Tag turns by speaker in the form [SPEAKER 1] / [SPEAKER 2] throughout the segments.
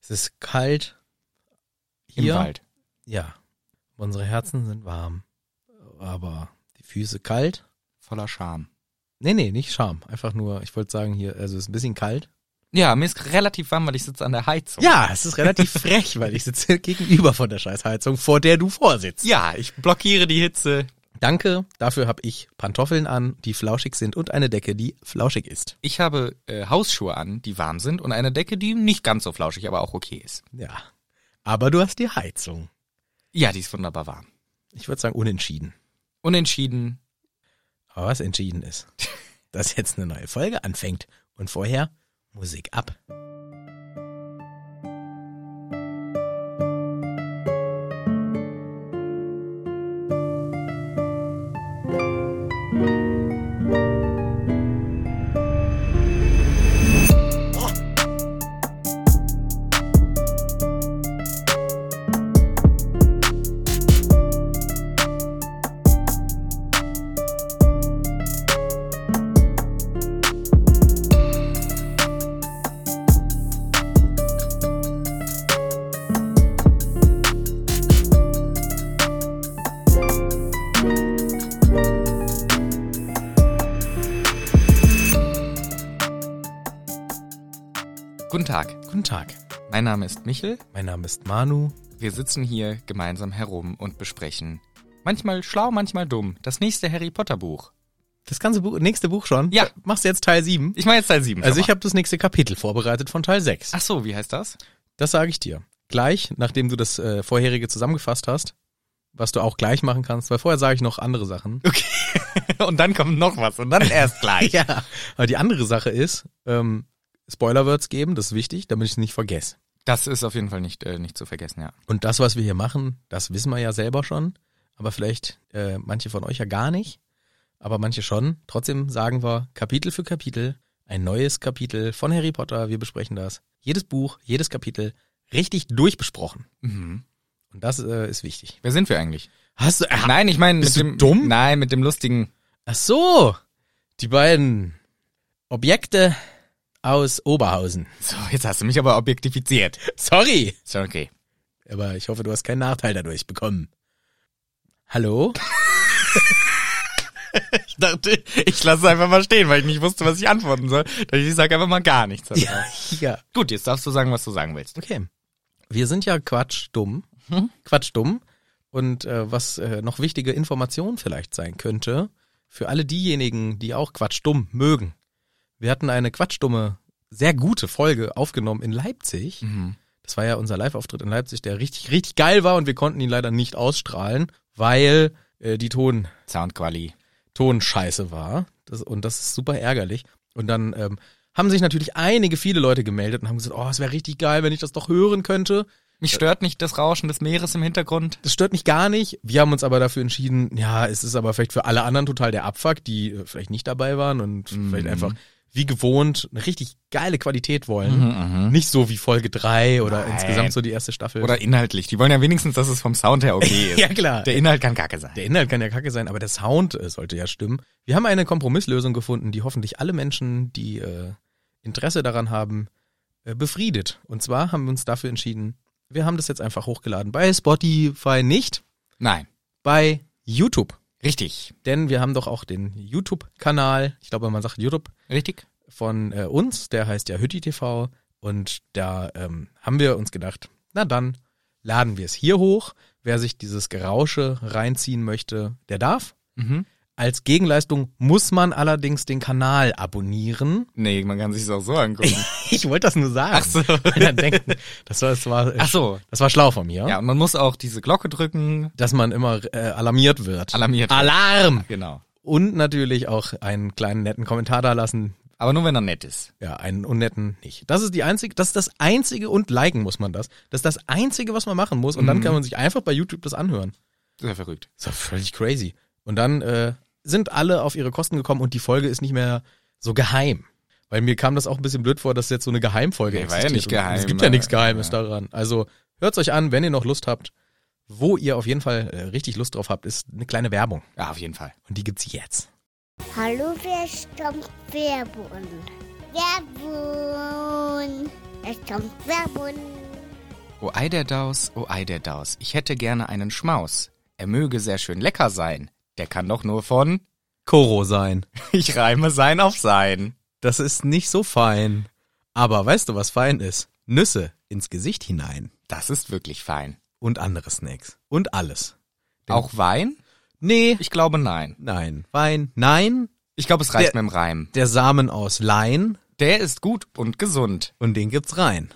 [SPEAKER 1] Es ist kalt.
[SPEAKER 2] Im
[SPEAKER 1] Hier.
[SPEAKER 2] Wald.
[SPEAKER 1] Ja. Unsere Herzen sind warm. Aber die Füße kalt.
[SPEAKER 2] Voller Scham.
[SPEAKER 1] Nee, nee, nicht Scham. Einfach nur, ich wollte sagen hier, also es ist ein bisschen kalt.
[SPEAKER 2] Ja, mir ist relativ warm, weil ich sitze an der Heizung.
[SPEAKER 1] Ja, es ist relativ frech, weil ich sitze gegenüber von der Scheißheizung, vor der du vorsitzt.
[SPEAKER 2] Ja, ich blockiere die Hitze.
[SPEAKER 1] Danke, dafür habe ich Pantoffeln an, die flauschig sind und eine Decke, die flauschig ist.
[SPEAKER 2] Ich habe äh, Hausschuhe an, die warm sind und eine Decke, die nicht ganz so flauschig, aber auch okay ist.
[SPEAKER 1] Ja. Aber du hast die Heizung.
[SPEAKER 2] Ja, die ist wunderbar warm.
[SPEAKER 1] Ich würde sagen unentschieden.
[SPEAKER 2] Unentschieden.
[SPEAKER 1] Aber was entschieden ist, dass jetzt eine neue Folge anfängt und vorher Musik ab.
[SPEAKER 2] Guten Tag.
[SPEAKER 1] Guten Tag.
[SPEAKER 2] Mein Name ist Michel.
[SPEAKER 1] Mein Name ist Manu.
[SPEAKER 2] Wir sitzen hier gemeinsam herum und besprechen. Manchmal schlau, manchmal dumm. Das nächste Harry Potter Buch.
[SPEAKER 1] Das ganze Buch, nächste Buch schon?
[SPEAKER 2] Ja.
[SPEAKER 1] Machst du jetzt Teil 7?
[SPEAKER 2] Ich meine jetzt Teil 7.
[SPEAKER 1] Also ich habe das nächste Kapitel vorbereitet von Teil 6.
[SPEAKER 2] Ach so, wie heißt das?
[SPEAKER 1] Das sage ich dir. Gleich, nachdem du das äh, vorherige zusammengefasst hast, was du auch gleich machen kannst, weil vorher sage ich noch andere Sachen.
[SPEAKER 2] Und dann kommt noch was und dann erst gleich.
[SPEAKER 1] ja. Aber die andere Sache ist, ähm, Spoilerwords geben, das ist wichtig, damit ich es nicht vergesse.
[SPEAKER 2] Das ist auf jeden Fall nicht, äh, nicht zu vergessen, ja.
[SPEAKER 1] Und das, was wir hier machen, das wissen wir ja selber schon, aber vielleicht äh, manche von euch ja gar nicht, aber manche schon. Trotzdem sagen wir Kapitel für Kapitel, ein neues Kapitel von Harry Potter, wir besprechen das. Jedes Buch, jedes Kapitel richtig durchbesprochen.
[SPEAKER 2] Mhm.
[SPEAKER 1] Und das äh, ist wichtig.
[SPEAKER 2] Wer sind wir eigentlich?
[SPEAKER 1] Hast du, äh,
[SPEAKER 2] Nein, ich meine mit
[SPEAKER 1] Bist du
[SPEAKER 2] dem
[SPEAKER 1] dumm?
[SPEAKER 2] Nein, mit dem lustigen
[SPEAKER 1] Ach so, die beiden Objekte aus Oberhausen.
[SPEAKER 2] So, jetzt hast du mich aber objektifiziert.
[SPEAKER 1] Sorry,
[SPEAKER 2] Ist ja okay.
[SPEAKER 1] aber ich hoffe, du hast keinen Nachteil dadurch bekommen. Hallo?
[SPEAKER 2] Ich dachte, ich lasse einfach mal stehen, weil ich nicht wusste, was ich antworten soll. Ich sage einfach mal gar nichts.
[SPEAKER 1] Ja, ja.
[SPEAKER 2] Gut, jetzt darfst du sagen, was du sagen willst.
[SPEAKER 1] Okay. Wir sind ja quatschdumm.
[SPEAKER 2] Mhm.
[SPEAKER 1] Quatschdumm. Und äh, was äh, noch wichtige Information vielleicht sein könnte, für alle diejenigen, die auch Quatschdumm mögen. Wir hatten eine quatschdumme, sehr gute Folge aufgenommen in Leipzig.
[SPEAKER 2] Mhm.
[SPEAKER 1] Das war ja unser Live-Auftritt in Leipzig, der richtig, richtig geil war und wir konnten ihn leider nicht ausstrahlen, weil äh, die Ton,
[SPEAKER 2] Soundquali.
[SPEAKER 1] Ton scheiße war. Das, und das ist super ärgerlich. Und dann ähm, haben sich natürlich einige, viele Leute gemeldet und haben gesagt, oh, es wäre richtig geil, wenn ich das doch hören könnte.
[SPEAKER 2] Mich stört nicht das Rauschen des Meeres im Hintergrund.
[SPEAKER 1] Das stört mich gar nicht. Wir haben uns aber dafür entschieden, ja, es ist aber vielleicht für alle anderen total der Abfuck, die äh, vielleicht nicht dabei waren und
[SPEAKER 2] Mhm.
[SPEAKER 1] vielleicht einfach wie gewohnt eine richtig geile Qualität wollen.
[SPEAKER 2] Mhm,
[SPEAKER 1] Nicht so wie Folge drei oder
[SPEAKER 2] Nein.
[SPEAKER 1] insgesamt so die erste Staffel.
[SPEAKER 2] Oder inhaltlich. Die wollen ja wenigstens, dass es vom Sound her okay ist.
[SPEAKER 1] ja klar.
[SPEAKER 2] Der Inhalt kann kacke sein.
[SPEAKER 1] Der Inhalt kann ja kacke sein, aber der Sound äh, sollte ja stimmen. Wir haben eine Kompromisslösung gefunden, die hoffentlich alle Menschen, die äh, Interesse daran haben, äh, befriedet. Und zwar haben wir uns dafür entschieden, wir haben das jetzt einfach hochgeladen. Bei Spotify nicht,
[SPEAKER 2] Nein.
[SPEAKER 1] bei YouTube.
[SPEAKER 2] Richtig.
[SPEAKER 1] Denn wir haben doch auch den YouTube-Kanal, ich glaube, man sagt YouTube,
[SPEAKER 2] Richtig?
[SPEAKER 1] von äh, uns, der heißt ja Hütti TV. Und da ähm, haben wir uns gedacht, na dann laden wir es hier hoch. Wer sich dieses Gerausche reinziehen möchte, der darf.
[SPEAKER 2] Mhm.
[SPEAKER 1] Als Gegenleistung muss man allerdings den Kanal abonnieren.
[SPEAKER 2] Nee, man kann sich das auch so angucken.
[SPEAKER 1] Ich wollte das nur sagen.
[SPEAKER 2] Ach so.
[SPEAKER 1] Und dann denken, das war, das war,
[SPEAKER 2] Ach so.
[SPEAKER 1] das war schlau von mir,
[SPEAKER 2] Ja, und man muss auch diese Glocke drücken.
[SPEAKER 1] dass man immer äh, alarmiert wird.
[SPEAKER 2] Alarmiert.
[SPEAKER 1] Alarm!
[SPEAKER 2] Genau.
[SPEAKER 1] Und natürlich auch einen kleinen netten Kommentar da lassen.
[SPEAKER 2] Aber nur wenn er nett ist.
[SPEAKER 1] Ja, einen unnetten nicht. Das ist die einzige, das ist das einzige und liken muss man das. Das ist das einzige, was man machen muss.
[SPEAKER 2] Mhm.
[SPEAKER 1] Und dann kann man sich einfach bei YouTube das anhören.
[SPEAKER 2] Sehr verrückt.
[SPEAKER 1] Das war völlig crazy. Und dann äh, sind alle auf ihre Kosten gekommen und die Folge ist nicht mehr so geheim. Weil mir kam das auch ein bisschen blöd vor, dass jetzt so eine Geheimfolge
[SPEAKER 2] Nee, war ja nicht
[SPEAKER 1] Und
[SPEAKER 2] geheim,
[SPEAKER 1] Es gibt ja nichts
[SPEAKER 2] äh,
[SPEAKER 1] Geheimes
[SPEAKER 2] ja.
[SPEAKER 1] daran. Also hört's euch an, wenn ihr noch Lust habt. Wo ihr auf jeden Fall äh, richtig Lust drauf habt, ist eine kleine Werbung.
[SPEAKER 2] Ja, auf jeden Fall.
[SPEAKER 1] Und die gibt's jetzt.
[SPEAKER 3] Hallo, wer stammt Werbun? Werbun! Es kommt Werbun!
[SPEAKER 2] O Oh Ei der Daus, o Ei der Daus, ich hätte gerne einen Schmaus. Er möge sehr schön lecker sein. Der kann doch nur von
[SPEAKER 1] Koro sein.
[SPEAKER 2] Ich reime sein auf sein.
[SPEAKER 1] Das ist nicht so fein. Aber weißt du, was fein ist? Nüsse ins Gesicht hinein.
[SPEAKER 2] Das ist wirklich fein.
[SPEAKER 1] Und andere Snacks. Und alles.
[SPEAKER 2] Auch Wein?
[SPEAKER 1] Nee,
[SPEAKER 2] Ich glaube nein.
[SPEAKER 1] nein. Wein, nein.
[SPEAKER 2] Ich glaube, es reicht
[SPEAKER 1] Der-
[SPEAKER 2] mit dem Reim.
[SPEAKER 1] Der Samen aus Lein
[SPEAKER 2] Der ist gut und gesund.
[SPEAKER 1] und den gibt's rein.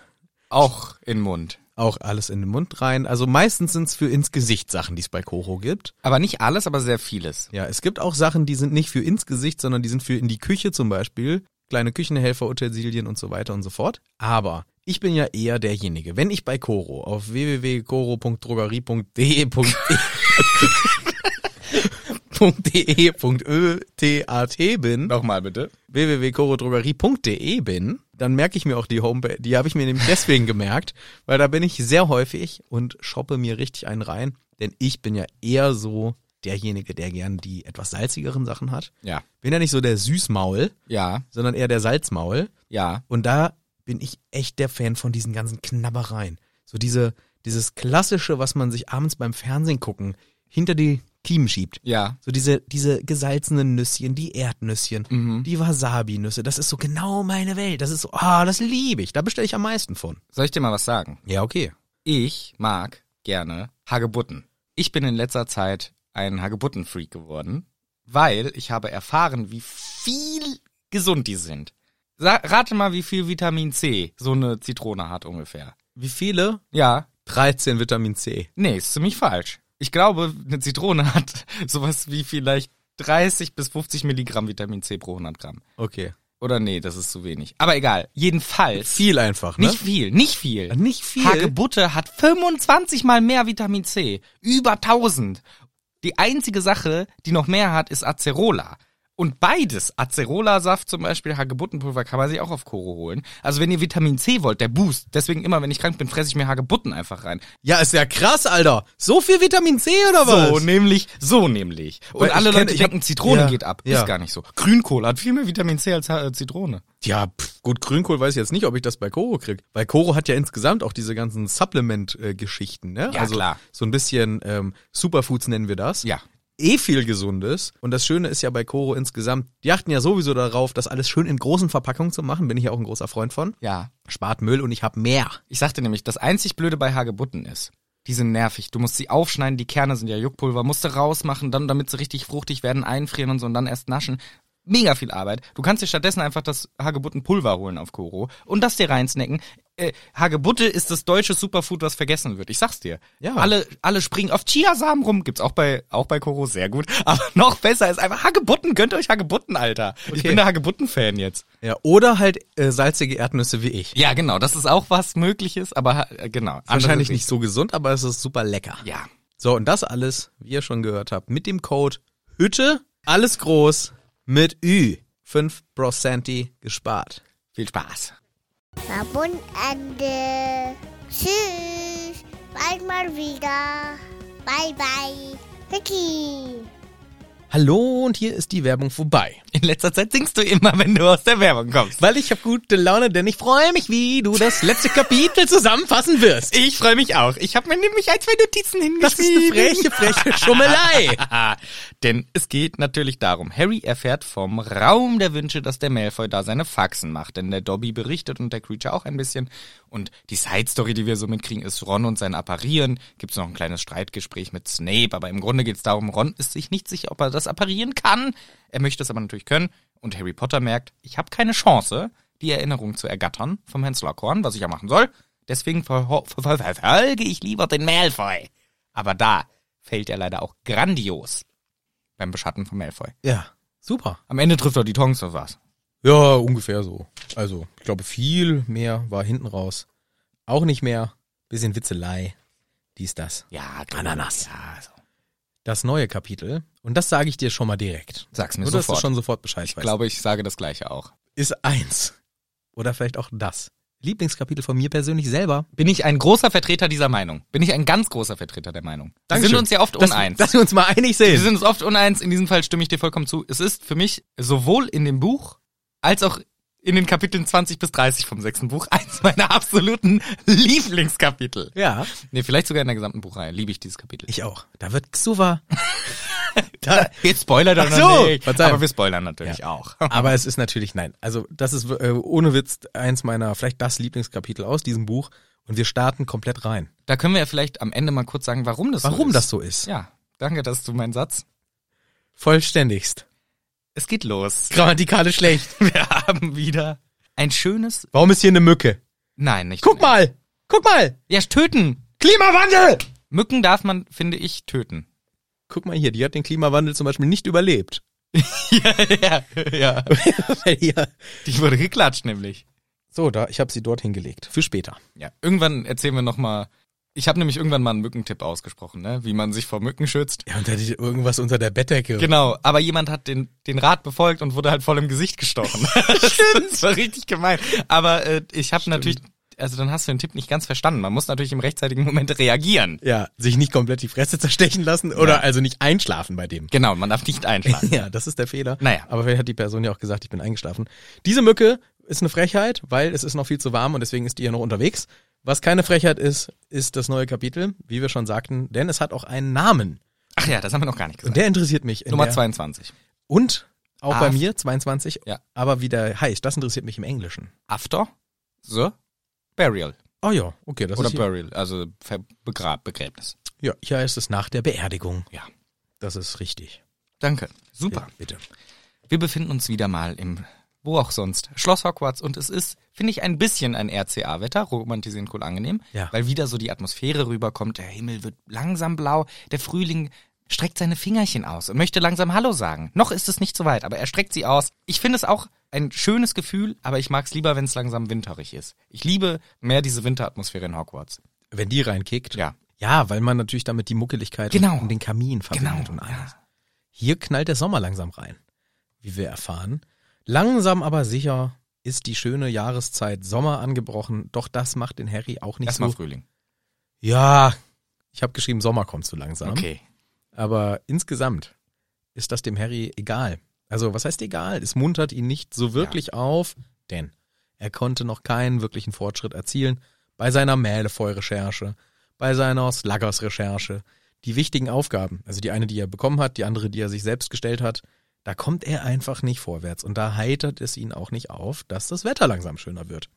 [SPEAKER 2] Auch in Mund.
[SPEAKER 1] Auch alles in den Mund rein. Also meistens sind's für ins Gesicht Sachen, die es bei Koro gibt.
[SPEAKER 2] Aber nicht alles, aber sehr vieles.
[SPEAKER 1] Ja, es gibt auch Sachen, die sind nicht für ins Gesicht, sondern die sind für in die Küche zum Beispiel. Kleine Küchenhelfer, Utensilien und so weiter und so fort. Aber ich bin ja eher derjenige, wenn ich bei Koro auf www.koro.drogerie.de.de E .de.ötat bin,
[SPEAKER 2] Nochmal bitte.
[SPEAKER 1] www.chorodrogerie.de bin, dann merke ich mir auch die Homepage. Die habe ich mir nämlich deswegen gemerkt, weil da bin ich sehr häufig und shoppe mir richtig einen rein. Denn ich bin ja eher so derjenige, der gern die etwas salzigeren Sachen hat.
[SPEAKER 2] Ja.
[SPEAKER 1] Bin ja nicht so der Süßmaul,
[SPEAKER 2] Ja.
[SPEAKER 1] sondern eher der Salzmaul.
[SPEAKER 2] Ja.
[SPEAKER 1] Und da bin ich echt der Fan von diesen ganzen Knabbereien. So diese, dieses klassische, was man sich abends beim Fernsehen gucken, hinter die Kiemen schiebt.
[SPEAKER 2] Ja.
[SPEAKER 1] So diese, diese gesalzenen Nüsschen, die Erdnüsschen,
[SPEAKER 2] Mhm.
[SPEAKER 1] die Wasabi-Nüsse, das ist so genau meine Welt. Das ist so, ah, das liebe ich. Da bestelle ich am meisten von.
[SPEAKER 2] Soll ich dir mal was sagen?
[SPEAKER 1] Ja, okay.
[SPEAKER 2] Ich mag gerne Hagebutten. Ich bin in letzter Zeit ein Hagebutten-Freak geworden, weil ich habe erfahren, wie viel gesund die sind. Sa rate mal, wie viel Vitamin C so eine Zitrone hat ungefähr.
[SPEAKER 1] Wie viele?
[SPEAKER 2] Ja,
[SPEAKER 1] 13 Vitamin C.
[SPEAKER 2] nee, ist ziemlich falsch. Ich glaube, eine Zitrone hat sowas wie vielleicht 30 bis 50 Milligramm Vitamin C pro 100 Gramm.
[SPEAKER 1] Okay.
[SPEAKER 2] Oder nee, das ist zu wenig. Aber egal, jedenfalls.
[SPEAKER 1] Viel einfach, ne? Äh,
[SPEAKER 2] Nicht viel, nicht viel.
[SPEAKER 1] Nicht viel.
[SPEAKER 2] Hagebutte hat 25 mal mehr Vitamin C. Über 1000. Die einzige Sache, die noch mehr hat, ist Acerola. Und beides, Acerola-Saft zum Beispiel, Hagebuttenpulver, kann man sich auch auf Koro holen. Also wenn ihr Vitamin C wollt, der Boost. Deswegen immer, wenn ich krank bin, fresse ich mir Hagebutten einfach rein.
[SPEAKER 1] ja, ist ja krass, Alter. So viel Vitamin C oder was?
[SPEAKER 2] So nämlich, so nämlich. Und
[SPEAKER 1] Weil ich
[SPEAKER 2] alle
[SPEAKER 1] kenn-
[SPEAKER 2] Leute
[SPEAKER 1] ich hab-
[SPEAKER 2] denken, Zitrone
[SPEAKER 1] Ja,
[SPEAKER 2] geht ab.
[SPEAKER 1] ja.
[SPEAKER 2] Ist gar nicht so. Grünkohl hat viel mehr Vitamin C als äh, Zitrone.
[SPEAKER 1] Ja, pff, gut, Grünkohl weiß ich jetzt nicht, ob ich das bei Koro krieg. Weil Koro hat ja insgesamt auch diese ganzen Supplement-Geschichten, ne?
[SPEAKER 2] Ja,
[SPEAKER 1] also
[SPEAKER 2] klar.
[SPEAKER 1] so ein bisschen ähm, Superfoods nennen wir das.
[SPEAKER 2] Ja.
[SPEAKER 1] eh viel Gesundes. Und das Schöne ist ja bei Koro insgesamt, die achten ja sowieso darauf, das alles schön in großen Verpackungen zu machen. Bin ich ja auch ein großer Freund von.
[SPEAKER 2] Ja.
[SPEAKER 1] Spart Müll und ich hab mehr.
[SPEAKER 2] Ich sagte nämlich, das einzig Blöde bei Hagebutten ist, die sind nervig. Du musst sie aufschneiden, die Kerne sind ja Juckpulver, musst du rausmachen, dann, damit sie richtig fruchtig werden, einfrieren und so und dann erst naschen. Mega viel Arbeit. Du kannst dir stattdessen einfach das Hagebuttenpulver holen auf Koro und das dir reinsnacken. Äh, Hagebutte ist das deutsche Superfood, was vergessen wird. Ich sag's dir.
[SPEAKER 1] Ja.
[SPEAKER 2] Alle, alle springen auf Chiasamen rum. Gibt's auch bei, auch bei Koro sehr gut. Aber noch besser ist einfach Hagebutten. Gönnt euch Hagebutten, Alter. Ich
[SPEAKER 1] Okay.
[SPEAKER 2] bin der Hagebutten-Fan jetzt.
[SPEAKER 1] Ja, oder halt äh, salzige Erdnüsse wie ich.
[SPEAKER 2] Ja, genau. Das ist auch was Mögliches, aber äh, genau.
[SPEAKER 1] Wahrscheinlich
[SPEAKER 2] Andere-
[SPEAKER 1] nicht so gesund, aber es ist super lecker.
[SPEAKER 2] Ja.
[SPEAKER 1] So, und das alles, wie ihr schon gehört habt, mit dem Code Hütte, alles groß, mit Ü. 5% gespart.
[SPEAKER 2] Viel Spaß.
[SPEAKER 3] Werbung Ende. Tschüss. Bald mal wieder. Bye bye. Vicky.
[SPEAKER 1] Hallo, und hier ist die Werbung vorbei.
[SPEAKER 2] In letzter Zeit singst du immer, wenn du aus der Werbung kommst.
[SPEAKER 1] Weil ich hab gute Laune, denn ich freue mich, wie du das letzte Kapitel zusammenfassen wirst.
[SPEAKER 2] Ich freue mich auch. Ich habe mir nämlich ein, zwei Notizen
[SPEAKER 1] Das ist eine
[SPEAKER 2] hingeschrieben.
[SPEAKER 1] freche, freche Schummelei.
[SPEAKER 2] Aha. Denn es geht natürlich darum, Harry erfährt vom Raum der Wünsche, dass der Malfoy da seine Faxen macht. Denn der Dobby berichtet und der Creature auch ein bisschen. Und die Side-Story, die wir so mitkriegen, ist Ron und sein Apparieren. Gibt es noch ein kleines Streitgespräch mit Snape. Aber im Grunde geht es darum, Ron ist sich nicht sicher, ob er das apparieren kann. Er möchte es aber natürlich können. Und Harry Potter merkt, ich habe keine Chance, die Erinnerung zu ergattern vom Herrn Slughorn, was ich ja machen soll. Deswegen verho- ver- ver- verfolge ich lieber den Malfoy. Aber da fällt er leider auch grandios beim Beschatten von Malfoy.
[SPEAKER 1] Ja, super.
[SPEAKER 2] Am Ende trifft er die Tongs oder was?
[SPEAKER 1] Ja, ungefähr so. Also, ich glaube, viel mehr war hinten raus. Auch nicht mehr. Bisschen Witzelei. Dies, das.
[SPEAKER 2] Ja, genau.
[SPEAKER 1] Ananas.
[SPEAKER 2] Ja, so.
[SPEAKER 1] Das neue Kapitel. Und das sage ich dir schon mal direkt.
[SPEAKER 2] Sag's mir
[SPEAKER 1] Nur, dass du
[SPEAKER 2] sofort.
[SPEAKER 1] schon sofort Bescheid
[SPEAKER 2] ich
[SPEAKER 1] weißt.
[SPEAKER 2] glaube, ich sage das gleiche auch.
[SPEAKER 1] Ist eins. Oder vielleicht auch das. Lieblingskapitel von mir persönlich selber.
[SPEAKER 2] Bin ich ein großer Vertreter dieser Meinung? Bin ich ein ganz großer Vertreter der Meinung? Wir sind uns ja oft
[SPEAKER 1] dass,
[SPEAKER 2] uneins.
[SPEAKER 1] Dass wir uns mal einig
[SPEAKER 2] wir
[SPEAKER 1] sind.
[SPEAKER 2] sind uns oft uneins. In diesem Fall stimme ich dir vollkommen zu. Es ist für mich sowohl in dem Buch als auch in den Kapiteln 20 bis 30 vom sechsten Buch eins meiner absoluten Lieblingskapitel.
[SPEAKER 1] Ja.
[SPEAKER 2] Nee, vielleicht sogar in der gesamten Buchreihe liebe ich dieses Kapitel.
[SPEAKER 1] Ich auch. Da wird Xuva.
[SPEAKER 2] Jetzt spoilert er
[SPEAKER 1] Ach so,
[SPEAKER 2] noch nicht.
[SPEAKER 1] verzeihung.
[SPEAKER 2] Aber wir spoilern natürlich auch.
[SPEAKER 1] Aber es ist natürlich, nein. Also, das ist äh, ohne Witz eins meiner, vielleicht das Lieblingskapitel aus diesem Buch. Und wir starten komplett rein.
[SPEAKER 2] Da können wir ja vielleicht am Ende mal kurz sagen, warum das so
[SPEAKER 1] Warum
[SPEAKER 2] ist.
[SPEAKER 1] das so ist?
[SPEAKER 2] Ja, danke, dass du meinen Satz.
[SPEAKER 1] Vollständigst.
[SPEAKER 2] Es geht los.
[SPEAKER 1] Grammatikalisch schlecht.
[SPEAKER 2] Wir haben wieder ein schönes.
[SPEAKER 1] Warum ist hier eine Mücke?
[SPEAKER 2] Nein, nicht.
[SPEAKER 1] Guck mal! Guck mal!
[SPEAKER 2] Ja, töten!
[SPEAKER 1] Klimawandel!
[SPEAKER 2] Mücken darf man, finde ich, töten.
[SPEAKER 1] Guck mal hier, die hat den Klimawandel zum Beispiel nicht überlebt.
[SPEAKER 2] ja, ja.
[SPEAKER 1] Weil hier-
[SPEAKER 2] Die wurde geklatscht, nämlich.
[SPEAKER 1] so, da, ich habe sie dort hingelegt. Für später.
[SPEAKER 2] Ja, irgendwann erzählen wir nochmal. Ich habe nämlich irgendwann mal einen Mückentipp ausgesprochen, ne? wie man sich vor Mücken schützt.
[SPEAKER 1] Ja, und da liegt irgendwas unter der Bettdecke.
[SPEAKER 2] Genau, aber jemand hat den, den Rat befolgt und wurde halt voll im Gesicht gestochen. Stimmt. Das war richtig gemein. Aber äh, ich habe natürlich, also dann hast du den Tipp nicht ganz verstanden. Man muss natürlich im rechtzeitigen Moment reagieren.
[SPEAKER 1] Ja, sich nicht komplett die Fresse zerstechen lassen oder also nicht einschlafen bei dem.
[SPEAKER 2] Genau, man darf nicht einschlagen.
[SPEAKER 1] Ja, das ist der Fehler.
[SPEAKER 2] Naja.
[SPEAKER 1] Aber vielleicht hat die Person ja auch gesagt, ich bin eingeschlafen. Diese Mücke ist eine Frechheit, weil es ist noch viel zu warm und deswegen ist die ja noch unterwegs. Was keine Frechheit ist, ist das neue Kapitel, wie wir schon sagten, denn es hat auch einen Namen.
[SPEAKER 2] Ach ja, das haben wir noch gar nicht
[SPEAKER 1] Und
[SPEAKER 2] gesagt.
[SPEAKER 1] der interessiert mich. in
[SPEAKER 2] Nummer
[SPEAKER 1] der-
[SPEAKER 2] 22.
[SPEAKER 1] Und auch bei
[SPEAKER 2] Aft.
[SPEAKER 1] mir, 22.
[SPEAKER 2] Ja.
[SPEAKER 1] Aber wie der heißt, das interessiert mich im Englischen.
[SPEAKER 2] After the Burial.
[SPEAKER 1] Oh ja, okay. Das
[SPEAKER 2] Oder
[SPEAKER 1] ist hier,
[SPEAKER 2] Burial, also Ver Begrab Begräbnis.
[SPEAKER 1] ja, hier heißt es nach der Beerdigung.
[SPEAKER 2] Ja.
[SPEAKER 1] Das ist richtig.
[SPEAKER 2] Danke. Super.
[SPEAKER 1] Ja, bitte.
[SPEAKER 2] Wir befinden uns wieder mal im, wo auch sonst, Schloss Hogwarts und es ist, finde ich, ein bisschen ein RCA-Wetter, romantisieren cool angenehm,
[SPEAKER 1] Ja.
[SPEAKER 2] weil wieder so die Atmosphäre rüberkommt, der Himmel wird langsam blau, der Frühling streckt seine Fingerchen aus und möchte langsam Hallo sagen. Noch ist es nicht so weit, aber er streckt sie aus. Ich finde es auch ein schönes Gefühl, aber ich mag es lieber, wenn es langsam winterig ist. Ich liebe mehr diese Winteratmosphäre in Hogwarts.
[SPEAKER 1] Wenn die reinkickt.
[SPEAKER 2] Ja.
[SPEAKER 1] Ja, weil man natürlich damit die Muckeligkeit
[SPEAKER 2] Genau.
[SPEAKER 1] und den Kamin verbindet
[SPEAKER 2] Genau,
[SPEAKER 1] und alles.
[SPEAKER 2] ja.
[SPEAKER 1] Hier knallt der Sommer langsam rein, wie wir erfahren. Langsam aber sicher ist die schöne Jahreszeit Sommer angebrochen, doch das macht den Harry auch nicht
[SPEAKER 2] Erstmal
[SPEAKER 1] so.
[SPEAKER 2] Frühling.
[SPEAKER 1] Ja, ich habe geschrieben, Sommer kommt zu langsam.
[SPEAKER 2] Okay.
[SPEAKER 1] Aber insgesamt ist das dem Harry egal. Also, was heißt egal? Es muntert ihn nicht so wirklich auf, denn er konnte noch keinen wirklichen Fortschritt erzielen bei seiner Malfoy-Recherche, bei seiner Sluggers-Recherche. Die wichtigen Aufgaben, also die eine, die er bekommen hat, die andere, die er sich selbst gestellt hat, da kommt er einfach nicht vorwärts und da heitert es ihn auch nicht auf, dass das Wetter langsam schöner wird.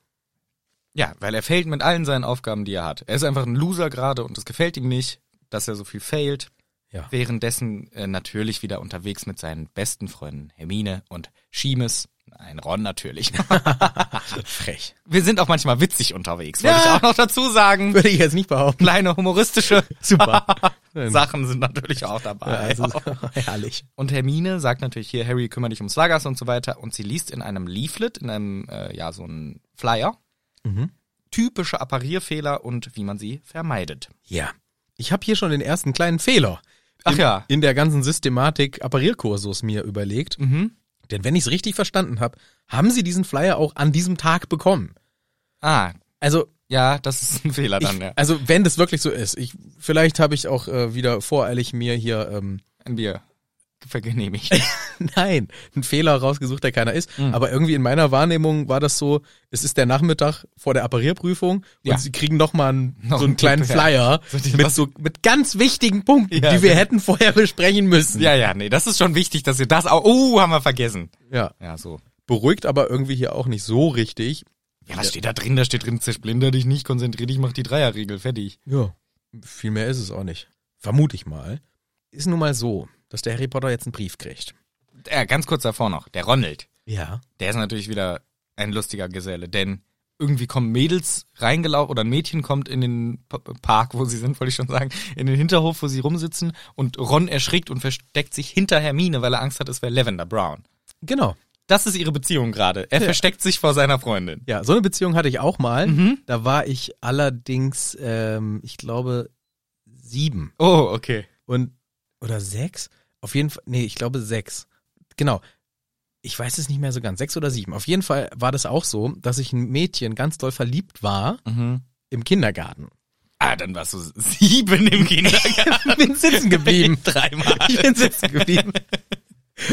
[SPEAKER 2] Ja, weil er failt mit allen seinen Aufgaben, die er hat. Er ist einfach ein Loser gerade und es gefällt ihm nicht, dass er so viel failt.
[SPEAKER 1] Ja.
[SPEAKER 2] Währenddessen äh, natürlich wieder unterwegs mit seinen besten Freunden Hermine und Schiemes. Ein Ron natürlich.
[SPEAKER 1] Frech.
[SPEAKER 2] Wir sind auch manchmal witzig unterwegs, wollte
[SPEAKER 1] Ja.
[SPEAKER 2] ich auch noch dazu sagen.
[SPEAKER 1] Würde ich jetzt nicht behaupten.
[SPEAKER 2] Kleine humoristische
[SPEAKER 1] Super.
[SPEAKER 2] Sachen sind natürlich auch
[SPEAKER 1] Ja,
[SPEAKER 2] dabei.
[SPEAKER 1] also, herrlich.
[SPEAKER 2] Und Hermine sagt natürlich hier, Harry, kümmere dich um Slagas und so weiter. Und sie liest in einem Leaflet, in einem, äh, ja, so ein Flyer,
[SPEAKER 1] Mhm.
[SPEAKER 2] typische Apparierfehler und wie man sie vermeidet.
[SPEAKER 1] Ja. Ich habe hier schon den ersten kleinen Fehler.
[SPEAKER 2] Ach
[SPEAKER 1] in,
[SPEAKER 2] ja.
[SPEAKER 1] In der ganzen Systematik Apparierkursus mir überlegt.
[SPEAKER 2] Mhm.
[SPEAKER 1] Denn wenn ich es richtig verstanden habe, haben sie diesen Flyer auch an diesem Tag bekommen.
[SPEAKER 2] Ah,
[SPEAKER 1] Also,
[SPEAKER 2] ja, das ist ein Fehler dann,
[SPEAKER 1] ich,
[SPEAKER 2] ja.
[SPEAKER 1] also wenn das wirklich so ist, ich, vielleicht habe ich auch äh, wieder voreilig mir hier, ähm,
[SPEAKER 2] Ein Bier. Vergenehmigt.
[SPEAKER 1] nein, einen Fehler rausgesucht, der keiner ist.
[SPEAKER 2] Mhm.
[SPEAKER 1] Aber irgendwie in meiner Wahrnehmung war das so, es ist der Nachmittag vor der Apparierprüfung und
[SPEAKER 2] Ja.
[SPEAKER 1] sie kriegen nochmal einen,
[SPEAKER 2] Noch
[SPEAKER 1] so einen
[SPEAKER 2] einen
[SPEAKER 1] kleinen
[SPEAKER 2] Tipp,
[SPEAKER 1] Flyer
[SPEAKER 2] ja. So die-
[SPEAKER 1] mit,
[SPEAKER 2] was-
[SPEAKER 1] so, mit ganz wichtigen Punkten,
[SPEAKER 2] Ja,
[SPEAKER 1] die wir
[SPEAKER 2] genau.
[SPEAKER 1] hätten vorher besprechen müssen.
[SPEAKER 2] ja, ja, nee, das ist schon wichtig, dass ihr das auch. Oh, haben wir vergessen.
[SPEAKER 1] ja.
[SPEAKER 2] Ja, so.
[SPEAKER 1] beruhigt aber irgendwie hier auch nicht so richtig.
[SPEAKER 2] Ja, was steht da drin? Da steht drin, zersplinder dich nicht, konzentrier dich, mach die Dreierregel, fertig.
[SPEAKER 1] Ja. Viel mehr ist es auch nicht. Vermute ich mal. Ist nun mal so, dass der Harry Potter jetzt einen Brief kriegt.
[SPEAKER 2] Ja, ganz kurz davor noch, der Ronald.
[SPEAKER 1] Ja.
[SPEAKER 2] Der ist natürlich wieder ein lustiger Geselle, denn irgendwie kommen Mädels reingelaufen oder ein Mädchen kommt in den P Park, wo sie sind, wollte ich schon sagen, in den Hinterhof, wo sie rumsitzen und Ron erschrickt und versteckt sich hinter Hermine, weil er Angst hat, es wäre Lavender Brown.
[SPEAKER 1] Genau.
[SPEAKER 2] Das ist ihre Beziehung gerade. Er versteckt sich vor seiner Freundin.
[SPEAKER 1] Ja, so eine Beziehung hatte ich auch mal. Da war ich allerdings, ähm, ich glaube, sieben
[SPEAKER 2] Oh, okay.
[SPEAKER 1] und oder sechs. Auf jeden Fall, nee, ich glaube sechs. Genau. Ich weiß es nicht mehr so ganz. Sechs oder sieben. Auf jeden Fall war das auch so, dass ich ein Mädchen ganz doll verliebt war im Kindergarten.
[SPEAKER 2] Ah, dann warst du sieben im Kindergarten.
[SPEAKER 1] Bin sitzen geblieben.
[SPEAKER 2] Dreimal.
[SPEAKER 1] Ich bin sitzen geblieben.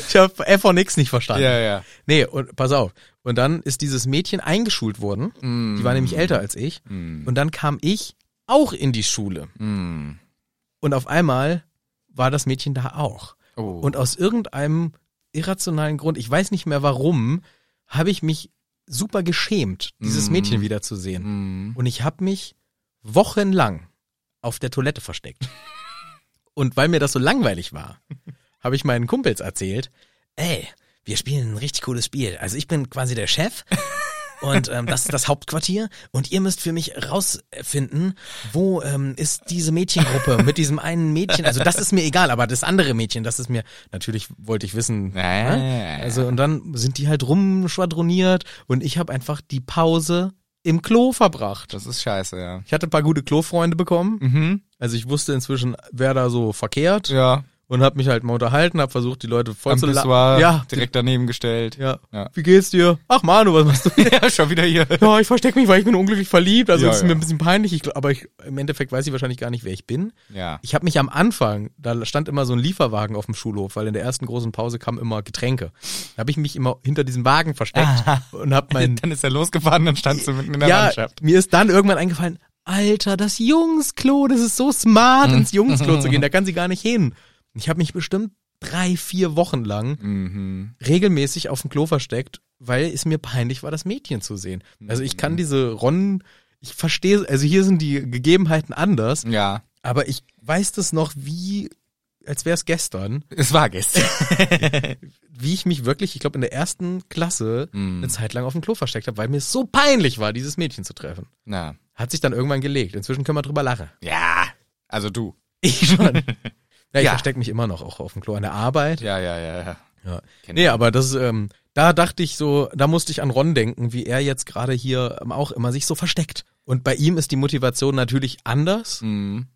[SPEAKER 1] Ich habe F von X nicht verstanden.
[SPEAKER 2] Ja, ja.
[SPEAKER 1] Nee, und pass auf. Und dann ist dieses Mädchen eingeschult worden.
[SPEAKER 2] Mm.
[SPEAKER 1] Die
[SPEAKER 2] Mhm.
[SPEAKER 1] war nämlich älter als ich. Und dann kam ich auch in die Schule.
[SPEAKER 2] Mm.
[SPEAKER 1] Und auf einmal war das Mädchen da auch.
[SPEAKER 2] Oh.
[SPEAKER 1] Und aus irgendeinem irrationalen Grund, ich weiß nicht mehr warum, habe ich mich super geschämt, dieses
[SPEAKER 2] Mhm.
[SPEAKER 1] Mädchen wiederzusehen.
[SPEAKER 2] Mm.
[SPEAKER 1] Und ich habe mich wochenlang auf der Toilette versteckt. Und weil mir das so langweilig war, habe ich meinen Kumpels erzählt, ey, wir spielen ein richtig cooles Spiel. Also ich bin quasi der Chef und ähm, das ist das Hauptquartier und ihr müsst für mich rausfinden, wo ähm, ist diese Mädchengruppe mit diesem einen Mädchen. Also das ist mir egal, aber das andere Mädchen, das ist mir, natürlich wollte ich wissen.
[SPEAKER 2] Ja, ja, ja, ja.
[SPEAKER 1] Also und dann sind die halt rumschwadroniert und ich habe einfach die Pause im Klo verbracht.
[SPEAKER 2] Das ist scheiße, ja.
[SPEAKER 1] Ich hatte ein paar gute Klofreunde bekommen.
[SPEAKER 2] Mhm.
[SPEAKER 1] Also ich wusste inzwischen, wer da so verkehrt
[SPEAKER 2] Ja.
[SPEAKER 1] und habe mich halt mal unterhalten, habe versucht, die Leute voll
[SPEAKER 2] Am
[SPEAKER 1] zu la-
[SPEAKER 2] Pissoir
[SPEAKER 1] Ja,
[SPEAKER 2] direkt daneben gestellt.
[SPEAKER 1] ja.
[SPEAKER 2] Ja.
[SPEAKER 1] Wie geht's dir? Ach Manu, was machst du?
[SPEAKER 2] Ja, schon wieder hier.
[SPEAKER 1] ja, ich verstecke mich, weil ich bin unglücklich verliebt. Also
[SPEAKER 2] Ja,
[SPEAKER 1] es ist
[SPEAKER 2] ja.
[SPEAKER 1] mir ein bisschen peinlich. Ich, gl- aber ich, im Endeffekt weiß ich wahrscheinlich gar nicht, wer ich bin.
[SPEAKER 2] Ja.
[SPEAKER 1] Ich habe mich am Anfang, da stand immer so ein Lieferwagen auf dem Schulhof, weil in der ersten großen Pause kamen immer Getränke. Da habe ich mich immer hinter diesem Wagen versteckt und habe meinen
[SPEAKER 2] Dann ist er losgefahren, dann standst du mitten Ah. in der
[SPEAKER 1] ja,
[SPEAKER 2] Landschaft.
[SPEAKER 1] Mir ist dann irgendwann eingefallen, Alter, das Jungsklo, das ist so
[SPEAKER 2] Mhm.
[SPEAKER 1] smart, ins Jungsklo zu gehen, da kann sie gar nicht hin. Ich habe mich bestimmt drei, vier Wochen lang
[SPEAKER 2] Mhm.
[SPEAKER 1] regelmäßig auf dem Klo versteckt, weil es mir peinlich war, das Mädchen zu sehen. Also ich
[SPEAKER 2] Mhm.
[SPEAKER 1] kann diese Ronnen, ich verstehe, also hier sind die Gegebenheiten anders,
[SPEAKER 2] Ja.
[SPEAKER 1] aber ich weiß das noch wie, als wäre es gestern,
[SPEAKER 2] Es war gestern.
[SPEAKER 1] wie ich mich wirklich, ich glaube in der ersten Klasse,
[SPEAKER 2] Mhm.
[SPEAKER 1] eine Zeit lang auf dem Klo versteckt habe, weil mir es so peinlich war, dieses Mädchen zu treffen.
[SPEAKER 2] Na.
[SPEAKER 1] Hat sich dann irgendwann gelegt. Inzwischen können wir drüber lachen.
[SPEAKER 2] Ja. Also du.
[SPEAKER 1] Ich schon. Ja, ich
[SPEAKER 2] Ja.
[SPEAKER 1] verstecke mich immer noch auch auf dem Klo an der Arbeit.
[SPEAKER 2] Ja, ja, ja, ja.
[SPEAKER 1] Ja.
[SPEAKER 2] Kenn
[SPEAKER 1] Nee, aber das, ähm, da dachte ich so, da musste ich an Ron denken, wie er jetzt gerade hier ähm, auch immer sich so versteckt. Und bei ihm ist die Motivation natürlich anders,
[SPEAKER 2] Mhm.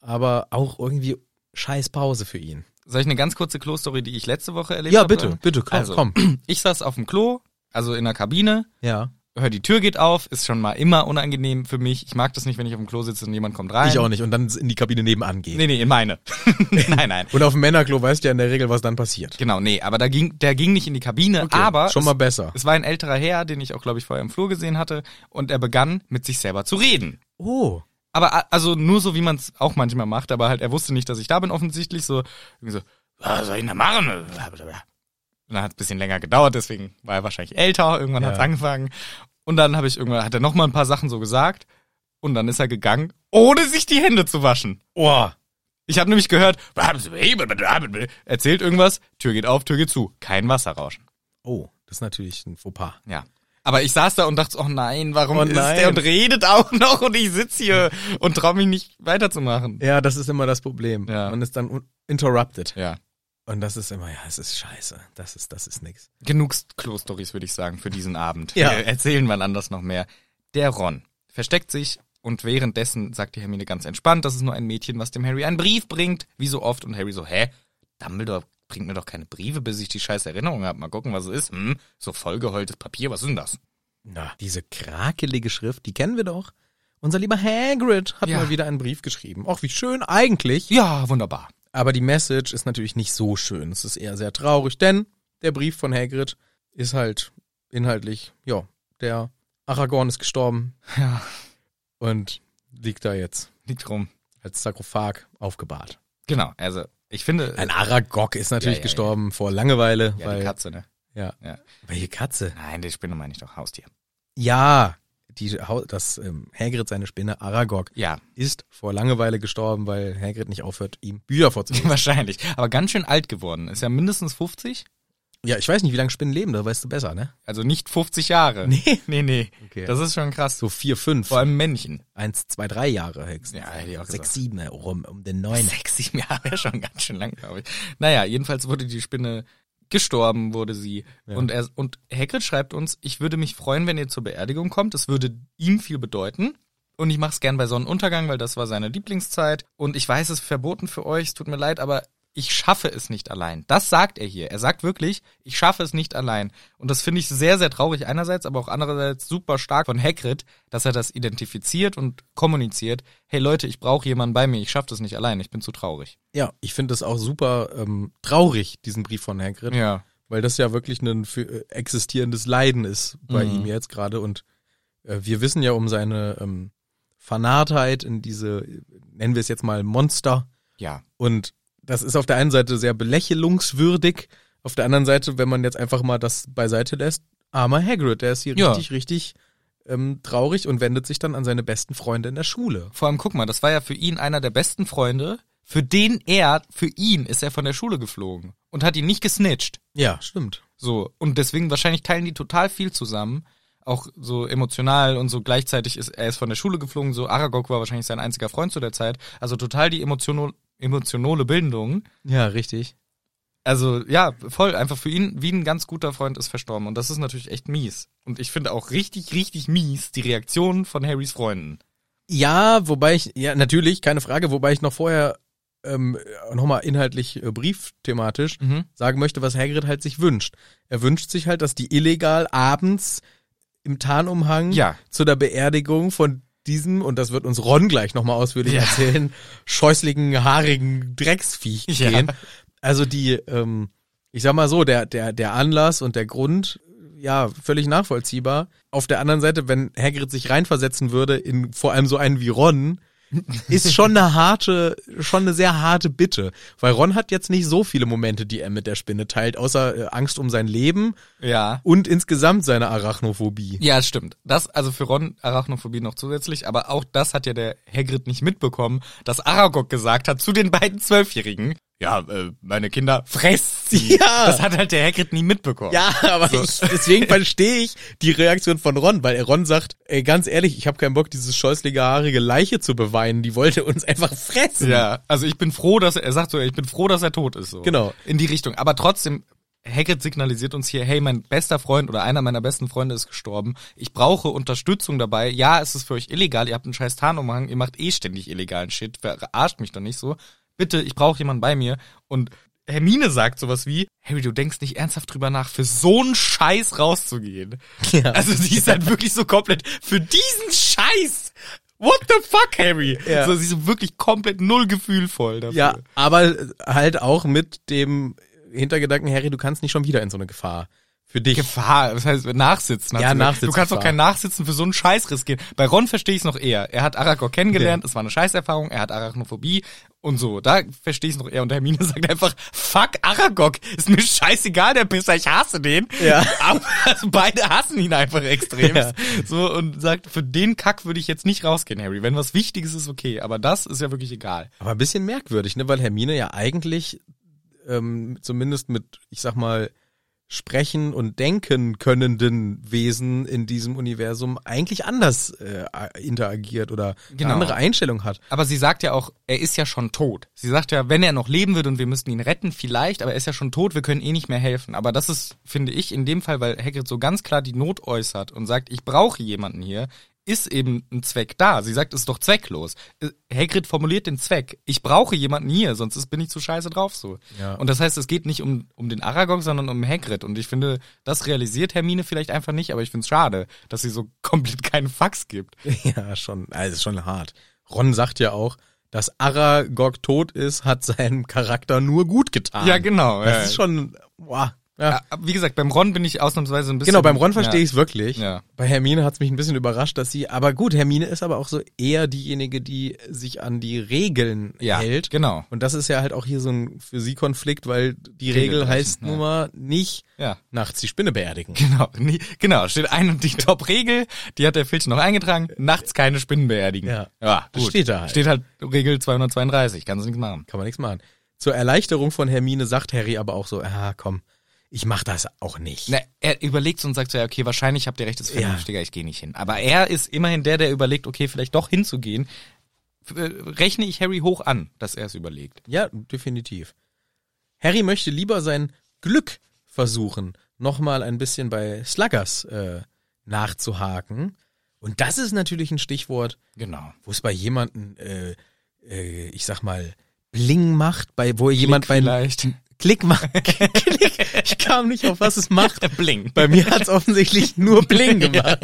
[SPEAKER 1] aber auch irgendwie scheiß Pause für ihn.
[SPEAKER 2] Soll ich eine ganz kurze Klo-Story, die ich letzte Woche erlebt
[SPEAKER 1] Ja,
[SPEAKER 2] habe?
[SPEAKER 1] bitte, bitte, komm,
[SPEAKER 2] Also.
[SPEAKER 1] komm.
[SPEAKER 2] Ich saß auf dem Klo, also in der Kabine,
[SPEAKER 1] Ja.
[SPEAKER 2] hör die Tür geht auf, ist schon mal immer unangenehm für mich. Ich mag das nicht, wenn ich auf dem Klo sitze und jemand kommt rein.
[SPEAKER 1] Ich auch nicht. Und dann in die Kabine nebenan gehen.
[SPEAKER 2] Nee, nee, in meine. nein, nein.
[SPEAKER 1] Und auf dem Männerklo weißt du ja in der Regel, was dann passiert.
[SPEAKER 2] Genau, nee, aber da ging, der ging nicht in die Kabine, aber
[SPEAKER 1] Schon
[SPEAKER 2] es,
[SPEAKER 1] mal besser.
[SPEAKER 2] es war ein älterer Herr, den ich auch, glaube ich, vorher im Flur gesehen hatte, und er begann mit sich selber zu reden.
[SPEAKER 1] Oh.
[SPEAKER 2] Aber a- also nur so, wie man es auch manchmal macht, aber halt, er wusste nicht, dass ich da bin, offensichtlich so, irgendwie so was soll ich denn da machen? Blablabla. Und dann hat es ein bisschen länger gedauert, deswegen war er wahrscheinlich älter, irgendwann
[SPEAKER 1] Ja.
[SPEAKER 2] hat's hat es angefangen. Und dann habe ich irgendwann, hat er nochmal ein paar Sachen so gesagt und dann ist er gegangen, ohne sich die Hände zu waschen.
[SPEAKER 1] Oh.
[SPEAKER 2] Ich habe nämlich gehört, erzählt irgendwas, Tür geht auf, Tür geht zu, kein Wasserrauschen.
[SPEAKER 1] Oh. Das ist natürlich ein Fauxpas.
[SPEAKER 2] Ja. Aber ich saß da und dachte, so, oh nein, warum
[SPEAKER 1] Oh
[SPEAKER 2] ist
[SPEAKER 1] nein.
[SPEAKER 2] der und redet auch noch und ich sitze hier und traue mich nicht weiterzumachen.
[SPEAKER 1] Ja, das ist immer das Problem.
[SPEAKER 2] Ja.
[SPEAKER 1] Man ist dann un- interrupted.
[SPEAKER 2] Ja.
[SPEAKER 1] Und das ist immer, ja, es ist scheiße. Das ist, das ist nix.
[SPEAKER 2] Genug Klo-Stories, würde ich sagen, für diesen Abend.
[SPEAKER 1] Ja.
[SPEAKER 2] Wir erzählen wann anders noch mehr. Der Ron versteckt sich und währenddessen sagt die Hermine ganz entspannt, das ist nur ein Mädchen, was dem Harry einen Brief bringt, wie so oft. Und Harry so, hä? Dumbledore bringt mir doch keine Briefe, bis ich die scheiß Erinnerung habe. Mal gucken, was es ist. Hm, so vollgeheultes Papier, was ist denn das?
[SPEAKER 1] Na. Diese krakelige Schrift, die kennen wir doch. Unser lieber Hagrid hat
[SPEAKER 2] Ja.
[SPEAKER 1] mal wieder einen Brief geschrieben. Ach, wie schön eigentlich.
[SPEAKER 2] Ja, wunderbar.
[SPEAKER 1] Aber die Message ist natürlich nicht so schön. Es ist eher sehr traurig, denn der Brief von Hagrid ist halt inhaltlich, ja, der Aragorn ist gestorben
[SPEAKER 2] Ja,
[SPEAKER 1] und liegt da jetzt
[SPEAKER 2] liegt rum.
[SPEAKER 1] als Sarkophag aufgebahrt.
[SPEAKER 2] Genau, also ich finde,
[SPEAKER 1] Ein Aragog ist natürlich
[SPEAKER 2] Ja, ja, ja.
[SPEAKER 1] gestorben vor Langeweile,
[SPEAKER 2] ja, die
[SPEAKER 1] weil,
[SPEAKER 2] Katze, ne?
[SPEAKER 1] ja.
[SPEAKER 2] Ja.
[SPEAKER 1] Welche Katze?
[SPEAKER 2] Nein, die Spinne meine ich doch, Haustier.
[SPEAKER 1] Ja, die, Hau- das ähm, Hagrid, seine Spinne Aragog,
[SPEAKER 2] Ja,
[SPEAKER 1] ist vor Langeweile gestorben, weil Hagrid nicht aufhört, ihm Bücher vorzulesen.
[SPEAKER 2] wahrscheinlich. Aber ganz schön alt geworden. Ist ja mindestens 50.
[SPEAKER 1] ja, ich weiß nicht, wie lange Spinnen leben, da weißt du besser, ne?
[SPEAKER 2] Also nicht 50 Jahre.
[SPEAKER 1] Nee.
[SPEAKER 2] Nee, nee.
[SPEAKER 1] Okay.
[SPEAKER 2] Das ist schon krass.
[SPEAKER 1] So vier, fünf,
[SPEAKER 2] Vor allem Männchen.
[SPEAKER 1] eins, zwei, drei Jahre höchstens.
[SPEAKER 2] Ja, hätte ich auch gesagt.
[SPEAKER 1] Sechs, sieben äh, rum, um den neun.
[SPEAKER 2] Sechs, sieben Jahre ja schon ganz schön lang, glaube ich. Naja, jedenfalls wurde die Spinne gestorben, wurde sie. Und, er, und Hagrid schreibt uns, ich würde mich freuen, wenn ihr zur Beerdigung kommt. Es würde ihm viel bedeuten. Und ich mache es gern bei Sonnenuntergang, weil das war seine Lieblingszeit. Und ich weiß, es ist verboten für euch, es tut mir leid, aber ich schaffe es nicht allein. Das sagt er hier. Er sagt wirklich, ich schaffe es nicht allein. Und das finde ich sehr, sehr traurig einerseits, aber auch andererseits super stark von Hagrid, dass er das identifiziert und kommuniziert. Hey Leute, ich brauche jemanden bei mir. Ich schaffe das nicht allein. Ich bin zu traurig.
[SPEAKER 1] Ja, ich finde das auch super ähm, traurig, diesen Brief von Hagrid,
[SPEAKER 2] Ja.
[SPEAKER 1] weil das ja wirklich ein für- äh, existierendes Leiden ist bei
[SPEAKER 2] Mhm.
[SPEAKER 1] ihm jetzt gerade. Und äh, wir wissen ja um seine ähm, Fanatheit in diese, äh, nennen wir es jetzt mal Monster.
[SPEAKER 2] Ja.
[SPEAKER 1] Und das ist auf der einen Seite sehr belächelungswürdig, auf der anderen Seite, wenn man jetzt einfach mal das beiseite lässt, armer Hagrid, der ist hier
[SPEAKER 2] Ja.
[SPEAKER 1] richtig, richtig ähm, traurig und wendet sich dann an seine besten Freunde in der Schule.
[SPEAKER 2] Vor allem, guck mal, das war ja für ihn einer der besten Freunde. Für den er, für ihn ist er von der Schule geflogen und hat ihn nicht gesnitcht.
[SPEAKER 1] Ja, stimmt.
[SPEAKER 2] So, und deswegen wahrscheinlich teilen die total viel zusammen. Auch so emotional und so gleichzeitig ist er ist von der Schule geflogen, so Aragog war wahrscheinlich sein einziger Freund zu der Zeit. Also total die emotionale, emotionale Bindung.
[SPEAKER 1] Ja, richtig.
[SPEAKER 2] Also ja, voll, einfach für ihn, wie ein ganz guter Freund ist verstorben. Und das ist natürlich echt mies. Und ich finde auch richtig, richtig mies die Reaktion von Harrys Freunden.
[SPEAKER 1] Ja, wobei ich, ja, natürlich, keine Frage, wobei ich noch vorher ähm, nochmal inhaltlich äh, briefthematisch
[SPEAKER 2] Mhm.
[SPEAKER 1] sagen möchte, was Hagrid halt sich wünscht. Er wünscht sich halt, dass die illegal abends im Tarnumhang
[SPEAKER 2] Ja.
[SPEAKER 1] zu der Beerdigung von diesem, und das wird uns Ron gleich nochmal ausführlich
[SPEAKER 2] Ja.
[SPEAKER 1] erzählen, scheußlichen, haarigen Drecksviech
[SPEAKER 2] Ja.
[SPEAKER 1] gehen. Also die, ähm, ich sag mal so, der, der, der Anlass und der Grund, ja, völlig nachvollziehbar. Auf der anderen Seite, wenn Hagrid sich reinversetzen würde in vor allem so einen wie Ron, ist schon eine harte, schon eine sehr harte Bitte. Weil Ron hat jetzt nicht so viele Momente, die er mit der Spinne teilt, außer äh, Angst um sein Leben
[SPEAKER 2] Ja.
[SPEAKER 1] und insgesamt seine Arachnophobie.
[SPEAKER 2] Ja, das stimmt. Das, also für Ron Arachnophobie noch zusätzlich, aber auch das hat ja der Hagrid nicht mitbekommen, dass Aragog gesagt hat zu den beiden Zwölfjährigen, ja, äh, meine Kinder, fresst sie.
[SPEAKER 1] Ja.
[SPEAKER 2] Das hat halt der Hagrid nie mitbekommen.
[SPEAKER 1] Ja, aber ich, deswegen verstehe ich die Reaktion von Ron, weil Ron sagt, ey, ganz ehrlich, ich habe keinen Bock, dieses scheußliche haarige Leiche zu beweinen. Die wollte uns einfach fressen.
[SPEAKER 2] Ja, also ich bin froh, dass er, er sagt so, ich bin froh, dass er tot ist. So.
[SPEAKER 1] Genau.
[SPEAKER 2] In die Richtung. Aber trotzdem, Hagrid signalisiert uns hier, hey, mein bester Freund oder einer meiner besten Freunde ist gestorben. Ich brauche Unterstützung dabei. Ja, es ist für euch illegal. Ihr habt einen scheiß Tarnumhang. Ihr macht eh ständig illegalen Shit. Verarscht mich doch nicht so. Bitte, ich brauche jemanden bei mir. Und Hermine sagt sowas wie, Harry, du denkst nicht ernsthaft drüber nach, für so einen Scheiß rauszugehen.
[SPEAKER 1] Ja.
[SPEAKER 2] Also sie ist halt wirklich so komplett für diesen Scheiß. What the fuck, Harry?
[SPEAKER 1] Ja.
[SPEAKER 2] So, sie ist so wirklich komplett null gefühlvoll dafür.
[SPEAKER 1] Ja, aber halt auch mit dem Hintergedanken, Harry, du kannst nicht schon wieder in so eine Gefahr. Für dich.
[SPEAKER 2] Gefahr, das heißt Nachsitzen. hat
[SPEAKER 1] Ja,
[SPEAKER 2] sie gesagt.
[SPEAKER 1] Nachsitzen,
[SPEAKER 2] Du kannst doch
[SPEAKER 1] Gefahr.
[SPEAKER 2] kein Nachsitzen für so einen Scheiß riskieren. Bei Ron verstehe ich es noch eher. Er hat Aragog kennengelernt, es war eine Scheißerfahrung, er hat Arachnophobie und so. Da verstehe ich es noch eher. Und Hermine sagt einfach, fuck Aragog, ist mir scheißegal, der Pisser, ich hasse den.
[SPEAKER 1] Ja.
[SPEAKER 2] Aber also beide hassen ihn einfach extrem.
[SPEAKER 1] Ja.
[SPEAKER 2] So und sagt, für den Kack würde ich jetzt nicht rausgehen, Harry. Wenn was Wichtiges ist, okay. Aber das ist ja wirklich egal.
[SPEAKER 1] Aber ein bisschen merkwürdig, ne? Weil Hermine ja eigentlich ähm, zumindest mit, ich sag mal, sprechen und denken könnenden Wesen in diesem Universum eigentlich anders äh, interagiert oder
[SPEAKER 2] Genau.
[SPEAKER 1] eine andere Einstellung hat.
[SPEAKER 2] Aber sie sagt ja auch, er ist ja schon tot. Sie sagt ja, wenn er noch leben würde und wir müssten ihn retten, vielleicht, aber er ist ja schon tot, wir können eh nicht mehr helfen. Aber das ist, finde ich, in dem Fall, weil Hagrid so ganz klar die Not äußert und sagt, ich brauche jemanden hier, ist eben ein Zweck da. Sie sagt, es ist doch zwecklos. Äh, Hagrid formuliert den Zweck. Ich brauche jemanden hier, sonst ist- bin ich zu scheiße drauf so.
[SPEAKER 1] Ja.
[SPEAKER 2] Und das heißt, es geht nicht um, um den Aragog, sondern um Hagrid. Und ich finde, das realisiert Hermine vielleicht einfach nicht, aber ich finde es schade, dass sie so komplett keinen Fax gibt.
[SPEAKER 1] Ja, schon, also schon hart. Ron sagt ja auch, dass Aragog tot ist, hat seinem Charakter nur gut getan.
[SPEAKER 2] Ja, genau,
[SPEAKER 1] Das
[SPEAKER 2] ja.
[SPEAKER 1] ist schon, boah, ja.
[SPEAKER 2] Ja, Ah, wie gesagt, beim Ron bin ich ausnahmsweise ein bisschen.
[SPEAKER 1] Genau, beim Ron verstehe ich es wirklich.
[SPEAKER 2] Ja.
[SPEAKER 1] Bei Hermine hat es mich ein bisschen überrascht, dass sie, aber gut, Hermine ist aber auch so eher diejenige, die sich an die Regeln
[SPEAKER 2] Ja,
[SPEAKER 1] hält.
[SPEAKER 2] genau.
[SPEAKER 1] Und das ist ja halt auch hier so ein für sie Konflikt, weil die
[SPEAKER 2] Regel
[SPEAKER 1] Regel
[SPEAKER 2] brechen,
[SPEAKER 1] heißt
[SPEAKER 2] ja.
[SPEAKER 1] nun mal nicht
[SPEAKER 2] Ja.
[SPEAKER 1] nachts die Spinne beerdigen.
[SPEAKER 2] Genau, nie, genau, steht ein und die Top-Regel, die hat der Filch noch eingetragen, nachts keine Spinnen beerdigen.
[SPEAKER 1] Ja.
[SPEAKER 2] ja
[SPEAKER 1] Das
[SPEAKER 2] gut.
[SPEAKER 1] steht da halt.
[SPEAKER 2] Steht halt Regel 232, kannst du nichts machen.
[SPEAKER 1] Kann man nichts machen. Zur Erleichterung von Hermine sagt Harry aber auch so, ah, komm, ich mach das auch nicht.
[SPEAKER 2] Na, er überlegt und sagt so, ja, okay, wahrscheinlich habt ihr recht, das ist
[SPEAKER 1] Ja.
[SPEAKER 2] vernünftiger, ich gehe nicht hin. Aber er ist immerhin der, der überlegt, okay, vielleicht doch hinzugehen. F- äh, Rechne ich Harry hoch an, dass er es überlegt.
[SPEAKER 1] Ja, definitiv. Harry möchte lieber sein Glück versuchen, nochmal ein bisschen bei Sluggers äh, nachzuhaken. Und das ist natürlich ein Stichwort,
[SPEAKER 2] Genau.
[SPEAKER 1] wo es bei jemanden, äh, äh, ich sag mal, Bling macht, bei wo jemand bei
[SPEAKER 2] vielleicht.
[SPEAKER 1] Klick macht. Klick. Ich kam nicht auf, was es macht.
[SPEAKER 2] Bling.
[SPEAKER 1] Bei mir hat's offensichtlich nur Bling gemacht.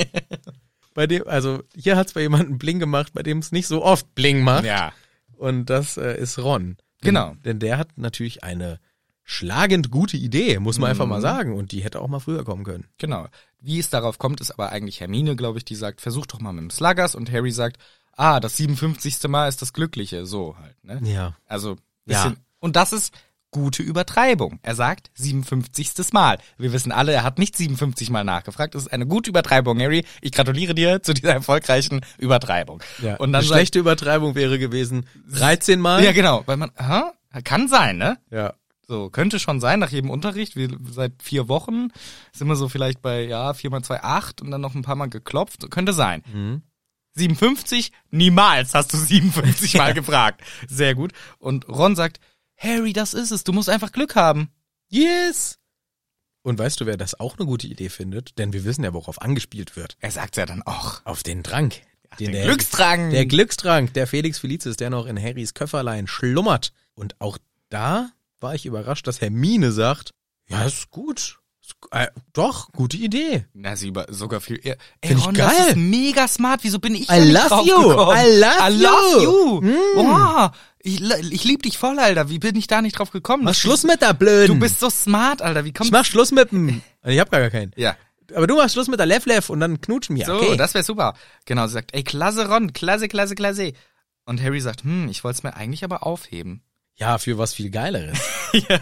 [SPEAKER 1] Bei dem, also hier hat's bei jemandem Bling gemacht, bei dem es nicht so oft Bling macht.
[SPEAKER 2] Ja.
[SPEAKER 1] Und das äh, ist Ron. Denn,
[SPEAKER 2] Genau.
[SPEAKER 1] Denn der hat natürlich eine schlagend gute Idee, muss man einfach mal
[SPEAKER 2] Mhm.
[SPEAKER 1] sagen. Und die hätte auch mal früher kommen können.
[SPEAKER 2] Genau. Wie es darauf kommt, ist aber eigentlich Hermine, glaube ich, die sagt, versuch doch mal mit dem Sluggers und Harry sagt, ah, das 57. Mal ist das Glückliche. So halt, ne?
[SPEAKER 1] Ja.
[SPEAKER 2] Also,
[SPEAKER 1] Ja.
[SPEAKER 2] bisschen. Und das ist gute Übertreibung. Er sagt 57. Mal. Wir wissen alle, er hat nicht 57 Mal nachgefragt. Das ist eine gute Übertreibung, Harry. Ich gratuliere dir zu dieser erfolgreichen Übertreibung.
[SPEAKER 1] ja.
[SPEAKER 2] Und dann
[SPEAKER 1] Eine
[SPEAKER 2] sagt,
[SPEAKER 1] schlechte Übertreibung wäre gewesen 13 Mal.
[SPEAKER 2] ja genau, weil man, hä? kann sein, ne?
[SPEAKER 1] ja.
[SPEAKER 2] So, könnte schon sein, nach jedem Unterricht, wie seit vier Wochen, sind wir so vielleicht bei, ja, vier mal zwei, acht und dann noch ein paar Mal geklopft, könnte sein.
[SPEAKER 1] Mhm.
[SPEAKER 2] 57? Niemals hast du 57 mal gefragt. Sehr gut. Und Ron sagt, Harry, das ist es, du musst einfach Glück haben.
[SPEAKER 1] Yes! Und weißt du, wer das auch eine gute Idee findet? Denn wir wissen ja, worauf angespielt wird.
[SPEAKER 2] Er sagt's ja dann auch.
[SPEAKER 1] Auf den Drang.
[SPEAKER 2] Den, Glückstrang.
[SPEAKER 1] Der Glückstrank, der Felix Felicis, der noch in Harrys Köfferlein schlummert. Und auch da war ich überrascht, dass Hermine sagt, ja, ist gut. Ist, äh, doch, gute Idee.
[SPEAKER 2] Na, sie über sogar viel eher. Ey,
[SPEAKER 1] Find ich
[SPEAKER 2] Ron,
[SPEAKER 1] geil.
[SPEAKER 2] das ist mega smart. Wieso bin ich da
[SPEAKER 1] I
[SPEAKER 2] nicht
[SPEAKER 1] love you.
[SPEAKER 2] draufgekommen?
[SPEAKER 1] I love you.
[SPEAKER 2] you.
[SPEAKER 1] Mm.
[SPEAKER 2] Wow. Ich, ich lieb dich voll, Alter. Wie bin ich da nicht drauf gekommen?
[SPEAKER 1] Mach
[SPEAKER 2] Das-
[SPEAKER 1] Schluss mit der Blöden.
[SPEAKER 2] Du bist so smart, Alter. Wie kommst
[SPEAKER 1] ich mach Schluss mit dem. Ich hab gar keinen.
[SPEAKER 2] Ja.
[SPEAKER 1] Aber du machst Schluss mit der Leflef und dann knutschen wir.
[SPEAKER 2] So,
[SPEAKER 1] okay.
[SPEAKER 2] das wäre super. Genau, sie sagt, ey, klasse Ron, klasse, klasse, klasse. Und Harry sagt, hm, ich wollte es mir eigentlich aber aufheben.
[SPEAKER 1] Ja, für was viel Geileres.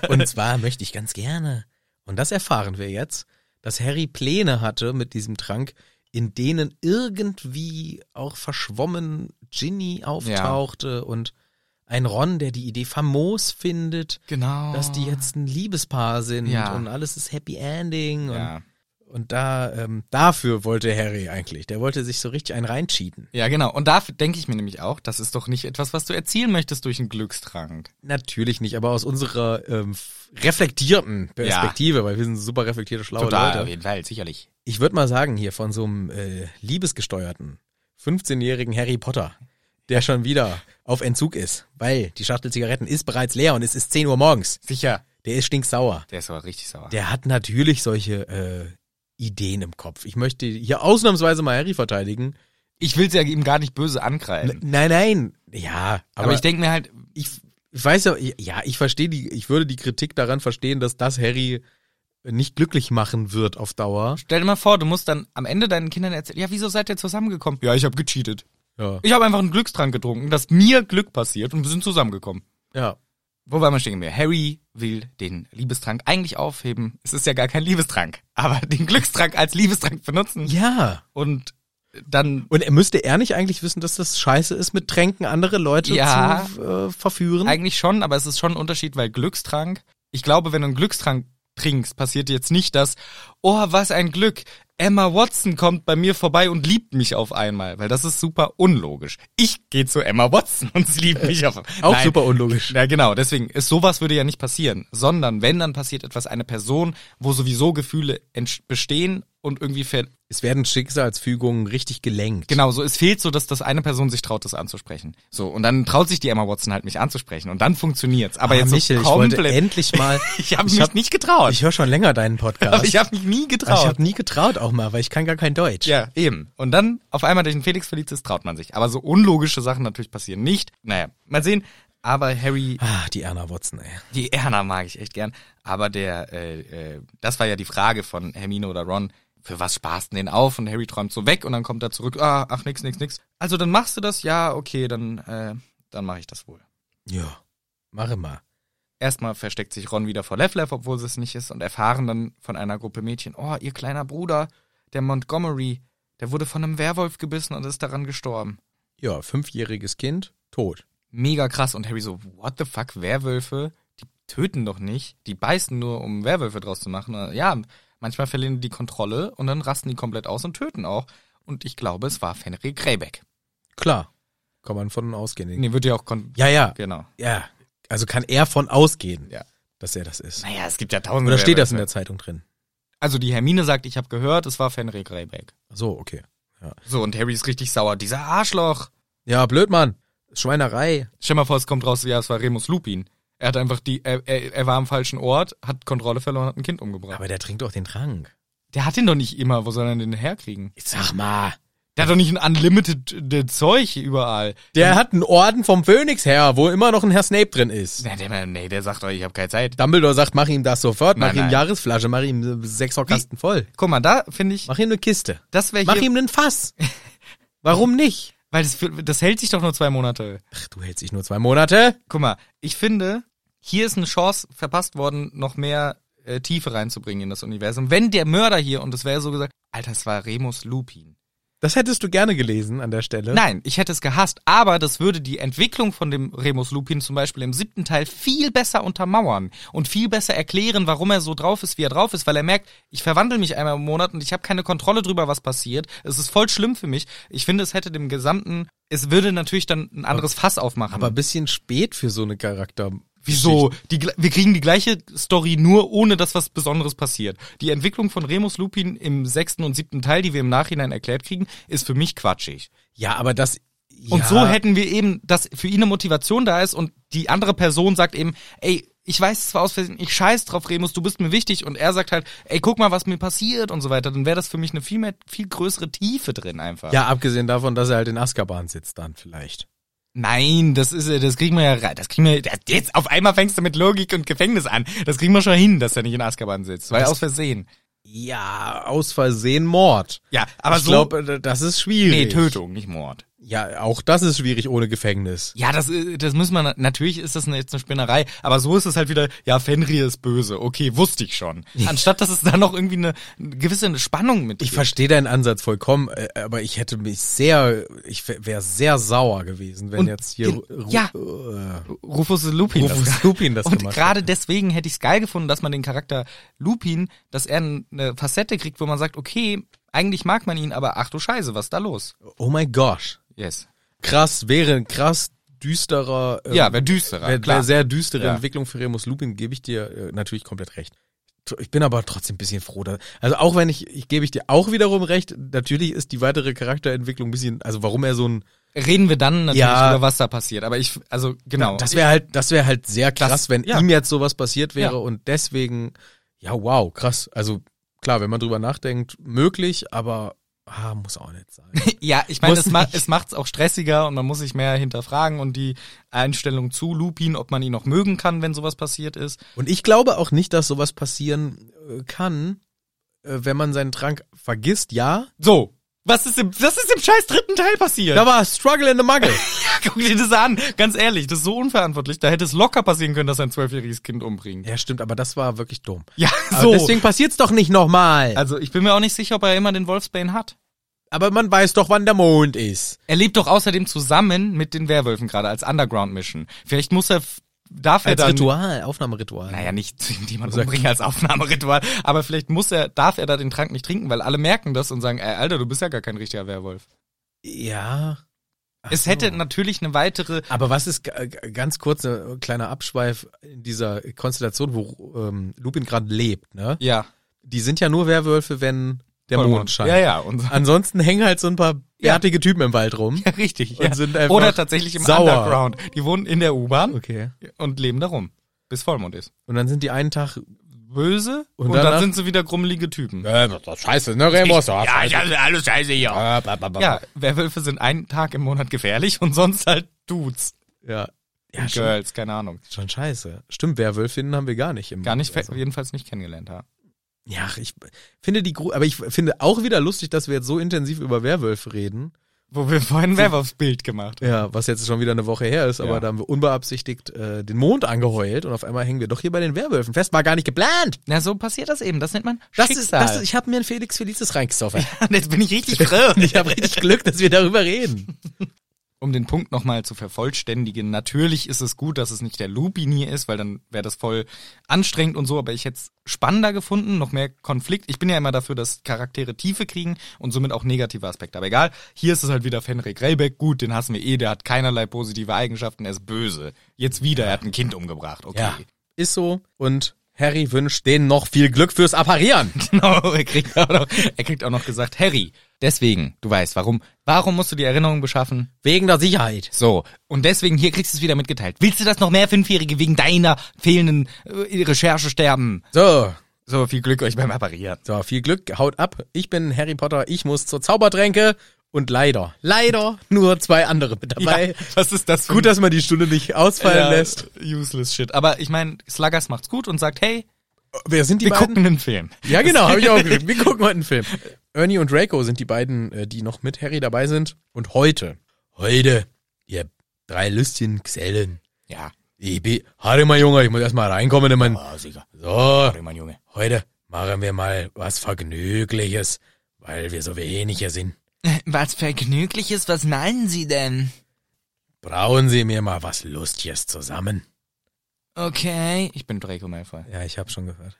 [SPEAKER 1] Und zwar möchte ich ganz gerne. Und das erfahren wir jetzt, dass Harry Pläne hatte mit diesem Trank, in denen irgendwie auch verschwommen Ginny auftauchte und ein Ron, der die Idee famos findet,
[SPEAKER 2] Genau.
[SPEAKER 1] dass die jetzt ein Liebespaar sind
[SPEAKER 2] Ja.
[SPEAKER 1] und alles ist Happy Ending. Und,
[SPEAKER 2] Ja.
[SPEAKER 1] und da, ähm, dafür wollte Harry eigentlich. Der wollte sich so richtig einen reincheaten.
[SPEAKER 2] ja, genau. Und da denke ich mir nämlich auch, das ist doch nicht etwas, was du erzielen möchtest durch einen Glückstrank.
[SPEAKER 1] Natürlich nicht, aber aus unserer ähm, f- reflektierten Perspektive, weil wir sind super reflektierte, schlaue Oh, Leute.
[SPEAKER 2] auf jeden Fall, sicherlich.
[SPEAKER 1] Ich würde mal sagen, hier von so einem äh, liebesgesteuerten 15-jährigen Harry Potter, der schon wieder auf Entzug ist, weil die Schachtel Zigaretten ist bereits leer und es ist 10 Uhr morgens.
[SPEAKER 2] Sicher.
[SPEAKER 1] Der ist stinksauer.
[SPEAKER 2] Der ist aber richtig sauer.
[SPEAKER 1] Der hat natürlich solche äh, Ideen im Kopf. Ich möchte hier ausnahmsweise mal Harry verteidigen.
[SPEAKER 2] ich will es ja ihm gar nicht böse
[SPEAKER 1] N
[SPEAKER 2] angreifen.
[SPEAKER 1] nein, nein. Ja,
[SPEAKER 2] Ähm. aber,
[SPEAKER 1] Ne, aber,
[SPEAKER 2] ich denke mir halt,
[SPEAKER 1] ich, ich weiß ja, ja, ich verstehe die, ich würde die Kritik daran verstehen, dass das Harry nicht glücklich machen wird auf Dauer.
[SPEAKER 2] stell dir mal vor, du musst dann am Ende deinen Kindern erzählen, ja, wieso seid ihr zusammengekommen? Ja, ich habe gecheatet.
[SPEAKER 1] Ja.
[SPEAKER 2] Ich habe einfach einen Glückstrank getrunken, dass mir Glück passiert und wir sind zusammengekommen.
[SPEAKER 1] ja.
[SPEAKER 2] Wobei man stehen wir. Harry will den Liebestrank eigentlich aufheben. Es ist ja gar kein Liebestrank, aber den Glückstrank als Liebestrank benutzen
[SPEAKER 1] Ja.
[SPEAKER 2] und dann
[SPEAKER 1] Und er müsste er nicht eigentlich wissen, dass das scheiße ist, mit Tränken andere Leute
[SPEAKER 2] Ja.
[SPEAKER 1] zu äh, verführen?
[SPEAKER 2] eigentlich schon, aber es ist schon ein Unterschied, weil Glückstrank, ich glaube, wenn du einen Glückstrank trinkst, passiert jetzt nicht das, oh, was ein Glück. Emma Watson kommt bei mir vorbei und liebt mich auf einmal, weil das ist super unlogisch. Ich gehe zu Emma Watson und sie liebt mich auf einmal.
[SPEAKER 1] Auch super unlogisch.
[SPEAKER 2] Ja, genau. Deswegen ist sowas würde ja nicht passieren, sondern wenn dann passiert etwas eine Person, wo sowieso Gefühle entsch- bestehen und irgendwie fehlt.
[SPEAKER 1] Es werden Schicksalsfügungen richtig gelenkt.
[SPEAKER 2] Genau, so es fehlt so, dass das eine Person sich traut, das anzusprechen. So und dann traut sich die Emma Watson halt mich anzusprechen und dann funktioniert's. Aber
[SPEAKER 1] Ah,
[SPEAKER 2] jetzt
[SPEAKER 1] Michel,
[SPEAKER 2] so
[SPEAKER 1] ich wollte
[SPEAKER 2] komplett.
[SPEAKER 1] endlich mal.
[SPEAKER 2] ich habe mich nicht getraut.
[SPEAKER 1] Ich höre schon länger deinen Podcast.
[SPEAKER 2] ich habe mich nie
[SPEAKER 1] Aber
[SPEAKER 2] getraut.
[SPEAKER 1] ich hab nie getraut auch mal, weil ich kann gar kein Deutsch.
[SPEAKER 2] ja, eben. Und dann auf einmal durch den Felix Felicis traut man sich. Aber so unlogische Sachen natürlich passieren nicht. Naja, mal sehen. Aber Harry
[SPEAKER 1] Ah, die Erna Watson, ey.
[SPEAKER 2] Die Erna mag ich echt gern. Aber der, äh, äh, das war ja die Frage von Hermine oder Ron. Für was sparst du den auf? Und Harry träumt so weg und dann kommt er zurück. Ah, ach, nix, nix, nix. Also dann machst du das? Ja, okay, dann, äh, dann mache ich das wohl.
[SPEAKER 1] Ja. Mache mal.
[SPEAKER 2] Erstmal versteckt sich Ron wieder vor Leflef, obwohl es es nicht ist, und erfahren dann von einer Gruppe Mädchen, oh, ihr kleiner Bruder, der Montgomery, der wurde von einem Werwolf gebissen und ist daran gestorben.
[SPEAKER 1] Ja, fünfjähriges Kind, tot.
[SPEAKER 2] mega krass. Und Harry so, what the fuck, Werwölfe? Die töten doch nicht. Die beißen nur, um Werwölfe draus zu machen. Und Ja, manchmal verlieren die die Kontrolle und dann rasten die komplett aus und töten auch. Und ich glaube, es war Fenrir Greyback.
[SPEAKER 1] Klar. Kann man von ausgehen.
[SPEAKER 2] Nee, wird ja auch... Kon
[SPEAKER 1] Ja, ja.
[SPEAKER 2] Genau.
[SPEAKER 1] Ja. Also kann er von ausgehen,
[SPEAKER 2] Ja.
[SPEAKER 1] dass er das ist.
[SPEAKER 2] Naja, es gibt ja tausende
[SPEAKER 1] Oder steht das in
[SPEAKER 2] Werwölfe.
[SPEAKER 1] der Zeitung drin?
[SPEAKER 2] Also die Hermine sagt, ich habe gehört, es war Fenrir Greyback.
[SPEAKER 1] So, okay.
[SPEAKER 2] So, und Harry ist richtig sauer. Dieser Arschloch.
[SPEAKER 1] Ja, blöd, Mann. Schweinerei.
[SPEAKER 2] Stell mal vor, es kommt raus, ja, es war Remus Lupin. Er hat einfach die, er, er, er war am falschen Ort, hat Kontrolle verloren, hat ein Kind umgebracht.
[SPEAKER 1] Aber der trinkt doch den Trank.
[SPEAKER 2] der hat den doch nicht immer, wo soll er den herkriegen?
[SPEAKER 1] Ich sag mal.
[SPEAKER 2] Der hat doch nicht ein unlimited äh, Zeug überall.
[SPEAKER 1] Der hat einen Orden vom Phönix her, wo immer noch ein Herr Snape drin ist.
[SPEAKER 2] Na, der, Mann, nee, der sagt doch, ich habe keine Zeit.
[SPEAKER 1] Dumbledore sagt, mach ihm das sofort, mach
[SPEAKER 2] Nein,
[SPEAKER 1] ihm
[SPEAKER 2] nein.
[SPEAKER 1] Jahresflasche, mach ihm äh, Sechserkasten voll.
[SPEAKER 2] Guck mal, da finde ich,
[SPEAKER 1] Mach ihm eine Kiste.
[SPEAKER 2] das wäre
[SPEAKER 1] Mach
[SPEAKER 2] hier,
[SPEAKER 1] ihm einen Fass. Warum nicht?
[SPEAKER 2] weil das, für- das hält sich doch nur zwei Monate.
[SPEAKER 1] Ach, du hältst dich nur zwei Monate.
[SPEAKER 2] Guck mal, ich finde, hier ist eine Chance verpasst worden, noch mehr äh, Tiefe reinzubringen in das Universum. Wenn der Mörder hier, und das wäre so gesagt, Alter, es war Remus Lupin.
[SPEAKER 1] Das hättest du gerne gelesen an der Stelle.
[SPEAKER 2] Nein, ich hätte es gehasst, aber das würde die Entwicklung von dem Remus Lupin zum Beispiel im siebten Teil viel besser untermauern und viel besser erklären, warum er so drauf ist, wie er drauf ist, weil er merkt, ich verwandle mich einmal im Monat und ich habe keine Kontrolle drüber, was passiert. Es ist voll schlimm für mich. Ich finde, es hätte dem gesamten, es würde natürlich dann ein anderes Fass aufmachen.
[SPEAKER 1] Aber ein bisschen spät für so eine Charakter.
[SPEAKER 2] Wieso? Die, gle- wir kriegen die gleiche Story nur, ohne dass was Besonderes passiert. Die Entwicklung von Remus Lupin im sechsten und siebten Teil, die wir im Nachhinein erklärt kriegen, ist für mich quatschig.
[SPEAKER 1] Ja, aber das.
[SPEAKER 2] Und
[SPEAKER 1] ja,
[SPEAKER 2] so hätten wir eben, dass für ihn eine Motivation da ist und die andere Person sagt eben, ey, ich weiß zwar aus Versehen, ich scheiß drauf, Remus, du bist mir wichtig. Und er sagt halt, ey, guck mal, was mir passiert und so weiter. Dann wäre das für mich eine viel mehr, viel größere Tiefe drin einfach.
[SPEAKER 1] Ja, abgesehen davon, dass er halt in Azkaban sitzt dann vielleicht.
[SPEAKER 2] Nein, das ist, äh, das kriegen wir ja, rei- das kriegen wir, das- jetzt auf einmal fängst du mit Logik und Gefängnis an. Das kriegen wir schon hin, dass er nicht in Azkaban sitzt, weil
[SPEAKER 1] Das-
[SPEAKER 2] aus Versehen.
[SPEAKER 1] Ja, aus Versehen Mord.
[SPEAKER 2] Ja, aber
[SPEAKER 1] ich
[SPEAKER 2] so.
[SPEAKER 1] glaube, das ist schwierig.
[SPEAKER 2] nee, Tötung, nicht Mord.
[SPEAKER 1] Ja, auch das ist schwierig ohne Gefängnis.
[SPEAKER 2] Ja, das, äh, das muss man, natürlich ist das eine, jetzt eine Spinnerei, aber so ist es halt wieder, ja, Fenrir ist böse, okay, wusste ich schon. Anstatt, dass es da noch irgendwie eine, eine gewisse Spannung mit
[SPEAKER 1] Ich
[SPEAKER 2] gibt.
[SPEAKER 1] verstehe deinen Ansatz vollkommen, äh, aber ich hätte mich sehr, ich wäre sehr sauer gewesen, wenn
[SPEAKER 2] Und
[SPEAKER 1] jetzt hier
[SPEAKER 2] den-
[SPEAKER 1] Ru-
[SPEAKER 2] ja.
[SPEAKER 1] äh,
[SPEAKER 2] Rufus Lupin.
[SPEAKER 1] Rufus
[SPEAKER 2] das
[SPEAKER 1] Lupin das
[SPEAKER 2] Und
[SPEAKER 1] gemacht
[SPEAKER 2] gerade deswegen hätte ich es geil gefunden, dass man den Charakter Lupin, dass er eine Facette kriegt, wo man sagt, okay, eigentlich mag man ihn, aber ach du Scheiße, was ist da los?
[SPEAKER 1] oh my gosh.
[SPEAKER 2] Yes.
[SPEAKER 1] Krass, wäre ein krass düsterer, ähm,
[SPEAKER 2] Ja, wäre düsterer,
[SPEAKER 1] wär,
[SPEAKER 2] klar.
[SPEAKER 1] wär sehr düstere
[SPEAKER 2] Ja.
[SPEAKER 1] Entwicklung für Remus Lupin, gebe ich dir äh, natürlich komplett recht. T- Ich bin aber trotzdem ein bisschen froh, dass, also auch wenn ich, ich gebe ich dir auch wiederum recht, natürlich ist die weitere Charakterentwicklung ein bisschen, also warum er so ein,
[SPEAKER 2] Reden wir dann natürlich
[SPEAKER 1] Ja.
[SPEAKER 2] über, was da passiert. Aber ich, also genau.
[SPEAKER 1] das wäre halt, das wäre halt sehr krass,
[SPEAKER 2] Das-
[SPEAKER 1] wenn
[SPEAKER 2] ja.
[SPEAKER 1] ihm jetzt sowas passiert wäre
[SPEAKER 2] Ja.
[SPEAKER 1] und deswegen, ja wow, krass, also klar, wenn man drüber nachdenkt, möglich, aber ah, muss auch nicht sein.
[SPEAKER 2] ja, ich meine,
[SPEAKER 1] Muss
[SPEAKER 2] es, ma
[SPEAKER 1] nicht.
[SPEAKER 2] es macht's auch stressiger und man muss sich mehr hinterfragen und die Einstellung zu Lupin, ob man ihn noch mögen kann, wenn sowas passiert ist.
[SPEAKER 1] Und ich glaube auch nicht, dass sowas passieren äh, kann, äh, wenn man seinen Trank vergisst, ja.
[SPEAKER 2] So. Was ist im, was ist im scheiß dritten Teil passiert?
[SPEAKER 1] Da war Struggle in the Muggle.
[SPEAKER 2] Guck dir das an. Ganz ehrlich, das ist so unverantwortlich. Da hätte es locker passieren können, dass er ein zwölfjähriges Kind umbringt.
[SPEAKER 1] ja, stimmt, aber das war wirklich dumm.
[SPEAKER 2] Ja,
[SPEAKER 1] Aber
[SPEAKER 2] so.
[SPEAKER 1] deswegen passiert's doch nicht nochmal.
[SPEAKER 2] also ich bin mir auch nicht sicher, ob er immer den Wolfsbane hat.
[SPEAKER 1] Aber man weiß doch, wann der Mond ist.
[SPEAKER 2] Er lebt doch außerdem zusammen mit den Werwölfen gerade als Underground Mission. Vielleicht muss er, f- darf er
[SPEAKER 1] Als
[SPEAKER 2] dann
[SPEAKER 1] Ritual, Aufnahmeritual.
[SPEAKER 2] Naja, nicht jemand
[SPEAKER 1] Sagt-
[SPEAKER 2] umbringen als Aufnahmeritual, aber vielleicht muss er, darf er da den Trank nicht trinken, weil alle merken das und sagen, ey, Alter, du bist ja gar kein richtiger Werwolf.
[SPEAKER 1] Ja. Ach
[SPEAKER 2] es
[SPEAKER 1] so.
[SPEAKER 2] hätte natürlich eine weitere,
[SPEAKER 1] Aber was ist g- äh, g- ganz kurz ein kleiner Abschweif in dieser Konstellation, wo ähm, Lupin gerade lebt, ne?
[SPEAKER 2] ja.
[SPEAKER 1] Die sind ja nur Werwölfe, wenn der
[SPEAKER 2] Vollmond.
[SPEAKER 1] Mond scheint.
[SPEAKER 2] Ja, ja, und
[SPEAKER 1] Ansonsten hängen halt so ein paar bärtige Typen im Wald rum.
[SPEAKER 2] richtig.
[SPEAKER 1] Und
[SPEAKER 2] ja.
[SPEAKER 1] sind einfach
[SPEAKER 2] Oder tatsächlich im
[SPEAKER 1] sauer.
[SPEAKER 2] Underground. Die wohnen in der U-Bahn
[SPEAKER 1] Okay.
[SPEAKER 2] und leben da rum, bis Vollmond ist.
[SPEAKER 1] Und dann sind die einen Tag.
[SPEAKER 2] Böse und,
[SPEAKER 1] Und
[SPEAKER 2] dann
[SPEAKER 1] danach-
[SPEAKER 2] sind sie wieder grummelige Typen.
[SPEAKER 1] Äh, das ist scheiße, ne, Remus? Ja, ja, ja.
[SPEAKER 2] alles scheiße hier. Ja, Werwölfe sind einen Tag im Monat gefährlich und sonst halt Dudes.
[SPEAKER 1] Ja, ja schon,
[SPEAKER 2] Girls, keine Ahnung.
[SPEAKER 1] schon scheiße. Stimmt, Werwölfinnen haben wir gar nicht im
[SPEAKER 2] Gar nicht, fe-
[SPEAKER 1] Also,
[SPEAKER 2] jedenfalls nicht kennengelernt, ja.
[SPEAKER 1] ja, ich finde die Gru aber ich finde auch wieder lustig, dass wir jetzt so intensiv über Werwölfe reden.
[SPEAKER 2] Wo wir vorhin ein Werwolfsbild gemacht haben.
[SPEAKER 1] Ja, was jetzt schon wieder eine Woche her ist, aber
[SPEAKER 2] Ja.
[SPEAKER 1] da haben wir unbeabsichtigt äh, den Mond angeheult und auf einmal hängen wir doch hier bei den Werwölfen fest. War gar nicht geplant.
[SPEAKER 2] Na, so passiert das eben. Das nennt man
[SPEAKER 1] Das ist,
[SPEAKER 2] Schicksal.
[SPEAKER 1] das ist, ich habe mir einen Felix Felices reingesoffen.
[SPEAKER 2] jetzt bin ich richtig froh.
[SPEAKER 1] Und ich habe richtig Glück, dass wir darüber reden.
[SPEAKER 2] Um den Punkt nochmal zu vervollständigen, natürlich ist es gut, dass es nicht der Lupin hier ist, weil dann wäre das voll anstrengend und so, aber ich hätte es spannender gefunden, noch mehr Konflikt. Ich bin ja immer dafür, dass Charaktere Tiefe kriegen und somit auch negative Aspekte. Aber egal, hier ist es halt wieder Fenrik Greyback. Gut, den hassen wir eh, der hat keinerlei positive Eigenschaften, er ist böse. Jetzt wieder, er hat ein Kind umgebracht. Okay.
[SPEAKER 1] Ist so. Und Harry wünscht denen noch viel Glück fürs Apparieren.
[SPEAKER 2] Genau, er kriegt, auch noch, er kriegt auch noch gesagt, Harry, deswegen, du weißt, warum, warum musst du die Erinnerung beschaffen?
[SPEAKER 1] Wegen der Sicherheit.
[SPEAKER 2] So, und deswegen, hier kriegst du es wieder mitgeteilt. Willst du, dass noch mehr Fünfjährige wegen deiner fehlenden äh, Recherche sterben?
[SPEAKER 1] So,
[SPEAKER 2] So, viel Glück euch beim Apparieren.
[SPEAKER 1] so, viel Glück, haut ab. Ich bin Harry Potter, ich muss zur Zaubertränke und leider, leider nur zwei andere mit dabei.
[SPEAKER 2] was ist das für
[SPEAKER 1] Gut, dass man die Stunde nicht ausfallen
[SPEAKER 2] Ja,
[SPEAKER 1] lässt.
[SPEAKER 2] Useless Shit. Aber ich meine, Sluggers macht's gut und sagt, hey,
[SPEAKER 1] Wer sind die
[SPEAKER 2] wir
[SPEAKER 1] beiden?
[SPEAKER 2] gucken einen Film.
[SPEAKER 1] Ja, genau, habe ich auch gesehen. Wir gucken heute einen Film. Ernie und Draco sind die beiden, äh, die noch mit Harry dabei sind. Und heute, heute, ihr drei lustigen Gesellen.
[SPEAKER 2] Ja,
[SPEAKER 1] Ich bin, Harry, mein Junge, ich muss erstmal reinkommen in mein,
[SPEAKER 2] oh, sicher.
[SPEAKER 1] so,
[SPEAKER 2] Sorry, mein Junge.
[SPEAKER 1] heute machen wir mal was Vergnügliches, weil wir so wenige sind.
[SPEAKER 2] Was Vergnügliches, was meinen Sie denn?
[SPEAKER 1] Brauen Sie mir mal was Lustiges zusammen.
[SPEAKER 2] Okay. Ich bin Draco Malfoy.
[SPEAKER 1] Ja, ich habe schon gehört.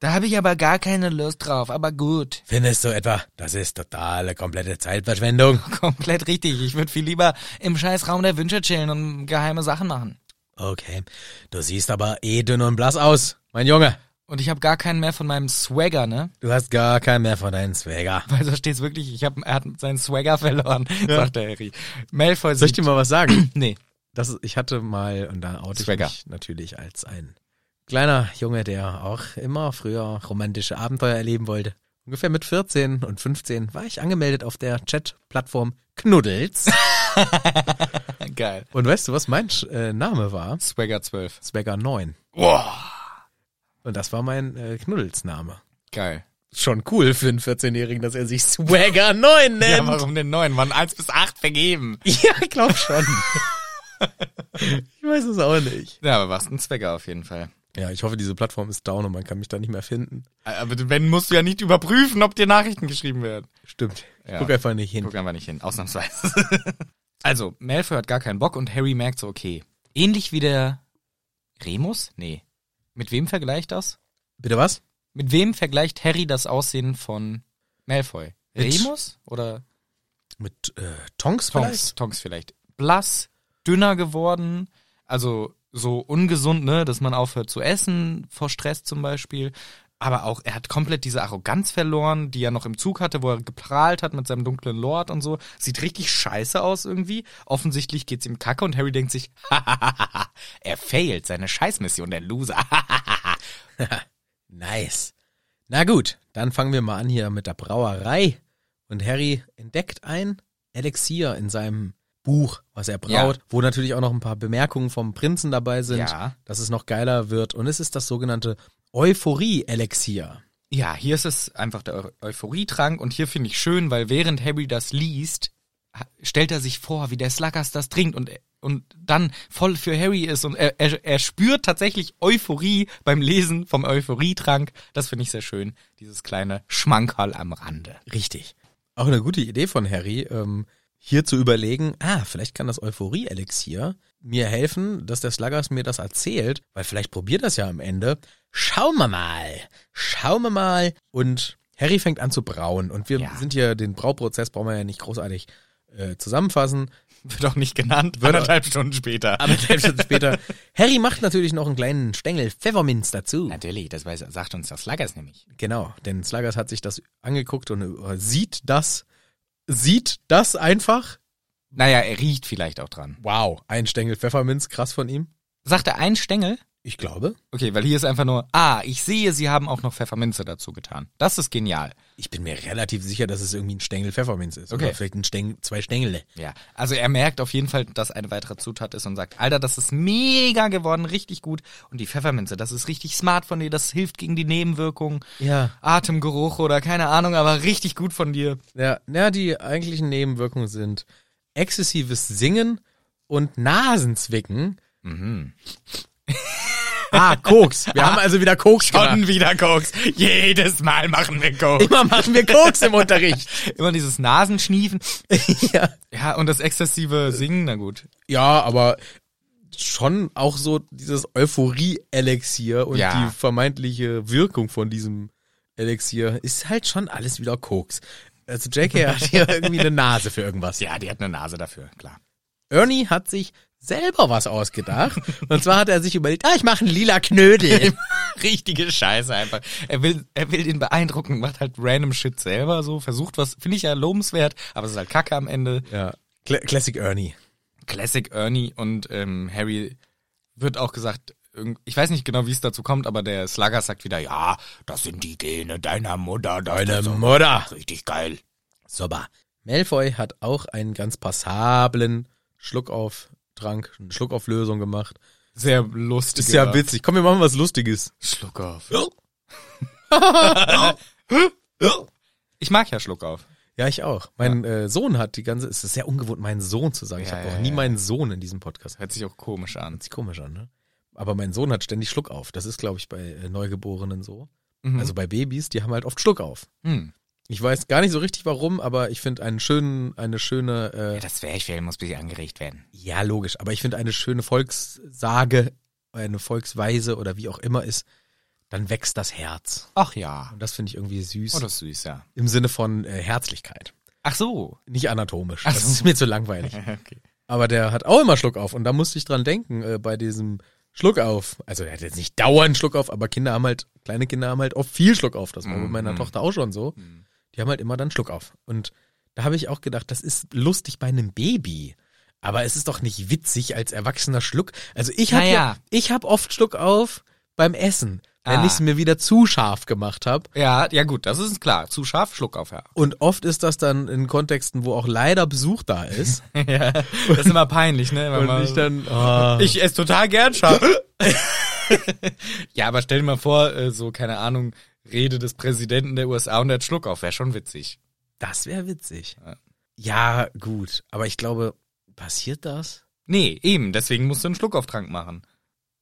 [SPEAKER 2] Da habe ich aber gar keine Lust drauf, aber gut.
[SPEAKER 1] Findest du etwa, das ist totale, komplette Zeitverschwendung?
[SPEAKER 2] Komplett richtig. Ich würde viel lieber im Scheißraum der Wünsche chillen und geheime Sachen machen.
[SPEAKER 1] Okay, du siehst aber eh dünn und blass aus, mein Junge.
[SPEAKER 2] Und ich habe gar keinen mehr von meinem Swagger, ne?
[SPEAKER 1] Du hast gar keinen mehr von deinen Swagger.
[SPEAKER 2] Weil da steht's wirklich, ich hab, er hat seinen Swagger verloren, sagt der Harry. Malfoy
[SPEAKER 1] Soll ich dir mal was sagen?
[SPEAKER 2] Nee.
[SPEAKER 1] Das, ist- ich hatte mal, und da oute ich
[SPEAKER 2] Swagger.
[SPEAKER 1] mich natürlich als ein kleiner Junge, der auch immer früher romantische Abenteuer erleben wollte. Ungefähr mit 14 und 15 war ich angemeldet auf der Chat-Plattform Knuddels.
[SPEAKER 2] Geil.
[SPEAKER 1] und weißt du, was mein Sch- äh, Name war?
[SPEAKER 2] Swagger 12.
[SPEAKER 1] Swagger 9.
[SPEAKER 2] Wow.
[SPEAKER 1] Und das war mein äh, Knuddels-Name.
[SPEAKER 2] Geil.
[SPEAKER 1] Schon cool für einen 14-Jährigen, dass er sich Swagger 9 nennt.
[SPEAKER 2] Ja, warum denn neun? Waren eins bis acht vergeben.
[SPEAKER 1] Ja, ich glaub schon. ich weiß es auch nicht.
[SPEAKER 2] Ja, aber warst ein Swagger auf jeden Fall.
[SPEAKER 1] Ja, ich hoffe, diese Plattform ist down und man kann mich da nicht mehr finden.
[SPEAKER 2] Äh, Aber wenn, musst du ja nicht überprüfen, ob dir Nachrichten geschrieben werden.
[SPEAKER 1] Stimmt.
[SPEAKER 2] Ja.
[SPEAKER 1] Guck einfach nicht hin.
[SPEAKER 2] Guck einfach nicht hin, ausnahmsweise. also, Malfoy hat gar keinen Bock und Harry merkt so, okay. Ähnlich wie der Remus? Nee. Mit wem vergleicht das?
[SPEAKER 1] Bitte was?
[SPEAKER 2] Mit wem vergleicht Harry das Aussehen von Malfoy?
[SPEAKER 1] Mit-
[SPEAKER 2] Remus? Oder
[SPEAKER 1] Mit äh, Tonks vielleicht?
[SPEAKER 2] Tonks? Tonks vielleicht. Blass, dünner geworden, also so ungesund, ne, dass man aufhört zu essen, vor Stress zum Beispiel. Aber auch, er hat komplett diese Arroganz verloren, die er noch im Zug hatte, wo er geprahlt hat mit seinem dunklen Lord und so. Sieht richtig scheiße aus irgendwie. Offensichtlich geht's ihm kacke und Harry denkt sich, er failt seine Scheißmission, der Loser.
[SPEAKER 1] Nice. Na gut, dann fangen wir mal an hier mit der Brauerei. Und Harry entdeckt ein Elixier in seinem Buch, was er braut, wo natürlich auch noch ein paar Bemerkungen vom Prinzen dabei sind,
[SPEAKER 2] Ja.
[SPEAKER 1] dass es noch geiler wird. Und es ist das sogenannte Euphorie-Elixier.
[SPEAKER 2] Ja, hier ist es einfach der Eu Euphorietrank und hier finde ich schön, weil während Harry das liest, ha- stellt er sich vor, wie der Sluggers das trinkt und und dann voll für Harry ist und er, er, er spürt tatsächlich Euphorie beim Lesen vom Euphorietrank. Das finde ich sehr schön, dieses kleine Schmankerl am Rande.
[SPEAKER 1] Richtig. Auch eine gute Idee von Harry, ähm, hier zu überlegen, ah, vielleicht kann das Euphorie-Elixier mir helfen, dass der Sluggers mir das erzählt, weil vielleicht probiert das ja am Ende. Schauen wir mal. Schauen wir mal. Und Harry fängt an zu brauen. Und wir
[SPEAKER 2] Ja.
[SPEAKER 1] sind hier, den Brauprozess brauchen wir ja nicht großartig äh, zusammenfassen.
[SPEAKER 2] Wird auch nicht genannt,
[SPEAKER 1] Wird auch-
[SPEAKER 2] anderthalb Stunden später.
[SPEAKER 1] Aber drei Stunden später. Harry macht natürlich noch einen kleinen Stängel Pfefferminz dazu.
[SPEAKER 2] Natürlich, das weiß, sagt uns der Sluggers nämlich.
[SPEAKER 1] Genau, denn Sluggers hat sich das angeguckt und äh, sieht das, sieht das einfach
[SPEAKER 2] Naja, er riecht vielleicht auch dran.
[SPEAKER 1] Wow, ein Stängel Pfefferminz, krass von ihm.
[SPEAKER 2] Sagt er ein Stängel?
[SPEAKER 1] Ich glaube.
[SPEAKER 2] Okay, weil hier ist einfach nur, ah, ich sehe, sie haben auch noch Pfefferminze dazu getan. Das ist genial.
[SPEAKER 1] Ich bin mir relativ sicher, dass es irgendwie ein Stängel Pfefferminz ist.
[SPEAKER 2] Okay.
[SPEAKER 1] Oder vielleicht ein Stängel, zwei Stängele.
[SPEAKER 2] Ja, also er merkt auf jeden Fall, dass eine weitere Zutat ist und sagt, Alter, das ist mega geworden, richtig gut. Und die Pfefferminze, das ist richtig smart von dir, das hilft gegen die Nebenwirkungen,
[SPEAKER 1] Ja.
[SPEAKER 2] Atemgeruch oder keine Ahnung, aber richtig gut von dir.
[SPEAKER 1] Ja, na, die eigentlichen Nebenwirkungen sind exzessives Singen und Nasenzwicken. Mhm. ah, Koks. Wir haben also wieder Koks gemacht.
[SPEAKER 2] wieder Koks. Jedes Mal machen wir Koks.
[SPEAKER 1] Immer machen wir Koks im Unterricht.
[SPEAKER 2] Immer dieses Nasenschniefen.
[SPEAKER 1] ja.
[SPEAKER 2] Ja, und das exzessive Singen, na gut.
[SPEAKER 1] Ja, aber schon auch so dieses Euphorie-Elixier und
[SPEAKER 2] Ja.
[SPEAKER 1] die vermeintliche Wirkung von diesem Elixier ist halt schon alles wieder Koks. Also JK hat hier irgendwie eine Nase für irgendwas.
[SPEAKER 2] Ja, die hat eine Nase dafür, klar.
[SPEAKER 1] Ernie hat sich selber was ausgedacht. Und zwar hat er sich überlegt, ah, ich mache einen lila Knödel.
[SPEAKER 2] Richtige Scheiße einfach. Er will, er will den beeindrucken, macht halt random Shit selber so, versucht was, finde ich ja lobenswert, aber es ist halt Kacke am Ende.
[SPEAKER 1] ja. Cla- Classic Ernie.
[SPEAKER 2] Classic Ernie und ähm, Harry wird auch gesagt, irgend- ich weiß nicht genau, wie es dazu kommt, aber der Slugger sagt wieder, ja, das sind die Gene deiner Mutter, das
[SPEAKER 1] Deine
[SPEAKER 2] ist so
[SPEAKER 1] Mutter.
[SPEAKER 2] richtig geil.
[SPEAKER 1] Super. Malfoy hat auch einen ganz passablen Schluck auf Trank, einen Schluck auf Lösung gemacht.
[SPEAKER 2] Sehr lustig.
[SPEAKER 1] Ist ja witzig. Komm, wir machen was Lustiges.
[SPEAKER 2] Schluck auf.
[SPEAKER 1] Ja,
[SPEAKER 2] Ich mag ja Schluck auf.
[SPEAKER 1] ich auch. Mein äh, Sohn hat die ganze. Es ist sehr ungewohnt, meinen Sohn zu sagen. ich
[SPEAKER 2] Ja,
[SPEAKER 1] habe
[SPEAKER 2] ja,
[SPEAKER 1] auch nie
[SPEAKER 2] ja.
[SPEAKER 1] meinen Sohn in diesem Podcast.
[SPEAKER 2] Hört sich auch komisch an.
[SPEAKER 1] Hört sich komisch an, ne? Aber mein Sohn hat ständig Schluck auf. Das ist, glaube ich, bei äh, Neugeborenen so.
[SPEAKER 2] Mhm.
[SPEAKER 1] Also bei Babys, die haben halt oft Schluck auf.
[SPEAKER 2] hm.
[SPEAKER 1] Ich weiß gar nicht so richtig warum, aber ich finde einen schönen, eine schöne, äh,
[SPEAKER 2] ja, das wäre ich, muss ein bisschen angeregt werden.
[SPEAKER 1] ja logisch, aber ich finde eine schöne Volkssage, eine Volksweise oder wie auch immer ist, dann wächst das Herz.
[SPEAKER 2] Ach ja.
[SPEAKER 1] Und das finde ich irgendwie süß.
[SPEAKER 2] Oh, das ist süß, ja.
[SPEAKER 1] Im Sinne von äh, Herzlichkeit.
[SPEAKER 2] Ach so.
[SPEAKER 1] Nicht anatomisch.
[SPEAKER 2] Ach
[SPEAKER 1] Das
[SPEAKER 2] so.
[SPEAKER 1] ist mir zu langweilig.
[SPEAKER 2] okay.
[SPEAKER 1] Aber der hat auch immer Schluck auf. Und da musste ich dran denken, äh, bei diesem Schluck auf. Also er hat jetzt nicht dauernd Schluck auf, aber Kinder haben halt, kleine Kinder haben halt oft viel Schluck auf. Das war bei
[SPEAKER 2] Mhm.
[SPEAKER 1] meiner Tochter auch schon so.
[SPEAKER 2] Mhm.
[SPEAKER 1] Die haben halt immer dann Schluck auf. Und da habe ich auch gedacht, das ist lustig bei einem Baby. Aber es ist doch nicht witzig als erwachsener Schluck. Also ich habe
[SPEAKER 2] Naja.
[SPEAKER 1] ja, ich habe oft Schluck auf beim Essen, wenn
[SPEAKER 2] Ah.
[SPEAKER 1] ich es mir wieder zu scharf gemacht habe.
[SPEAKER 2] Ja, ja gut, das ist klar. Zu scharf, Schluck auf, ja.
[SPEAKER 1] Und oft ist das dann in Kontexten, wo auch leider Besuch da ist.
[SPEAKER 2] ja. Das ist immer peinlich, ne? wenn man-
[SPEAKER 1] und ich dann, ah.
[SPEAKER 2] Ich esse total gern scharf. ja, aber stell dir mal vor, äh, so, keine Ahnung, Rede des Präsidenten der USA und der hat Schluck auf. Wäre schon witzig.
[SPEAKER 1] Das wäre witzig.
[SPEAKER 2] Ja.
[SPEAKER 1] Ja, gut. Aber ich glaube, passiert das?
[SPEAKER 2] Nee, eben, deswegen musst du einen Schluckauftrunk machen.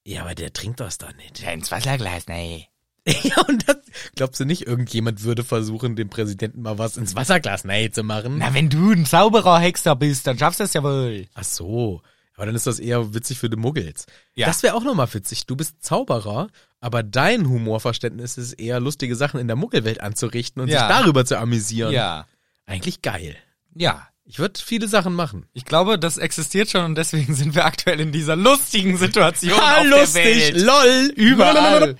[SPEAKER 1] Ja, aber der trinkt das dann nicht.
[SPEAKER 2] Ins Wasserglas, nee.
[SPEAKER 1] ja, und das, glaubst du nicht, irgendjemand würde versuchen, dem Präsidenten mal was ins Wasserglas nahe zu machen?
[SPEAKER 2] Na, wenn du ein Zauberer-Hexer bist, dann schaffst du es ja wohl.
[SPEAKER 1] Ach so. Aber dann ist das eher witzig für die Muggels.
[SPEAKER 2] Ja.
[SPEAKER 1] Das wäre auch nochmal witzig. Du bist Zauberer, aber dein Humorverständnis ist eher, lustige Sachen in der Muggelwelt anzurichten und
[SPEAKER 2] Ja.
[SPEAKER 1] sich darüber zu amüsieren.
[SPEAKER 2] Ja,
[SPEAKER 1] Eigentlich geil.
[SPEAKER 2] ja.
[SPEAKER 1] Ich würde viele Sachen machen.
[SPEAKER 2] Ich glaube, das existiert schon und deswegen sind wir aktuell in dieser lustigen Situation auf der Welt.
[SPEAKER 1] lol,
[SPEAKER 2] Ah, Überall.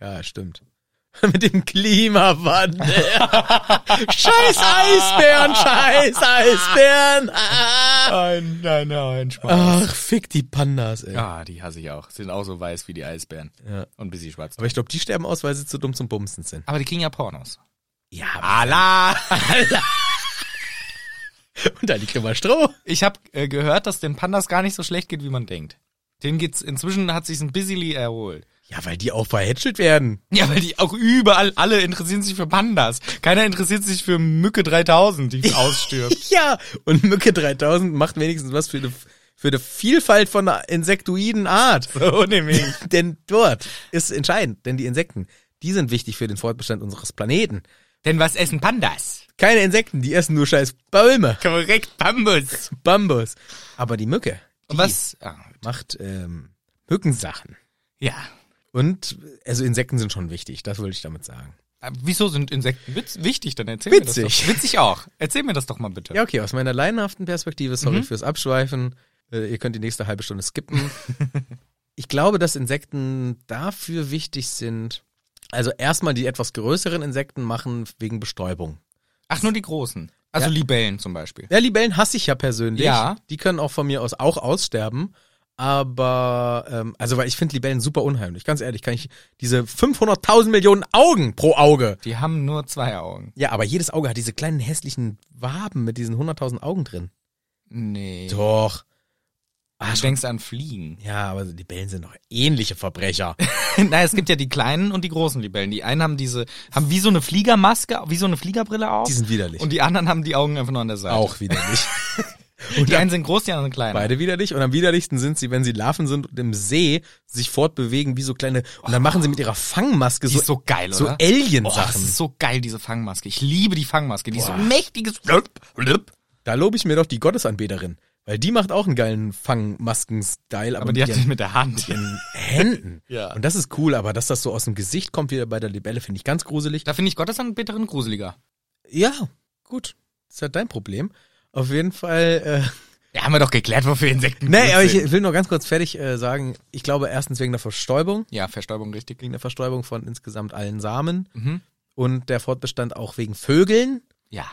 [SPEAKER 1] Ja, stimmt. Mit dem Klimawandel. scheiß Eisbären, scheiß Eisbären. Ah.
[SPEAKER 2] Nein, nein, nein, Spaß.
[SPEAKER 1] Ach, fick die Pandas, ey.
[SPEAKER 2] Ah, die hasse ich auch. Sind auch so weiß wie die Eisbären.
[SPEAKER 1] Ja.
[SPEAKER 2] Und ein bisschen schwarz.
[SPEAKER 1] Aber ich glaube, die sterben aus, weil sie zu dumm zum Bumsen sind.
[SPEAKER 2] Aber die kriegen ja Pornos.
[SPEAKER 1] Ja,
[SPEAKER 2] Allah!
[SPEAKER 1] und da liegt immer Stroh.
[SPEAKER 2] Ich habe äh, gehört, dass den Pandas gar nicht so schlecht geht, wie man denkt. Denen geht's inzwischen hat sich ein bisschen erholt.
[SPEAKER 1] Ja, weil die auch verhätschelt werden.
[SPEAKER 2] Ja, weil die auch überall alle interessieren sich für Pandas. Keiner interessiert sich für Mücke 3000, die ausstirbt.
[SPEAKER 1] Ja, und Mücke 3000 macht wenigstens was für eine für eine Vielfalt von einer insektoiden Art.
[SPEAKER 2] so nämlich.
[SPEAKER 1] denn dort ist entscheidend, denn die Insekten, die sind wichtig für den Fortbestand unseres Planeten.
[SPEAKER 2] Denn was essen Pandas?
[SPEAKER 1] Keine Insekten, die essen nur scheiß Bäume,
[SPEAKER 2] Korrekt, Bambus.
[SPEAKER 1] Bambus. Aber die Mücke
[SPEAKER 2] Und was? Ah,
[SPEAKER 1] macht ähm, Mückensachen.
[SPEAKER 2] ja.
[SPEAKER 1] Und also Insekten sind schon wichtig, das wollte ich damit sagen.
[SPEAKER 2] Aber Ah, Wieso sind Insekten witz wichtig? Dann erzähl mir das
[SPEAKER 1] Witzig.
[SPEAKER 2] doch. Witzig auch. Erzähl mir das doch mal bitte.
[SPEAKER 1] Ja, okay, aus meiner leinhaften Perspektive, sorry fürs Abschweifen. Äh, ihr könnt die nächste halbe Stunde skippen. ich glaube, dass Insekten dafür wichtig sind. Also erstmal die etwas größeren Insekten machen wegen Bestäubung.
[SPEAKER 2] Ach, nur die großen. Also
[SPEAKER 1] Ja.
[SPEAKER 2] Libellen zum Beispiel.
[SPEAKER 1] Ja, Libellen hasse ich ja persönlich.
[SPEAKER 2] Ja.
[SPEAKER 1] Die können auch von mir aus auch aussterben. Aber, ähm, also, weil ich finde Libellen super unheimlich. Ganz ehrlich, kann ich diese 500.000 Millionen Augen pro Auge.
[SPEAKER 2] Die haben nur zwei Augen.
[SPEAKER 1] Ja, aber jedes Auge hat diese kleinen hässlichen Waben mit diesen 100.000 Augen drin.
[SPEAKER 2] Nee.
[SPEAKER 1] Doch.
[SPEAKER 2] Du denkst an Fliegen.
[SPEAKER 1] Ja, aber Libellen sind doch ähnliche Verbrecher.
[SPEAKER 2] Naja, es gibt ja die kleinen und die großen Libellen. Die einen haben diese, haben wie so eine Fliegermaske, wie so eine Fliegerbrille auf.
[SPEAKER 1] Die sind widerlich.
[SPEAKER 2] und die anderen haben die Augen einfach nur an der Seite.
[SPEAKER 1] auch widerlich.
[SPEAKER 2] Und die einen sind groß, die anderen klein.
[SPEAKER 1] Beide widerlich. Und am widerlichsten sind sie, wenn sie Larven sind und im See sich fortbewegen wie so kleine. Und dann machen sie mit ihrer Fangmaske
[SPEAKER 2] Die
[SPEAKER 1] so,
[SPEAKER 2] ist so geil,
[SPEAKER 1] so
[SPEAKER 2] oder? Oh, das
[SPEAKER 1] Alien-Sachen.
[SPEAKER 2] ist so geil, diese Fangmaske. Ich liebe die Fangmaske. Die ist so ein mächtiges. Blub, blub.
[SPEAKER 1] Da lobe ich mir doch die Gottesanbeterin, weil die macht auch einen geilen Fangmasken-Style, aber,
[SPEAKER 2] Aber die
[SPEAKER 1] mit
[SPEAKER 2] hat den
[SPEAKER 1] ihren
[SPEAKER 2] mit der Hand.
[SPEAKER 1] Händen.
[SPEAKER 2] Ja.
[SPEAKER 1] Und das ist cool, aber dass das so aus dem Gesicht kommt wie bei der Libelle, finde ich ganz gruselig.
[SPEAKER 2] Da finde ich Gottesanbeterin gruseliger.
[SPEAKER 1] Ja, gut. Ist ja dein Problem. Auf jeden Fall äh,
[SPEAKER 2] Ja, haben wir doch geklärt, wofür Insekten
[SPEAKER 1] Nee,
[SPEAKER 2] gut
[SPEAKER 1] aber
[SPEAKER 2] sind.
[SPEAKER 1] ich will nur ganz kurz fertig äh, sagen, ich glaube erstens wegen der Verstäubung,
[SPEAKER 2] Ja, Verstäubung richtig.
[SPEAKER 1] wegen der Verstäubung von insgesamt allen Samen
[SPEAKER 2] Mhm.
[SPEAKER 1] und der Fortbestand auch wegen Vögeln,
[SPEAKER 2] Ja.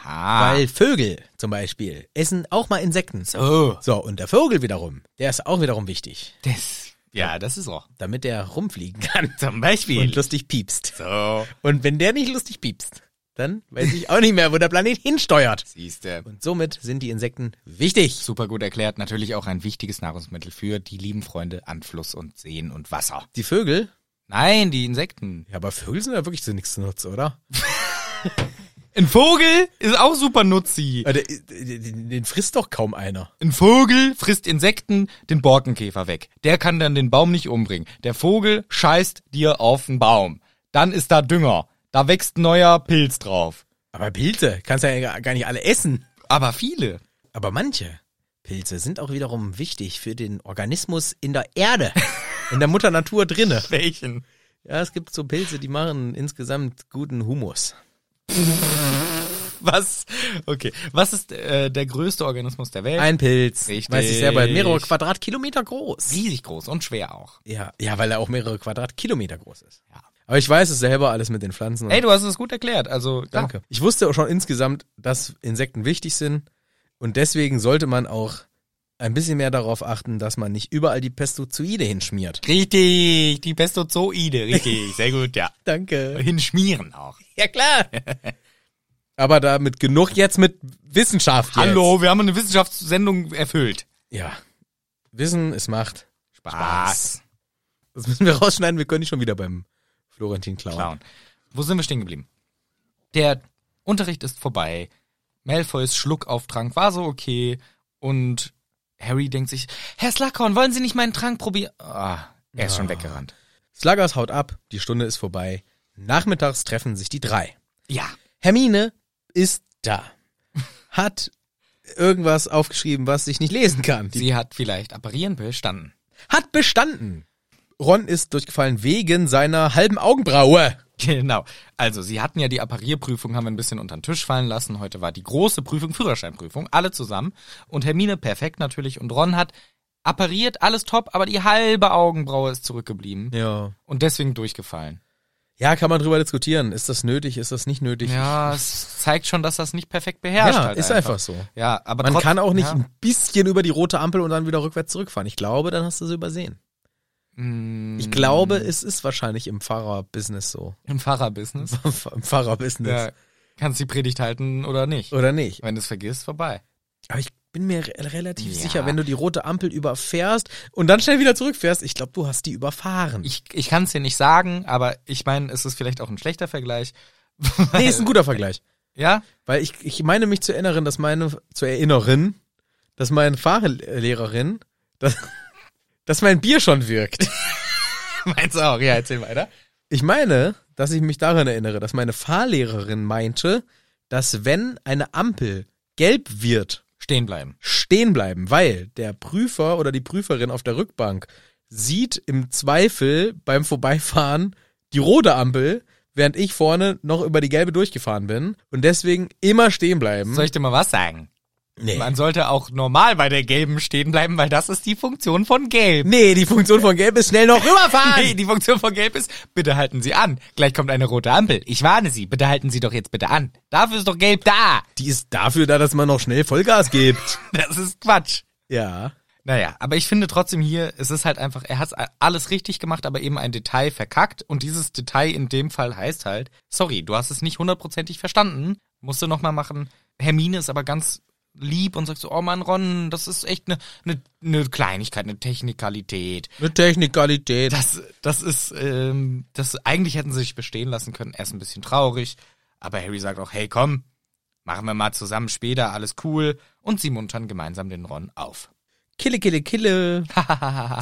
[SPEAKER 1] weil Vögel zum Beispiel essen auch mal Insekten.
[SPEAKER 2] Ah. so.
[SPEAKER 1] So, und der Vogel wiederum, der ist auch wiederum wichtig,
[SPEAKER 2] Das, ja, das ist auch.
[SPEAKER 1] damit der rumfliegen kann
[SPEAKER 2] Zum
[SPEAKER 1] und
[SPEAKER 2] Beispiel.
[SPEAKER 1] lustig piepst.
[SPEAKER 2] So.
[SPEAKER 1] Und wenn der nicht lustig piepst, dann weiß ich auch nicht mehr, wo der Planet hinsteuert.
[SPEAKER 2] Siehste.
[SPEAKER 1] Und somit sind die Insekten wichtig.
[SPEAKER 2] Super gut erklärt. Natürlich auch ein wichtiges Nahrungsmittel für die lieben Freunde an Fluss und Seen und Wasser.
[SPEAKER 1] Die Vögel,
[SPEAKER 2] Nein, die Insekten.
[SPEAKER 1] ja, aber Vögel sind ja wirklich zu nichts nutz, oder?
[SPEAKER 2] Ein Vogel ist auch super nutzi.
[SPEAKER 1] Äh, der- Den den frisst doch kaum einer.
[SPEAKER 2] Ein Vogel frisst Insekten den Borkenkäfer weg. Der kann dann den Baum nicht umbringen. Der Vogel scheißt dir auf den Baum. Dann ist da Dünger. Da wächst ein neuer Pilz drauf.
[SPEAKER 1] Aber Pilze, kannst ja gar- gar nicht alle essen.
[SPEAKER 2] Aber viele.
[SPEAKER 1] Aber manche Pilze sind auch wiederum wichtig für den Organismus in der Erde, in der Mutter Natur drinne.
[SPEAKER 2] Welchen?
[SPEAKER 1] Ja, es gibt so Pilze, die machen insgesamt guten Humus.
[SPEAKER 2] Was? Okay. Was ist äh, der größte Organismus der Welt?
[SPEAKER 1] Ein Pilz,
[SPEAKER 2] Richtig.
[SPEAKER 1] weiß ich selber, mehrere Quadratkilometer groß.
[SPEAKER 2] riesig groß und schwer auch.
[SPEAKER 1] Ja, ja, weil er auch mehrere Quadratkilometer groß ist.
[SPEAKER 2] Ja.
[SPEAKER 1] Aber ich weiß es selber alles mit den Pflanzen. und
[SPEAKER 2] Ey, du hast es gut erklärt. Also klar.
[SPEAKER 1] Danke. Ich wusste auch schon insgesamt, dass Insekten wichtig sind und deswegen sollte man auch ein bisschen mehr darauf achten, dass man nicht überall die Pestozoide hinschmiert.
[SPEAKER 2] Richtig, die Pestozoide, richtig, sehr gut, ja.
[SPEAKER 1] Danke.
[SPEAKER 2] Hinschmieren auch.
[SPEAKER 1] Ja klar. Aber damit genug jetzt mit Wissenschaft. Jetzt.
[SPEAKER 2] Hallo, wir haben eine Wissenschaftssendung erfüllt.
[SPEAKER 1] Ja. Wissen ist Macht.
[SPEAKER 2] Spaß.
[SPEAKER 1] Das müssen wir rausschneiden. Wir können nicht schon wieder beim Florentin klauen.
[SPEAKER 2] Clown. Wo sind wir stehen geblieben? Der Unterricht ist vorbei. Malfoys Schluckauftrag war so okay. Und Harry denkt sich, Herr Slughorn, wollen Sie nicht meinen Trank probieren? Ah, er ist schon weggerannt.
[SPEAKER 1] Sluggers haut ab. Die Stunde ist vorbei. Nachmittags treffen sich die drei.
[SPEAKER 2] Ja.
[SPEAKER 1] Hermine ist da. Hat irgendwas aufgeschrieben, was ich nicht lesen kann. Die
[SPEAKER 2] Sie hat vielleicht apparieren bestanden.
[SPEAKER 1] hat bestanden. Ron ist durchgefallen wegen seiner halben Augenbraue.
[SPEAKER 2] Genau. Also, Sie hatten ja die Apparierprüfung, haben wir ein bisschen unter den Tisch fallen lassen. Heute war die große Prüfung, Führerscheinprüfung, alle zusammen. Und Hermine perfekt natürlich. Und Ron hat appariert, alles top, aber die halbe Augenbraue ist zurückgeblieben.
[SPEAKER 1] Ja.
[SPEAKER 2] Und deswegen durchgefallen.
[SPEAKER 1] Ja, kann man drüber diskutieren. Ist das nötig? Ist das nicht nötig?
[SPEAKER 2] Ja, es zeigt schon, dass das nicht perfekt
[SPEAKER 1] Ja,
[SPEAKER 2] beherrscht. halt
[SPEAKER 1] ist einfach so.
[SPEAKER 2] Ja, aber
[SPEAKER 1] Man
[SPEAKER 2] trotz-
[SPEAKER 1] kann auch nicht
[SPEAKER 2] Ja,
[SPEAKER 1] ein bisschen über die rote Ampel und dann wieder rückwärts zurückfahren. Ich glaube, dann hast du es übersehen.
[SPEAKER 2] Mm.
[SPEAKER 1] Ich glaube, es ist wahrscheinlich im Fahrerbusiness so.
[SPEAKER 2] Im Pfarrerbusiness.
[SPEAKER 1] Im Fahrerbusiness.
[SPEAKER 2] Ja, kannst die Predigt halten oder nicht.
[SPEAKER 1] Oder nicht?
[SPEAKER 2] Wenn du es vergisst, vorbei.
[SPEAKER 1] Aber ich bin mir re- relativ
[SPEAKER 2] Ja.
[SPEAKER 1] sicher, wenn du die rote Ampel überfährst und dann schnell wieder zurückfährst, ich glaube, du hast die überfahren.
[SPEAKER 2] Ich, ich kann es dir nicht sagen, aber ich meine, es ist vielleicht auch ein schlechter Vergleich.
[SPEAKER 1] nee, ist ein guter Vergleich.
[SPEAKER 2] Ja?
[SPEAKER 1] Weil ich, ich meine mich zu erinnern, dass meine, zu erinnern, dass meine Fahrlehrerin, dass, dass mein Bier schon wirkt.
[SPEAKER 2] Meinst du auch? Ja, erzähl weiter.
[SPEAKER 1] Ich meine, dass ich mich daran erinnere, dass meine Fahrlehrerin meinte, dass wenn eine Ampel gelb wird,
[SPEAKER 2] Stehen bleiben.
[SPEAKER 1] stehen bleiben, weil der Prüfer oder die Prüferin auf der Rückbank sieht im Zweifel beim Vorbeifahren die rote Ampel, während ich vorne noch über die gelbe durchgefahren bin und deswegen immer stehen bleiben.
[SPEAKER 2] Hm? Soll ich dir mal was sagen?
[SPEAKER 1] nee.
[SPEAKER 2] Man sollte auch normal bei der gelben stehen bleiben, weil das ist die Funktion von gelb.
[SPEAKER 1] nee, die Funktion von gelb ist schnell noch rüberfahren.
[SPEAKER 2] Nee, die Funktion von gelb ist, bitte halten Sie an. Gleich kommt eine rote Ampel. Ich warne Sie, bitte halten Sie doch jetzt bitte an. Dafür ist doch gelb da.
[SPEAKER 1] Die ist dafür da, dass man noch schnell Vollgas gibt.
[SPEAKER 2] Das ist Quatsch.
[SPEAKER 1] ja.
[SPEAKER 2] Naja, aber ich finde trotzdem hier, es ist halt einfach, er hat alles richtig gemacht, aber eben ein Detail verkackt. Und dieses Detail in dem Fall heißt halt, sorry, du hast es nicht hundertprozentig verstanden, musst du nochmal machen. Hermine ist aber ganz lieb und sagt so, oh Mann, Ron, das ist echt eine ne, ne Kleinigkeit, eine Technikalität.
[SPEAKER 1] Eine Technikalität.
[SPEAKER 2] Das, das ist, ähm, das, eigentlich hätten sie sich bestehen lassen können. Er ist ein bisschen traurig, aber Harry sagt auch, hey, komm, machen wir mal zusammen später, alles cool. Und sie muntern gemeinsam den Ron auf.
[SPEAKER 1] Kille, kille, kille.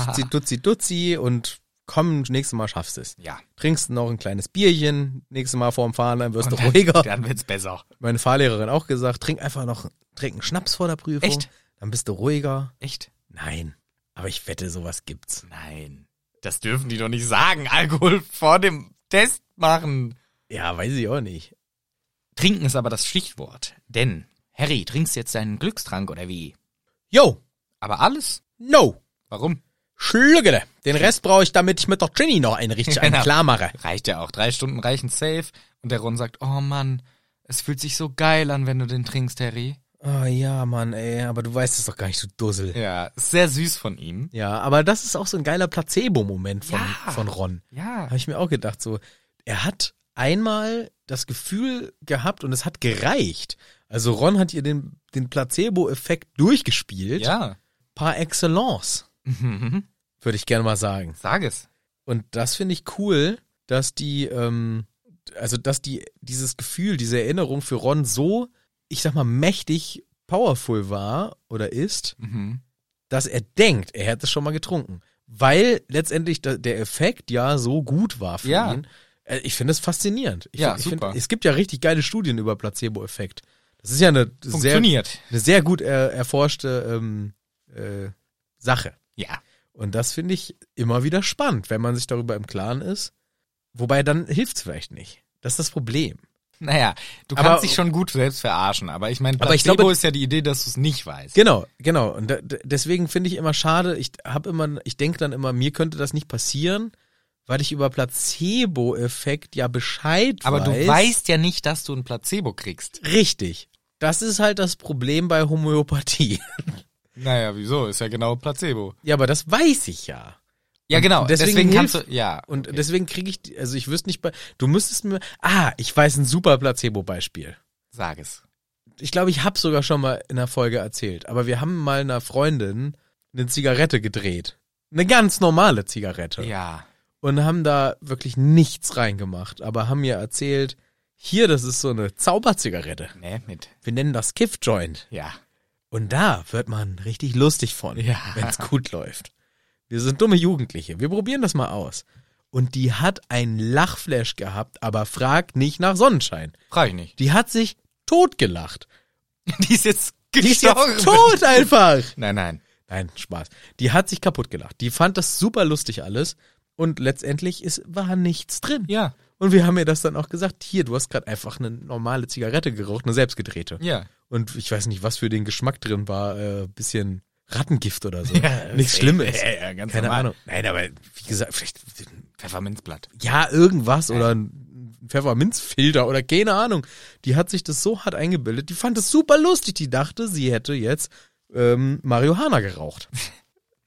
[SPEAKER 1] Dutzi, dutzi, dutzi. Und komm, nächstes Mal schaffst du es.
[SPEAKER 2] Ja.
[SPEAKER 1] Trinkst noch ein kleines Bierchen. Nächstes Mal vorm Fahren, dann wirst du
[SPEAKER 2] Und dann-
[SPEAKER 1] ruhiger.
[SPEAKER 2] Dann wird's besser.
[SPEAKER 1] Meine Fahrlehrerin auch gesagt, trink einfach noch, trink einen Schnaps vor der Prüfung.
[SPEAKER 2] Echt?
[SPEAKER 1] Dann bist du ruhiger.
[SPEAKER 2] Echt?
[SPEAKER 1] Nein. Aber ich wette, sowas gibt's.
[SPEAKER 2] Nein. Das dürfen die doch nicht sagen. Alkohol vor dem Test machen.
[SPEAKER 1] Ja, weiß ich auch nicht.
[SPEAKER 2] Trinken ist aber das Stichwort. Denn, Harry, trinkst du jetzt deinen Glückstrank oder wie?
[SPEAKER 1] Yo,
[SPEAKER 2] Aber alles?
[SPEAKER 1] No!
[SPEAKER 2] Warum?
[SPEAKER 1] Schlüggele! Den Rest brauche ich, damit ich mit der Ginny noch einen richtig einen
[SPEAKER 2] Genau.
[SPEAKER 1] klar mache.
[SPEAKER 2] Reicht ja auch. Drei Stunden reichen safe. Und der Ron sagt, oh Mann, es fühlt sich so geil an, wenn du den trinkst, Harry.
[SPEAKER 1] Oh ja, Mann, ey, aber du weißt es doch gar nicht, du Dussel. Ja,
[SPEAKER 2] Ja, ist sehr süß von ihm.
[SPEAKER 1] aber das ist auch so ein geiler Placebo-Moment von,
[SPEAKER 2] Ja.
[SPEAKER 1] von Ron.
[SPEAKER 2] Ja.
[SPEAKER 1] Habe ich mir auch gedacht, so, er hat einmal das Gefühl gehabt und es hat gereicht. Also Ron hat ihr den, den Placebo-Effekt durchgespielt.
[SPEAKER 2] Ja.
[SPEAKER 1] Par excellence,
[SPEAKER 2] Mhm.
[SPEAKER 1] würde ich gerne mal sagen.
[SPEAKER 2] Sag es.
[SPEAKER 1] Und das finde ich cool, dass die, ähm, also dass die dieses Gefühl, diese Erinnerung für Ron so, ich sag mal, mächtig powerful war oder ist,
[SPEAKER 2] Mhm.
[SPEAKER 1] dass er denkt, er hätte es schon mal getrunken. Weil letztendlich da, der Effekt ja so gut war für
[SPEAKER 2] Ja.
[SPEAKER 1] ihn. Äh, Ich finde es faszinierend. Ich,
[SPEAKER 2] Ja,
[SPEAKER 1] ich find-
[SPEAKER 2] super.
[SPEAKER 1] es gibt ja richtig geile Studien über Placebo-Effekt. Das ist ja eine sehr, eine
[SPEAKER 2] Funktioniert.
[SPEAKER 1] sehr gut äh, erforschte ähm, äh, Sache.
[SPEAKER 2] Ja.
[SPEAKER 1] Und das finde ich immer wieder spannend, wenn man sich darüber im Klaren ist. Wobei dann hilft es vielleicht nicht. Das ist das Problem.
[SPEAKER 2] Naja, du
[SPEAKER 1] Aber-
[SPEAKER 2] kannst dich schon gut selbst verarschen, aber ich meine,
[SPEAKER 1] Aber ich
[SPEAKER 2] Placebo
[SPEAKER 1] glaube-
[SPEAKER 2] ist ja die Idee, dass du es nicht weißt.
[SPEAKER 1] Genau, genau. Und da, d- deswegen finde ich immer schade, ich habe immer, ich denke dann immer, mir könnte das nicht passieren, weil ich über Placebo-Effekt ja Bescheid
[SPEAKER 2] Aber
[SPEAKER 1] weiß.
[SPEAKER 2] du weißt ja nicht, dass du ein Placebo kriegst.
[SPEAKER 1] Richtig. Das ist halt das Problem bei Homöopathie.
[SPEAKER 2] Naja, wieso? Ist ja genau Placebo.
[SPEAKER 1] Ja, aber das weiß ich ja.
[SPEAKER 2] Ja, genau.
[SPEAKER 1] deswegen
[SPEAKER 2] Deswegen, kannst du.
[SPEAKER 1] hilft-
[SPEAKER 2] Ja.
[SPEAKER 1] Und deswegen kriege ich, die- also ich wüsste nicht, bei- du müsstest mir, ah, ich weiß ein super Placebo-Beispiel.
[SPEAKER 2] Sag es.
[SPEAKER 1] ich glaube, ich habe sogar schon mal in einer Folge erzählt, aber wir haben mal einer Freundin eine Zigarette gedreht. Eine ganz normale Zigarette.
[SPEAKER 2] Ja.
[SPEAKER 1] Und haben da wirklich nichts reingemacht, aber haben mir erzählt, hier, das ist so eine Zauberzigarette.
[SPEAKER 2] Ne, mit.
[SPEAKER 1] Wir nennen das Kiff-Joint.
[SPEAKER 2] Ja.
[SPEAKER 1] Und da wird man richtig lustig von,
[SPEAKER 2] Ja.
[SPEAKER 1] wenn es gut läuft. Wir sind dumme Jugendliche. Wir probieren das mal aus. Und die hat einen Lachflash gehabt, aber frag nicht nach Sonnenschein.
[SPEAKER 2] Frag ich nicht.
[SPEAKER 1] Die hat sich totgelacht.
[SPEAKER 2] Die ist jetzt
[SPEAKER 1] Die ist
[SPEAKER 2] gestorben.
[SPEAKER 1] jetzt tot einfach.
[SPEAKER 2] Nein, nein.
[SPEAKER 1] Nein, Spaß. Die hat sich kaputt gelacht. Die fand das super lustig alles. Und letztendlich ist, war nichts drin.
[SPEAKER 2] Ja.
[SPEAKER 1] Und wir haben ihr das dann auch gesagt, hier, du hast gerade einfach eine normale Zigarette geraucht, eine selbstgedrehte.
[SPEAKER 2] Ja.
[SPEAKER 1] Und ich weiß nicht, was für den Geschmack drin war, äh, bisschen Rattengift oder so.
[SPEAKER 2] Ja,
[SPEAKER 1] Nichts
[SPEAKER 2] safe.
[SPEAKER 1] Schlimmes.
[SPEAKER 2] Ja, ja, ganz
[SPEAKER 1] Keine
[SPEAKER 2] normal.
[SPEAKER 1] Ahnung. Nein, aber wie gesagt, vielleicht,
[SPEAKER 2] Pfefferminzblatt.
[SPEAKER 1] ja, irgendwas oder ein Pfefferminzfilter oder keine Ahnung. Die hat sich das so hart eingebildet, die fand es super lustig. Die dachte, sie hätte jetzt ähm, Marihuana geraucht.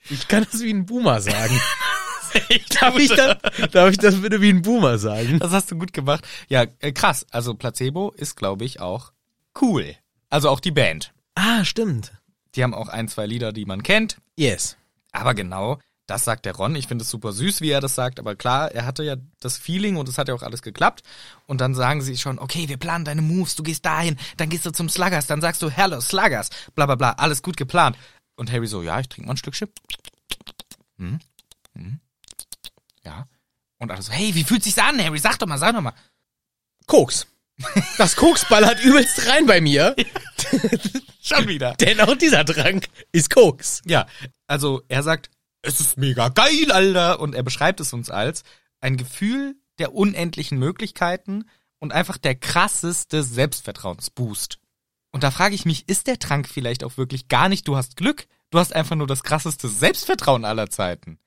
[SPEAKER 1] Ich kann das wie ein Boomer sagen. darf, ich das, darf ich das bitte wie ein Boomer sagen?
[SPEAKER 2] Das hast du gut gemacht. Ja, äh, krass. Also Placebo ist, glaube ich, auch cool. Also auch die Band.
[SPEAKER 1] Ah, stimmt.
[SPEAKER 2] Die haben auch ein, zwei Lieder, die man kennt.
[SPEAKER 1] Yes.
[SPEAKER 2] Aber genau, das sagt der Ron. Ich finde es super süß, wie er das sagt. Aber klar, er hatte ja das Feeling und es hat ja auch alles geklappt. Und dann sagen sie schon, okay, wir planen deine Moves, du gehst dahin, dann gehst du zum Sluggers, dann sagst du, hello, Sluggers, bla bla bla, alles gut geplant. Und Harry so, ja, ich trinke mal ein Stückchen. Hm? Hm? Ja. Und alle so, hey, wie fühlt sich's an, Harry? Sag doch mal, sag doch mal.
[SPEAKER 1] Koks. Das Koksball hat übelst rein bei mir,
[SPEAKER 2] Schon wieder.
[SPEAKER 1] denn auch dieser Trank ist Koks.
[SPEAKER 2] Ja, also er sagt, es ist mega geil, Alter. Und er beschreibt es uns als ein Gefühl der unendlichen Möglichkeiten und einfach der krasseste Selbstvertrauensboost. Und da frage ich mich, ist der Trank vielleicht auch wirklich gar nicht, du hast Glück, du hast einfach nur das krasseste Selbstvertrauen aller Zeiten.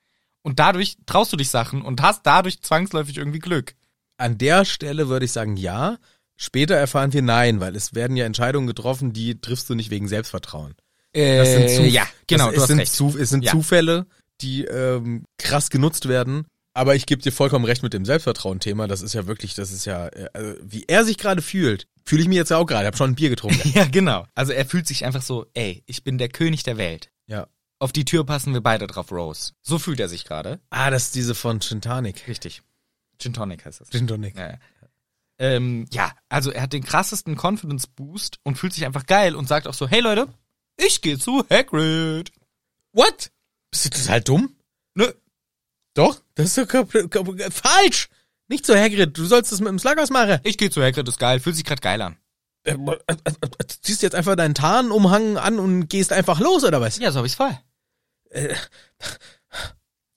[SPEAKER 2] Und dadurch traust du dich Sachen und hast dadurch zwangsläufig irgendwie Glück.
[SPEAKER 1] An der Stelle würde ich sagen, ja. Später erfahren wir nein, weil es werden ja Entscheidungen getroffen, die triffst du nicht wegen Selbstvertrauen. Das sind Zuf-
[SPEAKER 2] ja, genau,
[SPEAKER 1] das,
[SPEAKER 2] du
[SPEAKER 1] es
[SPEAKER 2] hast
[SPEAKER 1] sind
[SPEAKER 2] recht.
[SPEAKER 1] Zu, es sind
[SPEAKER 2] Ja.
[SPEAKER 1] Zufälle, die ähm, krass genutzt werden. Aber ich gebe dir vollkommen recht mit dem Selbstvertrauen-Thema. Das ist ja wirklich, das ist ja, äh, also, wie er sich gerade fühlt, fühle ich mich jetzt ja auch gerade. Ich habe schon ein Bier getrunken.
[SPEAKER 2] Ja, genau. Also er fühlt sich einfach so, ey, ich bin der König der Welt.
[SPEAKER 1] ja.
[SPEAKER 2] Auf die Tür passen wir beide drauf, Rose. So fühlt er sich gerade.
[SPEAKER 1] Ah, das ist diese von Chintanic.
[SPEAKER 2] Richtig. Gin Tonic heißt das.
[SPEAKER 1] Chintonic.
[SPEAKER 2] Ja. ja. Ähm, ja, also er hat den krassesten Confidence Boost und fühlt sich einfach geil und sagt auch so, hey Leute, ich gehe zu Hagrid. Ne,
[SPEAKER 1] What? Bist du total dumm?
[SPEAKER 2] Nö.
[SPEAKER 1] Doch? Das ist doch kap- kap- falsch! Nicht so Hagrid, du sollst es mit dem Slagers machen.
[SPEAKER 2] Ich gehe zu Hagrid, ist geil, fühlt sich gerade geil an.
[SPEAKER 1] Äh, äh, äh, äh, Ziehst jetzt einfach deinen Tarnumhang an und gehst einfach los, oder was?
[SPEAKER 2] Ja, so hab ich's voll. Äh,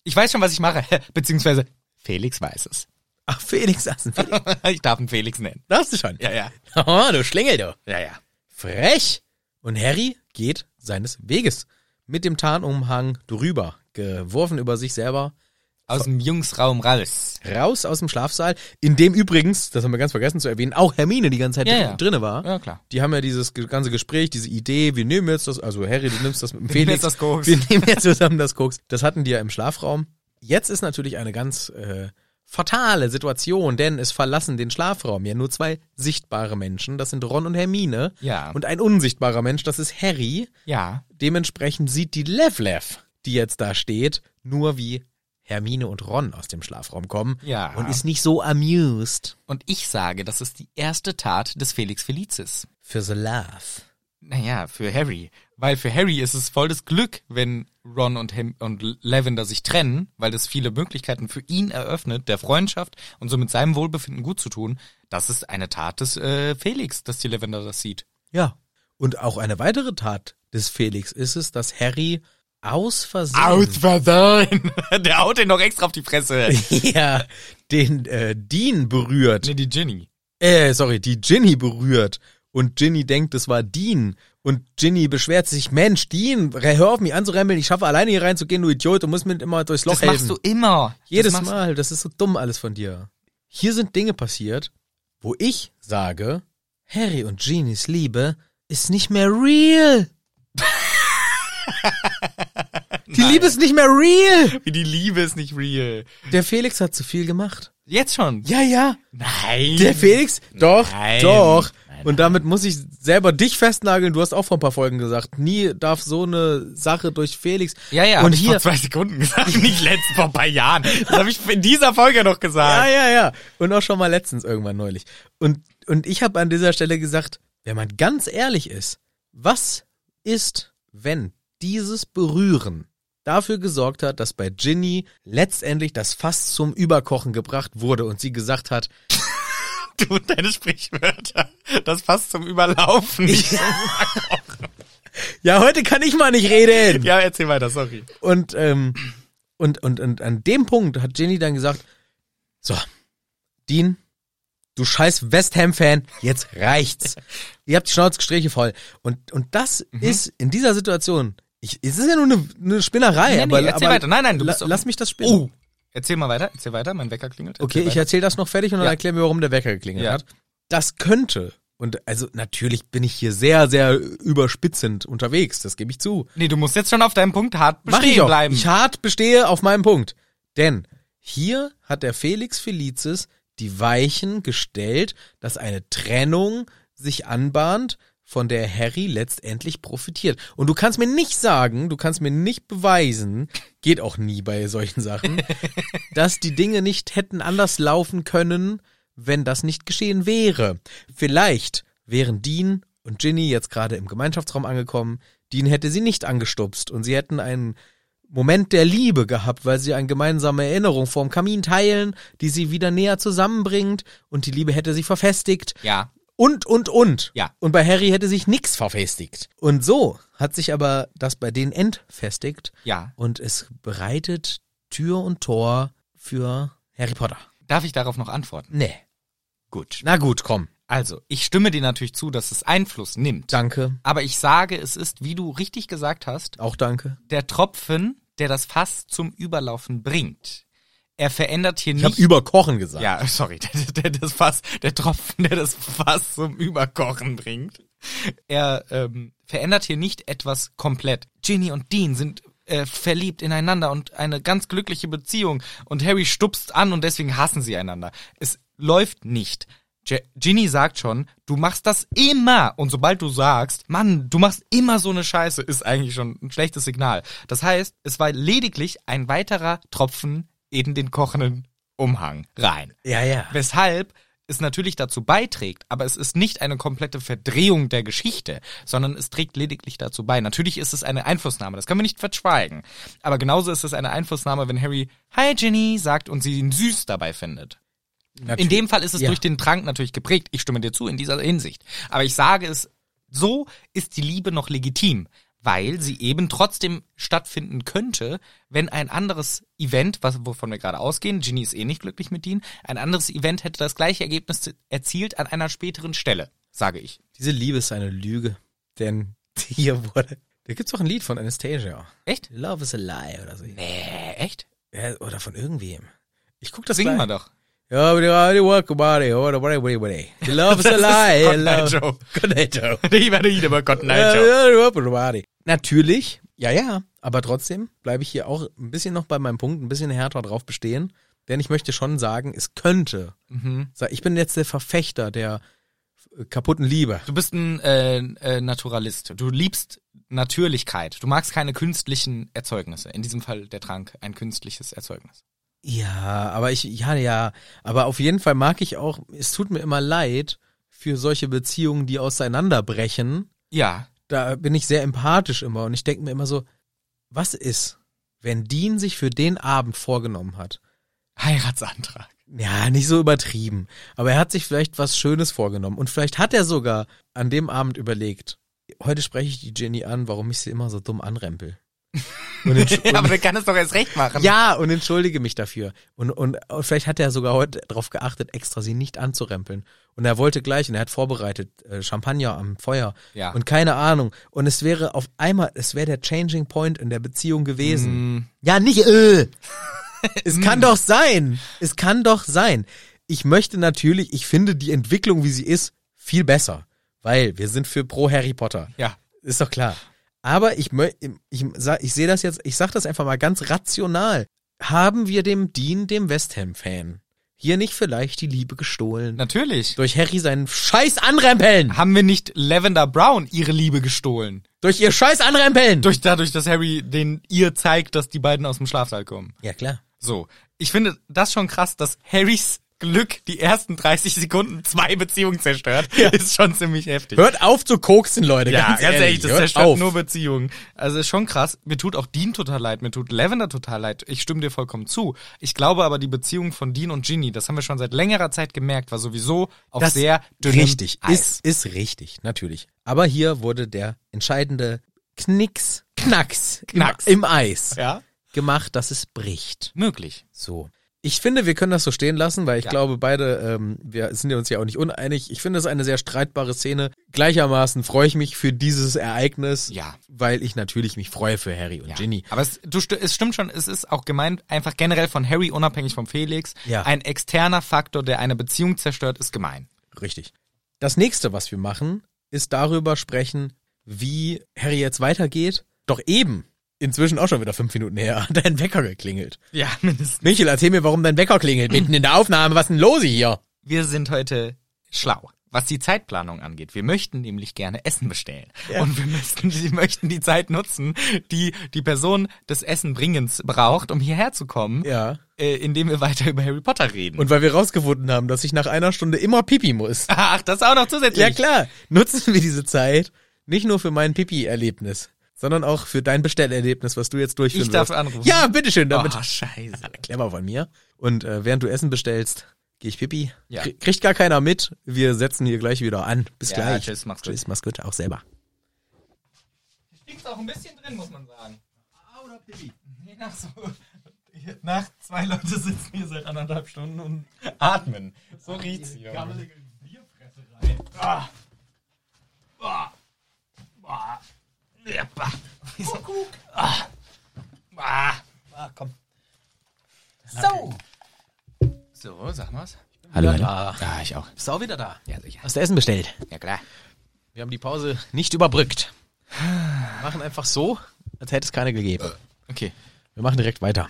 [SPEAKER 2] Ich weiß schon, was ich mache. Beziehungsweise Felix weiß es.
[SPEAKER 1] Ach, Felix, das ist ein Felix.
[SPEAKER 2] ich darf ihn Felix nennen.
[SPEAKER 1] Darfst du schon?
[SPEAKER 2] Ja, ja.
[SPEAKER 1] Oh, du Schlingel, du.
[SPEAKER 2] Ja, ja.
[SPEAKER 1] Frech! Und Harry geht seines Weges. mit dem Tarnumhang drüber, geworfen über sich selber,
[SPEAKER 2] Aus dem Jungsraum raus.
[SPEAKER 1] raus aus dem Schlafsaal, in dem übrigens, das haben wir ganz vergessen zu erwähnen, auch Hermine die ganze Zeit
[SPEAKER 2] Ja,
[SPEAKER 1] drin,
[SPEAKER 2] ja.
[SPEAKER 1] drinne war.
[SPEAKER 2] Ja, klar.
[SPEAKER 1] Die haben ja dieses ge- ganze Gespräch, diese Idee, wir nehmen jetzt das, also Harry, du nimmst das mit dem
[SPEAKER 2] nehmen
[SPEAKER 1] Felix.
[SPEAKER 2] jetzt das Koks.
[SPEAKER 1] Wir nehmen jetzt zusammen das Koks. Das hatten die ja im Schlafraum. Jetzt ist natürlich eine ganz äh, fatale Situation, denn es verlassen den Schlafraum ja nur zwei sichtbare Menschen, das sind Ron und Hermine.
[SPEAKER 2] Ja.
[SPEAKER 1] Und ein unsichtbarer Mensch, das ist Harry.
[SPEAKER 2] Ja.
[SPEAKER 1] Dementsprechend sieht die Levlev, die jetzt da steht, nur wie Hermine und Ron aus dem Schlafraum kommen
[SPEAKER 2] Ja.
[SPEAKER 1] und ist nicht so amused
[SPEAKER 2] Und ich sage, das ist die erste Tat des Felix Felicis.
[SPEAKER 1] für the laugh.
[SPEAKER 2] Naja, für Harry. Weil für Harry ist es voll das Glück, wenn Ron und, Hem und Lavender sich trennen, weil das viele Möglichkeiten für ihn eröffnet, der Freundschaft und somit seinem Wohlbefinden gut zu tun. Das ist eine Tat des äh, Felix, dass die Lavender das sieht.
[SPEAKER 1] Ja. Und auch eine weitere Tat des Felix ist es, dass Harry aus Versehen
[SPEAKER 2] Versehen! Der haut den noch extra auf die Fresse.
[SPEAKER 1] ja, den äh, Dean berührt.
[SPEAKER 2] nee, die Ginny.
[SPEAKER 1] Äh, sorry, die Ginny berührt. Und Ginny denkt, es war Dean. Und Ginny beschwert sich, Mensch, Dean, hör auf mich anzurempeln, ich schaffe alleine hier reinzugehen, du Idiot, du musst mir immer durchs Loch
[SPEAKER 2] Das
[SPEAKER 1] helfen.
[SPEAKER 2] machst du immer.
[SPEAKER 1] Jedes
[SPEAKER 2] das machst-
[SPEAKER 1] Mal, das ist so dumm alles von dir. Hier sind Dinge passiert, wo ich sage, Harry und Genies Liebe ist nicht mehr real. Die Liebe ist nicht mehr real.
[SPEAKER 2] Die Liebe ist nicht real.
[SPEAKER 1] Der Felix hat zu viel gemacht.
[SPEAKER 2] Jetzt schon?
[SPEAKER 1] Ja, ja.
[SPEAKER 2] Nein.
[SPEAKER 1] Der Felix? Doch,
[SPEAKER 2] Nein.
[SPEAKER 1] doch.
[SPEAKER 2] Nein,
[SPEAKER 1] Und damit muss ich selber dich festnageln. Du hast auch vor ein paar Folgen gesagt, nie darf so eine Sache durch Felix.
[SPEAKER 2] Ja, ja.
[SPEAKER 1] Und
[SPEAKER 2] hab ich
[SPEAKER 1] hier,
[SPEAKER 2] vor zwei Sekunden gesagt, nicht letzten vor ein paar Jahren. Das habe ich in dieser Folge noch
[SPEAKER 1] Ja,
[SPEAKER 2] gesagt.
[SPEAKER 1] Ah, ja, ja. Und auch schon mal letztens irgendwann neulich. Und, und ich habe an dieser Stelle gesagt, wenn man ganz ehrlich ist, was ist, wenn dieses Berühren dafür gesorgt hat, dass bei Ginny letztendlich das Fass zum Überkochen gebracht wurde und sie gesagt hat,
[SPEAKER 2] Du und deine Sprichwörter. Das passt zum Überlaufen.
[SPEAKER 1] ja, heute kann ich mal nicht reden.
[SPEAKER 2] ja, erzähl weiter, sorry.
[SPEAKER 1] Und, ähm, und, und, und an dem Punkt hat Ginny dann gesagt, so, Dean, du scheiß West Ham-Fan, jetzt reicht's. Ihr habt die Schnauzgestriche voll. Und, und das
[SPEAKER 2] Mhm.
[SPEAKER 1] ist in dieser Situation, ich, es ist ja nur eine, eine Spinnerei,
[SPEAKER 2] Nee, nee,
[SPEAKER 1] aber,
[SPEAKER 2] erzähl
[SPEAKER 1] aber
[SPEAKER 2] weiter. Nein, nein, du bist doch-
[SPEAKER 1] lass mich das spielen.
[SPEAKER 2] Oh. Erzähl mal weiter, erzähl weiter, mein Wecker klingelt.
[SPEAKER 1] Okay, ich
[SPEAKER 2] erzähl
[SPEAKER 1] erzähle das noch fertig und dann
[SPEAKER 2] Ja.
[SPEAKER 1] erklären wir, warum der Wecker geklingelt
[SPEAKER 2] Ja.
[SPEAKER 1] hat. Das könnte, und also natürlich bin ich hier sehr, sehr überspitzend unterwegs, das gebe ich zu.
[SPEAKER 2] weiter. Nee, du musst jetzt schon auf deinem Punkt hart
[SPEAKER 1] Mach
[SPEAKER 2] bestehen
[SPEAKER 1] ich auch.
[SPEAKER 2] bleiben.
[SPEAKER 1] Ich hart bestehe auf meinem Punkt. Denn hier hat der Felix Felicis die Weichen gestellt, dass eine Trennung sich anbahnt, von der Harry letztendlich profitiert. Und du kannst mir nicht sagen, du kannst mir nicht beweisen, geht auch nie bei solchen Sachen, dass die Dinge nicht hätten anders laufen können, wenn das nicht geschehen wäre. Vielleicht wären Dean und Ginny jetzt gerade im Gemeinschaftsraum angekommen. Dean hätte sie nicht angestupst und sie hätten einen Moment der Liebe gehabt, weil sie eine gemeinsame Erinnerung vorm Kamin teilen, die sie wieder näher zusammenbringt und die Liebe hätte sie verfestigt.
[SPEAKER 2] ja.
[SPEAKER 1] Und, und, und.
[SPEAKER 2] Ja.
[SPEAKER 1] Und bei Harry hätte sich nichts verfestigt. Und so hat sich aber das bei denen entfestigt.
[SPEAKER 2] Ja.
[SPEAKER 1] Und es bereitet Tür und Tor für Harry Potter.
[SPEAKER 2] Darf ich darauf noch antworten?
[SPEAKER 1] Nee.
[SPEAKER 2] Gut.
[SPEAKER 1] Na gut, komm.
[SPEAKER 2] Also, ich stimme dir natürlich zu, dass es Einfluss nimmt.
[SPEAKER 1] Danke.
[SPEAKER 2] Aber ich sage, es ist, wie du richtig gesagt hast,
[SPEAKER 1] Auch danke.
[SPEAKER 2] der Tropfen, der das Fass zum Überlaufen bringt. Er verändert hier
[SPEAKER 1] Ich
[SPEAKER 2] nicht.
[SPEAKER 1] habe überkochen gesagt.
[SPEAKER 2] ja, sorry, der, der, das Fass, der Tropfen, der das Fass zum Überkochen bringt. Er ähm, verändert hier nicht etwas komplett. Ginny und Dean sind äh, verliebt ineinander und eine ganz glückliche Beziehung. Und Harry stupst an und deswegen hassen sie einander. Es läuft nicht. Je- Ginny sagt schon, du machst das immer. Und sobald du sagst, Mann, du machst immer so eine Scheiße, ist eigentlich schon ein schlechtes Signal. Das heißt, es war lediglich ein weiterer Tropfen in den kochenden Umhang rein.
[SPEAKER 1] Ja, ja.
[SPEAKER 2] Weshalb es natürlich dazu beiträgt, aber es ist nicht eine komplette Verdrehung der Geschichte, sondern es trägt lediglich dazu bei. Natürlich ist es eine Einflussnahme, das können wir nicht verschweigen. Aber genauso ist es eine Einflussnahme, wenn Harry Hi Ginny sagt und sie ihn süß dabei findet. In dem Fall ist es
[SPEAKER 1] Ja.
[SPEAKER 2] durch den Trank natürlich geprägt. Ich stimme dir zu in dieser Hinsicht. Aber ich sage es, so ist die Liebe noch legitim, weil sie eben trotzdem stattfinden könnte, wenn ein anderes Event, was, wovon wir gerade ausgehen, Ginny ist eh nicht glücklich mit Dean, ein anderes Event hätte das gleiche Ergebnis zu- erzielt an einer späteren Stelle, sage ich.
[SPEAKER 1] Diese Liebe ist eine Lüge. Denn hier wurde Da gibt's doch ein Lied von Anastasia.
[SPEAKER 2] Echt?
[SPEAKER 1] Love is a lie oder so.
[SPEAKER 2] Nee, echt?
[SPEAKER 1] Ja, oder von irgendwem. Ich guck das
[SPEAKER 2] Singen wir
[SPEAKER 1] gleich.
[SPEAKER 2] doch.
[SPEAKER 1] Ja, but you are the work about it, or the worry, worry, worry. Love is a lie.
[SPEAKER 2] Cotton Eye
[SPEAKER 1] love-
[SPEAKER 2] Joe.
[SPEAKER 1] Good night, Joe.
[SPEAKER 2] Ich werde ihn über Cotton
[SPEAKER 1] Ja,
[SPEAKER 2] Eye Joe.
[SPEAKER 1] ja, überhaupt nicht wahr. Natürlich, ja, ja, aber trotzdem bleibe ich hier auch ein bisschen noch bei meinem Punkt, ein bisschen härter drauf bestehen, denn ich möchte schon sagen, es könnte.
[SPEAKER 2] Mhm.
[SPEAKER 1] sa- Ich bin jetzt der Verfechter der äh, kaputten Liebe.
[SPEAKER 2] Du bist ein äh, äh, Naturalist. Du liebst Natürlichkeit. Du magst keine künstlichen Erzeugnisse. In diesem Fall der Trank, ein künstliches Erzeugnis.
[SPEAKER 1] Ja, aber ich, ja, ja, aber auf jeden Fall mag ich auch, es tut mir immer leid für solche Beziehungen, die auseinanderbrechen.
[SPEAKER 2] Ja.
[SPEAKER 1] Da bin ich sehr empathisch immer und ich denke mir immer so, was ist, wenn Dean sich für den Abend vorgenommen hat?
[SPEAKER 2] Heiratsantrag.
[SPEAKER 1] Ja, nicht so übertrieben. Aber er hat sich vielleicht was Schönes vorgenommen. Und vielleicht hat er sogar an dem Abend überlegt, heute spreche ich die Jenny an, warum ich sie immer so dumm anrempel. Und entsch-
[SPEAKER 2] Aber der kann es doch erst recht machen.
[SPEAKER 1] ja, und entschuldige mich dafür. Und, und, und vielleicht hat er sogar heute darauf geachtet, extra sie nicht anzurempeln. Und er wollte gleich, und er hat vorbereitet, äh, Champagner am Feuer.
[SPEAKER 2] Ja.
[SPEAKER 1] Und keine Ahnung. Und es wäre auf einmal, es wäre der Changing Point in der Beziehung gewesen.
[SPEAKER 2] Mm.
[SPEAKER 1] Ja, nicht äh. Es kann doch sein. Es kann doch sein. Ich möchte natürlich, ich finde die Entwicklung, wie sie ist, viel besser. Weil wir sind für pro Harry Potter.
[SPEAKER 2] Ja.
[SPEAKER 1] Ist doch klar. Aber ich, mö- ich, sa- ich sehe das jetzt, ich sage das einfach mal ganz rational. Haben wir dem Dean, dem West Ham-Fan, hier nicht vielleicht die Liebe gestohlen?
[SPEAKER 2] Natürlich.
[SPEAKER 1] Durch Harry seinen Scheiß anrempeln!
[SPEAKER 2] Haben wir nicht Lavender Brown ihre Liebe gestohlen?
[SPEAKER 1] Durch ihr Scheiß anrempeln!
[SPEAKER 2] Durch dadurch, dass Harry den ihr zeigt, dass die beiden aus dem Schlafsaal kommen.
[SPEAKER 1] ja, klar.
[SPEAKER 2] So. Ich finde das schon krass, dass Harrys Glück die ersten 30 Sekunden zwei Beziehungen zerstört. Ist schon ziemlich heftig.
[SPEAKER 1] Hört auf zu koksen, Leute.
[SPEAKER 2] Ja, ganz, ehrlich, das
[SPEAKER 1] hört
[SPEAKER 2] zerstört
[SPEAKER 1] auf.
[SPEAKER 2] nur Beziehungen. Also ist schon krass. Mir tut auch Dean total leid, mir tut Lavender total leid. Ich stimme dir vollkommen zu. Ich glaube aber, die Beziehung von Dean und Ginny, das haben wir schon seit längerer Zeit gemerkt, war sowieso auf
[SPEAKER 1] Das
[SPEAKER 2] sehr dünnem
[SPEAKER 1] Richtig,
[SPEAKER 2] Eis.
[SPEAKER 1] ist, ist richtig, natürlich. Aber hier wurde der entscheidende Knicks, Knacks,
[SPEAKER 2] Knacks.
[SPEAKER 1] Im, im Eis
[SPEAKER 2] ja
[SPEAKER 1] gemacht, dass es bricht.
[SPEAKER 2] möglich.
[SPEAKER 1] So. Ich finde, wir können das so stehen lassen, weil ich
[SPEAKER 2] Ja.
[SPEAKER 1] glaube, beide, ähm, wir sind ja uns ja auch nicht uneinig. Ich finde es ist eine sehr streitbare Szene. Gleichermaßen freue ich mich für dieses Ereignis,
[SPEAKER 2] Ja.
[SPEAKER 1] weil ich natürlich mich freue für Harry und
[SPEAKER 2] Ja.
[SPEAKER 1] Ginny.
[SPEAKER 2] Aber es, du, sti- es stimmt schon, es ist auch gemeint, einfach generell von Harry, unabhängig vom Felix,
[SPEAKER 1] Ja.
[SPEAKER 2] ein externer Faktor, der eine Beziehung zerstört, ist gemein.
[SPEAKER 1] Richtig. Das nächste, was wir machen, ist darüber sprechen, wie Harry jetzt weitergeht. Doch eben, inzwischen auch schon wieder fünf Minuten her, hat dein Wecker geklingelt.
[SPEAKER 2] Ja, mindestens.
[SPEAKER 1] Michel, erzähl mir, warum dein Wecker klingelt mitten in der Aufnahme. Was ist denn lose hier?
[SPEAKER 2] Wir sind heute schlau. Was die Zeitplanung angeht, wir möchten nämlich gerne Essen bestellen. Und wir möchten, wir möchten die Zeit nutzen, die die Person des Essenbringens braucht, um hierher zu kommen,
[SPEAKER 1] Ja.
[SPEAKER 2] äh, indem wir weiter über Harry Potter reden.
[SPEAKER 1] Und weil wir rausgefunden haben, dass ich nach einer Stunde immer Pipi muss.
[SPEAKER 2] Ach, das auch noch zusätzlich.
[SPEAKER 1] Ja klar, nutzen wir diese Zeit nicht nur für mein Pipi-Erlebnis, sondern auch für dein Bestellerlebnis, was du jetzt durchführen
[SPEAKER 2] Ich darf
[SPEAKER 1] wirst.
[SPEAKER 2] anrufen.
[SPEAKER 1] Ja, bitteschön, damit
[SPEAKER 2] Oh, scheiße.
[SPEAKER 1] Clever von mir. Und äh, während du Essen bestellst, gehe ich pipi.
[SPEAKER 2] Ja.
[SPEAKER 1] Krie- Kriegt gar keiner mit. Wir setzen hier gleich wieder an. Bis
[SPEAKER 2] Ja,
[SPEAKER 1] gleich.
[SPEAKER 2] tschüss, mach's gut.
[SPEAKER 1] Tschüss, mach's gut. Auch selber.
[SPEAKER 2] Liegt auch ein bisschen drin, muss man sagen. Ah, oder Pipi? Je nach so. Nach zwei Leute sitzen hier seit anderthalb Stunden und atmen. So riecht's hier. Ah. Ah. Ah. Ja, bah. Ah. Ah. Ah, komm. So. So, sag mal's.
[SPEAKER 1] Hallo,
[SPEAKER 2] Ah, ja, ich auch.
[SPEAKER 1] Bist du auch wieder da?
[SPEAKER 2] Ja, sicher.
[SPEAKER 1] Hast du Essen bestellt?
[SPEAKER 2] Ja, klar.
[SPEAKER 1] Wir haben die Pause nicht überbrückt. Wir machen einfach so, als hätte es keine gegeben.
[SPEAKER 2] Okay.
[SPEAKER 1] Wir machen direkt weiter.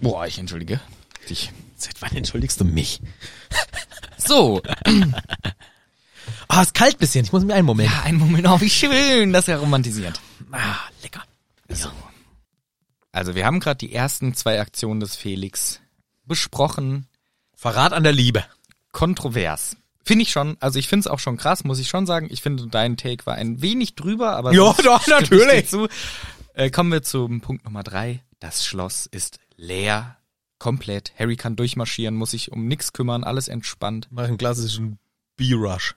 [SPEAKER 2] Boah, ich entschuldige dich.
[SPEAKER 1] Seit wann entschuldigst du mich?
[SPEAKER 2] So.
[SPEAKER 1] Ah, es ist kalt ein bisschen. Ich muss mir einen Moment.
[SPEAKER 2] Ja, einen Moment. Oh, wie schön, dass er romantisiert.
[SPEAKER 1] Ah, lecker.
[SPEAKER 2] So. Also wir haben gerade die ersten zwei Aktionen des Felix besprochen.
[SPEAKER 1] Verrat an der Liebe.
[SPEAKER 2] Kontrovers. Finde ich schon. Also ich finde es auch schon krass, muss ich schon sagen. Ich finde, dein Take war ein wenig drüber, aber...
[SPEAKER 1] Ja,
[SPEAKER 2] sonst
[SPEAKER 1] doch,
[SPEAKER 2] stimme ich
[SPEAKER 1] natürlich.
[SPEAKER 2] dir Zu. Äh, kommen wir zum Punkt Nummer drei. Das Schloss ist leer. Komplett. Harry kann durchmarschieren, muss sich um nichts kümmern, alles entspannt.
[SPEAKER 1] Mach einen klassischen B-Rush.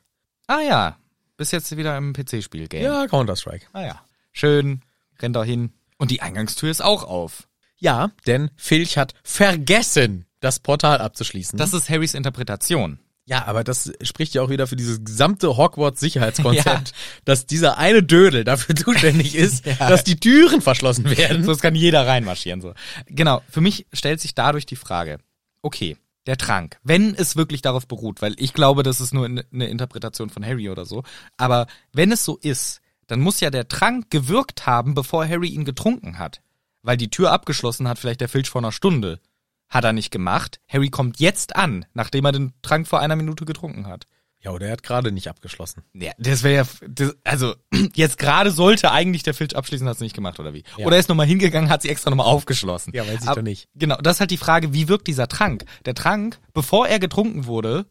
[SPEAKER 2] Ah ja, bis jetzt wieder im PC-Spiel-Game.
[SPEAKER 1] Ja, Counter-Strike.
[SPEAKER 2] Ah ja. Schön, rennt da hin. Und die Eingangstür ist auch auf.
[SPEAKER 1] Ja, denn Filch hat vergessen, das Portal abzuschließen.
[SPEAKER 2] Das ist Harrys Interpretation.
[SPEAKER 1] Ja, aber das spricht ja auch wieder für dieses gesamte Hogwarts-Sicherheitskonzept, dass dieser eine Dödel dafür zuständig ist,
[SPEAKER 2] Ja.
[SPEAKER 1] dass die Türen verschlossen werden.
[SPEAKER 2] Sonst kann jeder reinmarschieren. So. Genau, für mich stellt sich dadurch die Frage, okay, der Trank, wenn es wirklich darauf beruht, weil ich glaube, das ist nur in- eine Interpretation von Harry oder so, aber wenn es so ist, dann muss ja der Trank gewirkt haben, bevor Harry ihn getrunken hat. Weil die Tür abgeschlossen hat, vielleicht der Filch vor einer Stunde. Hat er nicht gemacht. Harry kommt jetzt an, nachdem er den Trank vor einer Minute getrunken hat.
[SPEAKER 1] Ja, oder er hat gerade nicht abgeschlossen.
[SPEAKER 2] Ja, das wäre ja, f- das, also jetzt gerade sollte eigentlich der Filch abschließen, hat es nicht gemacht oder wie?
[SPEAKER 1] Ja.
[SPEAKER 2] Oder er ist nochmal hingegangen, hat sie extra nochmal aufgeschlossen.
[SPEAKER 1] Ja, weiß ich
[SPEAKER 2] Ab-
[SPEAKER 1] doch nicht.
[SPEAKER 2] Genau, das ist halt die Frage, wie wirkt dieser Trank? Der Trank, bevor er getrunken wurde,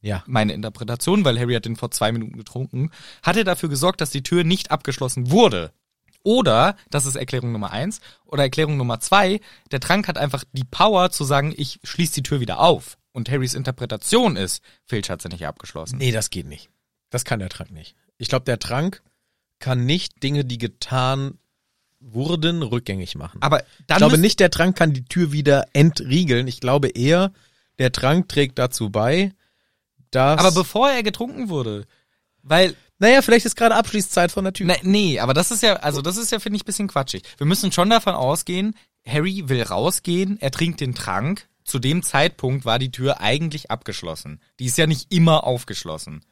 [SPEAKER 1] Ja.
[SPEAKER 2] meine Interpretation, weil Harry hat den vor zwei Minuten getrunken, hat er dafür gesorgt, dass die Tür nicht abgeschlossen wurde. Oder, das ist Erklärung Nummer eins, oder Erklärung Nummer zwei, der Trank hat einfach die Power zu sagen, ich schließe die Tür wieder auf. Und Harrys Interpretation ist, Filch hat sie nicht abgeschlossen.
[SPEAKER 1] Nee, das geht nicht. Das kann der Trank nicht. Ich glaube, der Trank kann nicht Dinge, die getan wurden, rückgängig machen.
[SPEAKER 2] Aber
[SPEAKER 1] ich
[SPEAKER 2] dann
[SPEAKER 1] glaube
[SPEAKER 2] müsste-
[SPEAKER 1] nicht, der Trank kann die Tür wieder entriegeln. Ich glaube eher, der Trank trägt dazu bei, dass...
[SPEAKER 2] Aber bevor er getrunken wurde. Weil,
[SPEAKER 1] naja, vielleicht ist gerade Abschließzeit von der Tür.
[SPEAKER 2] ne, nee, aber das ist ja, also das ist ja, finde ich, ein bisschen quatschig. Wir müssen schon davon ausgehen, Harry will rausgehen, er trinkt den Trank. Zu dem Zeitpunkt war die Tür eigentlich abgeschlossen. Die ist ja nicht immer aufgeschlossen.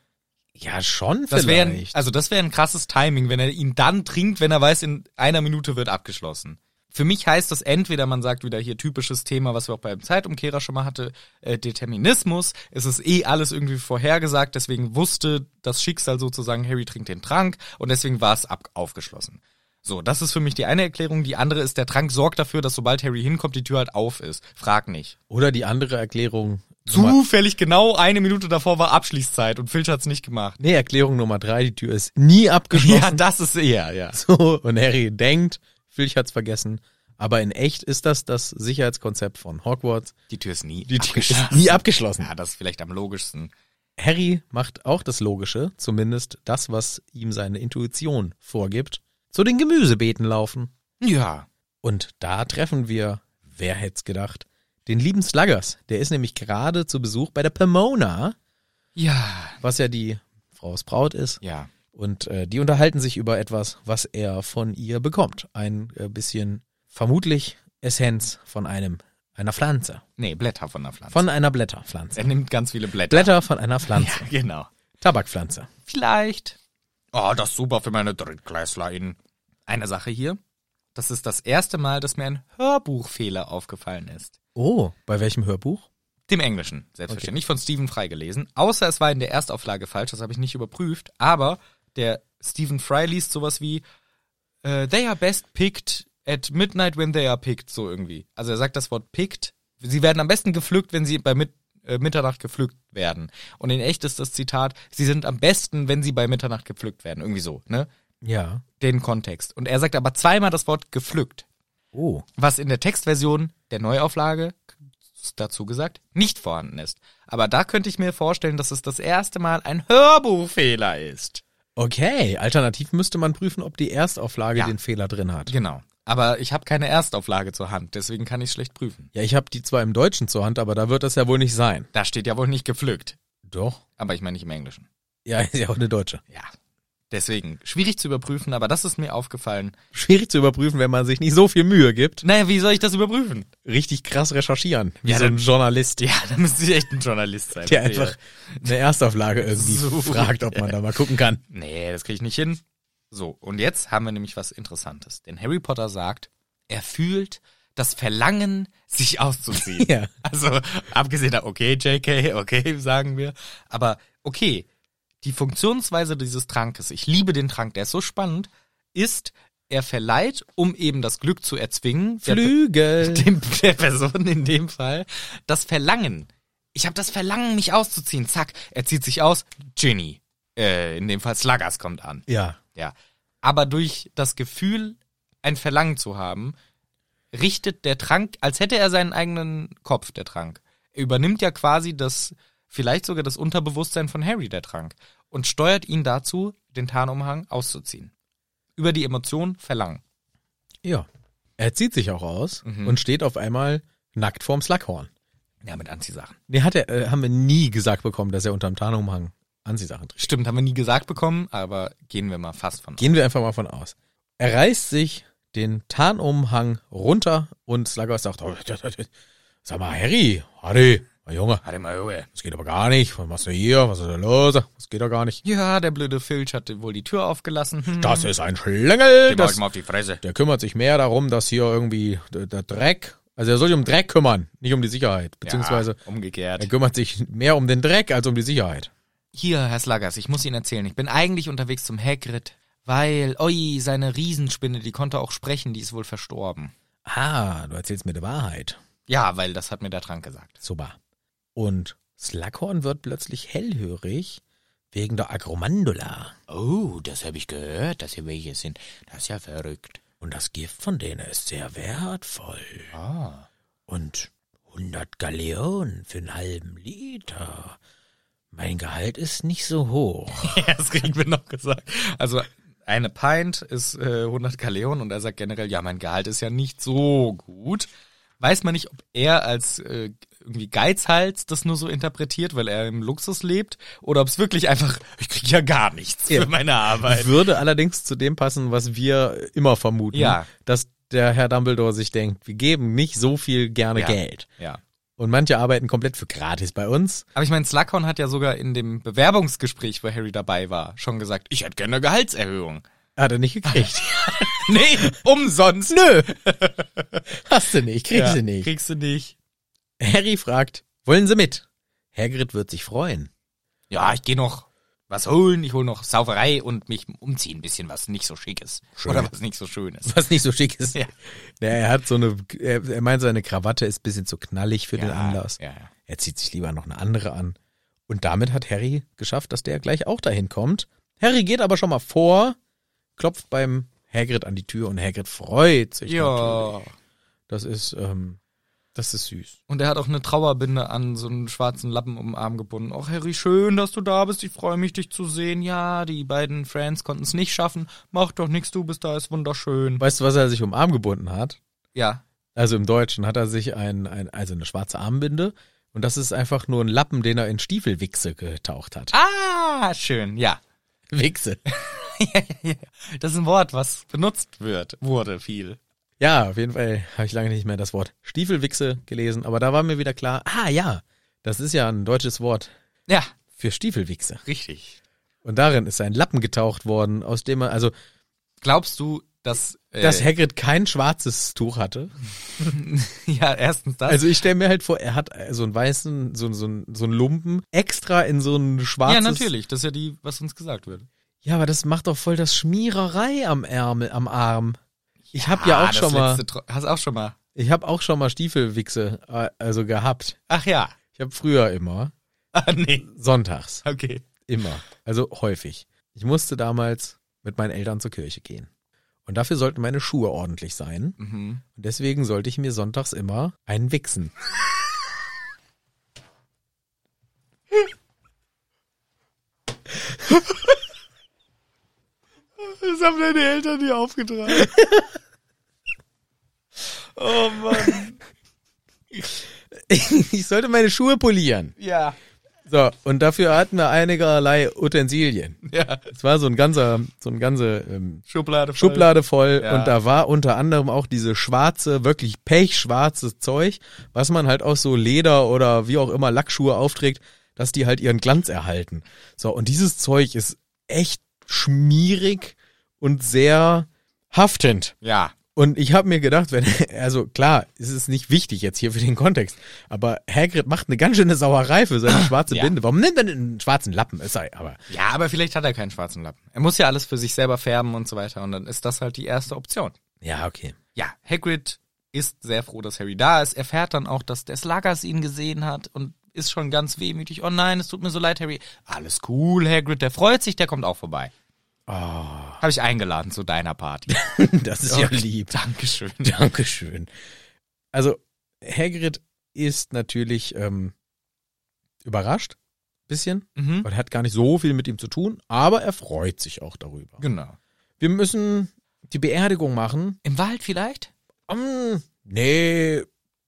[SPEAKER 1] Ja, schon
[SPEAKER 2] Das wäre, ein-
[SPEAKER 1] vielleicht.
[SPEAKER 2] also das wäre ein krasses Timing, wenn er ihn dann trinkt, wenn er weiß, in einer Minute wird abgeschlossen. Für mich heißt das entweder, man sagt wieder hier typisches Thema, was wir auch beim Zeitumkehrer schon mal hatte, äh, Determinismus. Es ist eh alles irgendwie vorhergesagt, deswegen wusste das Schicksal sozusagen, Harry trinkt den Trank und deswegen war es ab aufgeschlossen. So, das ist für mich die eine Erklärung. Die andere ist, der Trank sorgt dafür, dass sobald Harry hinkommt, die Tür halt auf ist. Frag nicht.
[SPEAKER 1] Oder die andere Erklärung. Nummer-
[SPEAKER 2] Zufällig genau eine Minute davor war Abschließzeit und Filch hat's nicht gemacht.
[SPEAKER 1] Nee, Erklärung Nummer drei, die Tür ist nie
[SPEAKER 2] Ja,
[SPEAKER 1] abgeschlossen.
[SPEAKER 2] das ist eher, ja.
[SPEAKER 1] so, und Harry denkt, Filch hat's vergessen. Aber in echt ist das das Sicherheitskonzept von Hogwarts.
[SPEAKER 2] Die Tür ist nie
[SPEAKER 1] Die Tür
[SPEAKER 2] abgeschlossen.
[SPEAKER 1] ist nie abgeschlossen.
[SPEAKER 2] Ja, das ist vielleicht am logischsten.
[SPEAKER 1] Harry macht auch das Logische, zumindest das, was ihm seine Intuition vorgibt, zu den Gemüsebeeten laufen.
[SPEAKER 2] Ja.
[SPEAKER 1] Und da treffen wir, wer hätt's gedacht, den lieben Sluggers. Der ist nämlich gerade zu Besuch bei der Pomona,
[SPEAKER 2] Ja.
[SPEAKER 1] was ja die Frau's Braut ist.
[SPEAKER 2] Ja.
[SPEAKER 1] Und äh, die unterhalten sich über etwas, was er von ihr bekommt. Ein äh, bisschen vermutlich Essenz von einem einer Pflanze,
[SPEAKER 2] Nee, Blätter von der Pflanze.
[SPEAKER 1] von einer Blätterpflanze.
[SPEAKER 2] er nimmt ganz viele Blätter.
[SPEAKER 1] Blätter von einer Pflanze,
[SPEAKER 2] Ja, genau.
[SPEAKER 1] Tabakpflanze.
[SPEAKER 2] Vielleicht. Oh, das ist super für meine DrittklässlerInnen. Eine Sache hier. Das ist das erste Mal, dass mir ein Hörbuchfehler aufgefallen ist.
[SPEAKER 1] Oh, bei welchem Hörbuch?
[SPEAKER 2] Dem Englischen, selbstverständlich, von Stephen Fry gelesen. Außer es war in der Erstauflage falsch, das habe ich nicht überprüft. Aber der Stephen Fry liest sowas wie äh, They are best picked at midnight when they are picked, so irgendwie. Also er sagt das Wort picked. Sie werden am besten gepflückt, wenn sie bei mit, äh, Mitternacht gepflückt werden. Und in echt ist das Zitat, sie sind am besten, wenn sie bei Mitternacht gepflückt werden. Irgendwie so, ne?
[SPEAKER 1] Ja.
[SPEAKER 2] Den Kontext. Und er sagt aber zweimal das Wort gepflückt
[SPEAKER 1] Oh.
[SPEAKER 2] was in der Textversion der Neuauflage dazu gesagt nicht vorhanden ist. Aber da könnte ich mir vorstellen, dass es das erste Mal ein Hörbuchfehler ist.
[SPEAKER 1] Okay, alternativ müsste man prüfen, ob die Erstauflage
[SPEAKER 2] Ja.
[SPEAKER 1] den Fehler drin hat.
[SPEAKER 2] Genau. Aber ich habe keine Erstauflage zur Hand, deswegen kann ich schlecht prüfen.
[SPEAKER 1] Ja, ich habe die zwar im Deutschen zur Hand, aber da wird das ja wohl nicht sein.
[SPEAKER 2] Da steht ja wohl nicht gepflückt.
[SPEAKER 1] Doch.
[SPEAKER 2] Aber ich meine nicht im Englischen.
[SPEAKER 1] Ja, ist ja auch eine deutsche.
[SPEAKER 2] Ja. Deswegen, schwierig zu überprüfen, aber das ist mir aufgefallen.
[SPEAKER 1] Schwierig zu überprüfen, wenn man sich nicht so viel Mühe gibt.
[SPEAKER 2] Naja, wie soll ich das überprüfen?
[SPEAKER 1] Richtig krass recherchieren, wie
[SPEAKER 2] Ja,
[SPEAKER 1] so ein
[SPEAKER 2] dann-
[SPEAKER 1] Journalist.
[SPEAKER 2] Ja, da müsste ich echt ein Journalist sein.
[SPEAKER 1] der
[SPEAKER 2] Okay.
[SPEAKER 1] einfach eine Erstauflage irgendwie
[SPEAKER 2] So.
[SPEAKER 1] fragt, ob man da mal gucken kann.
[SPEAKER 2] Nee, das kriege ich nicht hin. So, und jetzt haben wir nämlich was Interessantes. Denn Harry Potter sagt, er fühlt das Verlangen, sich auszuziehen.
[SPEAKER 1] Ja.
[SPEAKER 2] Also, abgesehen da, okay, JK, okay, sagen wir. Aber okay, die Funktionsweise dieses Trankes, ich liebe den Trank, der ist so spannend, ist, er verleiht, um eben das Glück zu erzwingen, der-
[SPEAKER 1] Flügel.
[SPEAKER 2] dem, der Person in dem Fall, das Verlangen. Ich habe das Verlangen, mich auszuziehen. Zack, er zieht sich aus. Ginny. Äh, in dem Fall Sluggers kommt an.
[SPEAKER 1] Ja.
[SPEAKER 2] Ja. Aber durch das Gefühl, ein Verlangen zu haben, richtet der Trank, als hätte er seinen eigenen Kopf, der Trank. Er übernimmt ja quasi das, vielleicht sogar das Unterbewusstsein von Harry, der Trank. Und steuert ihn dazu, den Tarnumhang auszuziehen. Über die Emotion Verlangen.
[SPEAKER 1] Ja. Er zieht sich auch aus und steht auf einmal nackt vorm Slughorn.
[SPEAKER 2] Ja, mit Anziehsachen.
[SPEAKER 1] Nee, hat er, äh, haben wir nie gesagt bekommen, dass er unterm Tarnumhang Anziehsachen trägt.
[SPEAKER 2] Stimmt, haben wir nie gesagt bekommen, aber gehen wir mal fast von aus.
[SPEAKER 1] Gehen wir einfach mal von aus. Er reißt sich den Tarnumhang runter und Slugger sagt, "Oh, sag mal, Harry, Harry, mein Junge,
[SPEAKER 2] Warte mal, Junge.
[SPEAKER 1] das geht aber gar nicht. Was machst du hier? Was ist denn los? Das geht doch gar nicht.
[SPEAKER 2] Ja, der blöde Filch hatte wohl die Tür aufgelassen. Hm.
[SPEAKER 1] Das ist ein Schlängel.
[SPEAKER 2] Dem hau ich
[SPEAKER 1] Das,
[SPEAKER 2] mal auf die Fresse.
[SPEAKER 1] der kümmert sich mehr darum, dass hier irgendwie der, der Dreck, also er soll sich um Dreck kümmern, nicht um die Sicherheit. Beziehungsweise
[SPEAKER 2] Ja, umgekehrt.
[SPEAKER 1] er kümmert sich mehr um den Dreck als um die Sicherheit.
[SPEAKER 2] Hier, Herr Slaggers, ich muss Ihnen erzählen, ich bin eigentlich unterwegs zum Hagrid, weil, oi, seine Riesenspinne, die konnte auch sprechen, die ist wohl verstorben.
[SPEAKER 1] Ah, du erzählst mir die Wahrheit.
[SPEAKER 2] Ja, weil das hat mir der Trank gesagt.
[SPEAKER 1] Super. Und Slughorn wird plötzlich hellhörig wegen der Agromandula.
[SPEAKER 2] Oh, das habe ich gehört, dass hier welche sind. Das ist ja verrückt.
[SPEAKER 1] Und das Gift von denen ist sehr wertvoll.
[SPEAKER 2] Ah.
[SPEAKER 1] Und 100 Galeonen für einen halben Liter. Mein Gehalt ist nicht so hoch.
[SPEAKER 2] Ja, das kriegen wir noch gesagt. Also eine Pint ist äh, 100 Galeon und er sagt generell, ja, mein Gehalt ist ja nicht so gut. Weiß man nicht, ob er als äh, irgendwie Geizhals das nur so interpretiert, weil er im Luxus lebt, oder ob es wirklich einfach, ich krieg ja gar nichts für meine Arbeit.
[SPEAKER 1] Würde allerdings zu dem passen, was wir immer vermuten,
[SPEAKER 2] Ja.
[SPEAKER 1] dass der Herr Dumbledore sich denkt, wir geben nicht so viel gerne
[SPEAKER 2] Ja.
[SPEAKER 1] Geld.
[SPEAKER 2] Ja.
[SPEAKER 1] Und manche arbeiten komplett für gratis bei uns.
[SPEAKER 2] Aber ich meine, Slughorn hat ja sogar in dem Bewerbungsgespräch, wo Harry dabei war, schon gesagt, ich hätte gerne eine Gehaltserhöhung.
[SPEAKER 1] Hat er nicht gekriegt.
[SPEAKER 2] Nee, umsonst.
[SPEAKER 1] Nö. Hast du nicht, kriegst
[SPEAKER 2] Ja,
[SPEAKER 1] du nicht.
[SPEAKER 2] Kriegst du nicht.
[SPEAKER 1] Harry fragt, wollen Sie mit? Hagrid wird sich freuen.
[SPEAKER 2] ja, ich gehe noch was holen, ich hole noch Sauferei und mich umziehen, ein bisschen was nicht so schickes.
[SPEAKER 1] Schön.
[SPEAKER 2] Oder was nicht so schönes.
[SPEAKER 1] Was nicht so schick ist.
[SPEAKER 2] Ja.
[SPEAKER 1] Na, er hat so eine, er, er meint, seine Krawatte ist ein bisschen zu knallig für den Anlass.
[SPEAKER 2] Ja, ja.
[SPEAKER 1] Er zieht sich lieber noch eine andere an. Und damit hat Harry geschafft, dass der gleich auch dahin kommt. Harry geht aber schon mal vor, klopft beim Hagrid an die Tür und Hagrid freut sich. natürlich.
[SPEAKER 2] ja.
[SPEAKER 1] Das ist, ähm, das ist süß.
[SPEAKER 2] Und er hat auch eine Trauerbinde an so einen schwarzen Lappen um den Arm gebunden. Ach, Harry, schön, dass du da bist. Ich freue mich, dich zu sehen. Ja, die beiden Friends konnten es nicht schaffen. Mach doch nichts, du bist da, ist wunderschön.
[SPEAKER 1] Weißt du, was er sich um den Arm gebunden hat?
[SPEAKER 2] Ja.
[SPEAKER 1] Also im Deutschen hat er sich ein, ein, also eine schwarze Armbinde. Und das ist einfach nur ein Lappen, den er in Stiefelwichse getaucht hat.
[SPEAKER 2] Ah, schön, ja.
[SPEAKER 1] Wichse.
[SPEAKER 2] Das ist ein Wort, was benutzt wird, wurde viel.
[SPEAKER 1] Ja, auf jeden Fall habe ich lange nicht mehr das Wort Stiefelwichse gelesen, aber da war mir wieder klar, ah ja, das ist ja ein deutsches Wort
[SPEAKER 2] Ja,
[SPEAKER 1] für Stiefelwichse.
[SPEAKER 2] richtig.
[SPEAKER 1] Und darin ist ein Lappen getaucht worden, aus dem er, also,
[SPEAKER 2] Glaubst du, dass... Äh,
[SPEAKER 1] dass Hagrid kein schwarzes Tuch hatte.
[SPEAKER 2] ja, erstens das.
[SPEAKER 1] Also ich stelle mir halt vor, er hat äh, so einen weißen, so, so, so einen Lumpen extra in so ein schwarzes.
[SPEAKER 2] ja, natürlich. Das ist ja die, was uns gesagt wird.
[SPEAKER 1] Ja, aber das macht doch voll das Schmiererei am Ärmel, am Arm. Ich habe ja, auch
[SPEAKER 2] Ah, das
[SPEAKER 1] schon mal,
[SPEAKER 2] letzte Tro- Hast auch schon mal.
[SPEAKER 1] ich habe auch schon mal Stiefelwichse, äh, also gehabt.
[SPEAKER 2] Ach ja.
[SPEAKER 1] Ich habe früher immer,
[SPEAKER 2] Ah, nee.
[SPEAKER 1] sonntags.
[SPEAKER 2] Okay.
[SPEAKER 1] Immer. Also häufig. Ich musste damals mit meinen Eltern zur Kirche gehen. Und dafür sollten meine Schuhe ordentlich sein.
[SPEAKER 2] Mhm.
[SPEAKER 1] Und deswegen sollte ich mir sonntags immer einen wichsen.
[SPEAKER 2] Das haben deine Eltern dir aufgetragen. oh Mann.
[SPEAKER 1] Ich sollte meine Schuhe polieren.
[SPEAKER 2] Ja.
[SPEAKER 1] So, und dafür hatten wir einigerlei Utensilien.
[SPEAKER 2] Ja.
[SPEAKER 1] Es war so ein ganzer, so ein ganze ähm,
[SPEAKER 2] Schublade. voll.
[SPEAKER 1] Schublade voll
[SPEAKER 2] Äh, Ja.
[SPEAKER 1] und da war unter anderem auch diese schwarze, wirklich pechschwarze Zeug, was man halt aus so Leder oder wie auch immer Lackschuhe aufträgt, dass die halt ihren Glanz erhalten. So, und dieses Zeug ist echt schmierig und sehr haftend.
[SPEAKER 2] Ja.
[SPEAKER 1] Und ich habe mir gedacht, wenn, also klar, es ist nicht wichtig jetzt hier für den Kontext, aber Hagrid macht eine ganz schöne Sauerei für seine schwarze
[SPEAKER 2] Ah, Ja.
[SPEAKER 1] Binde. Warum nimmt er denn einen schwarzen Lappen? Es sei aber.
[SPEAKER 2] Ja, aber vielleicht hat er keinen schwarzen Lappen. Er muss ja alles für sich selber färben und so weiter. Und dann ist das halt die erste Option.
[SPEAKER 1] Ja, okay.
[SPEAKER 2] Ja, Hagrid ist sehr froh, dass Harry da ist. Erfährt dann auch, dass der Slaggers ihn gesehen hat und ist schon ganz wehmütig. Oh nein, es tut mir so leid, Harry. Alles cool, Hagrid, der freut sich, der kommt auch vorbei. Oh. Habe ich eingeladen zu deiner Party.
[SPEAKER 1] Das ist ja lieb.
[SPEAKER 2] Dankeschön.
[SPEAKER 1] Dankeschön. Also, Hagrid ist natürlich ähm, überrascht, bisschen,
[SPEAKER 2] Mhm.
[SPEAKER 1] und hat gar nicht so viel mit ihm zu tun, aber er freut sich auch darüber.
[SPEAKER 2] Genau.
[SPEAKER 1] Wir müssen die Beerdigung machen.
[SPEAKER 2] Im Wald vielleicht?
[SPEAKER 1] Um, nee,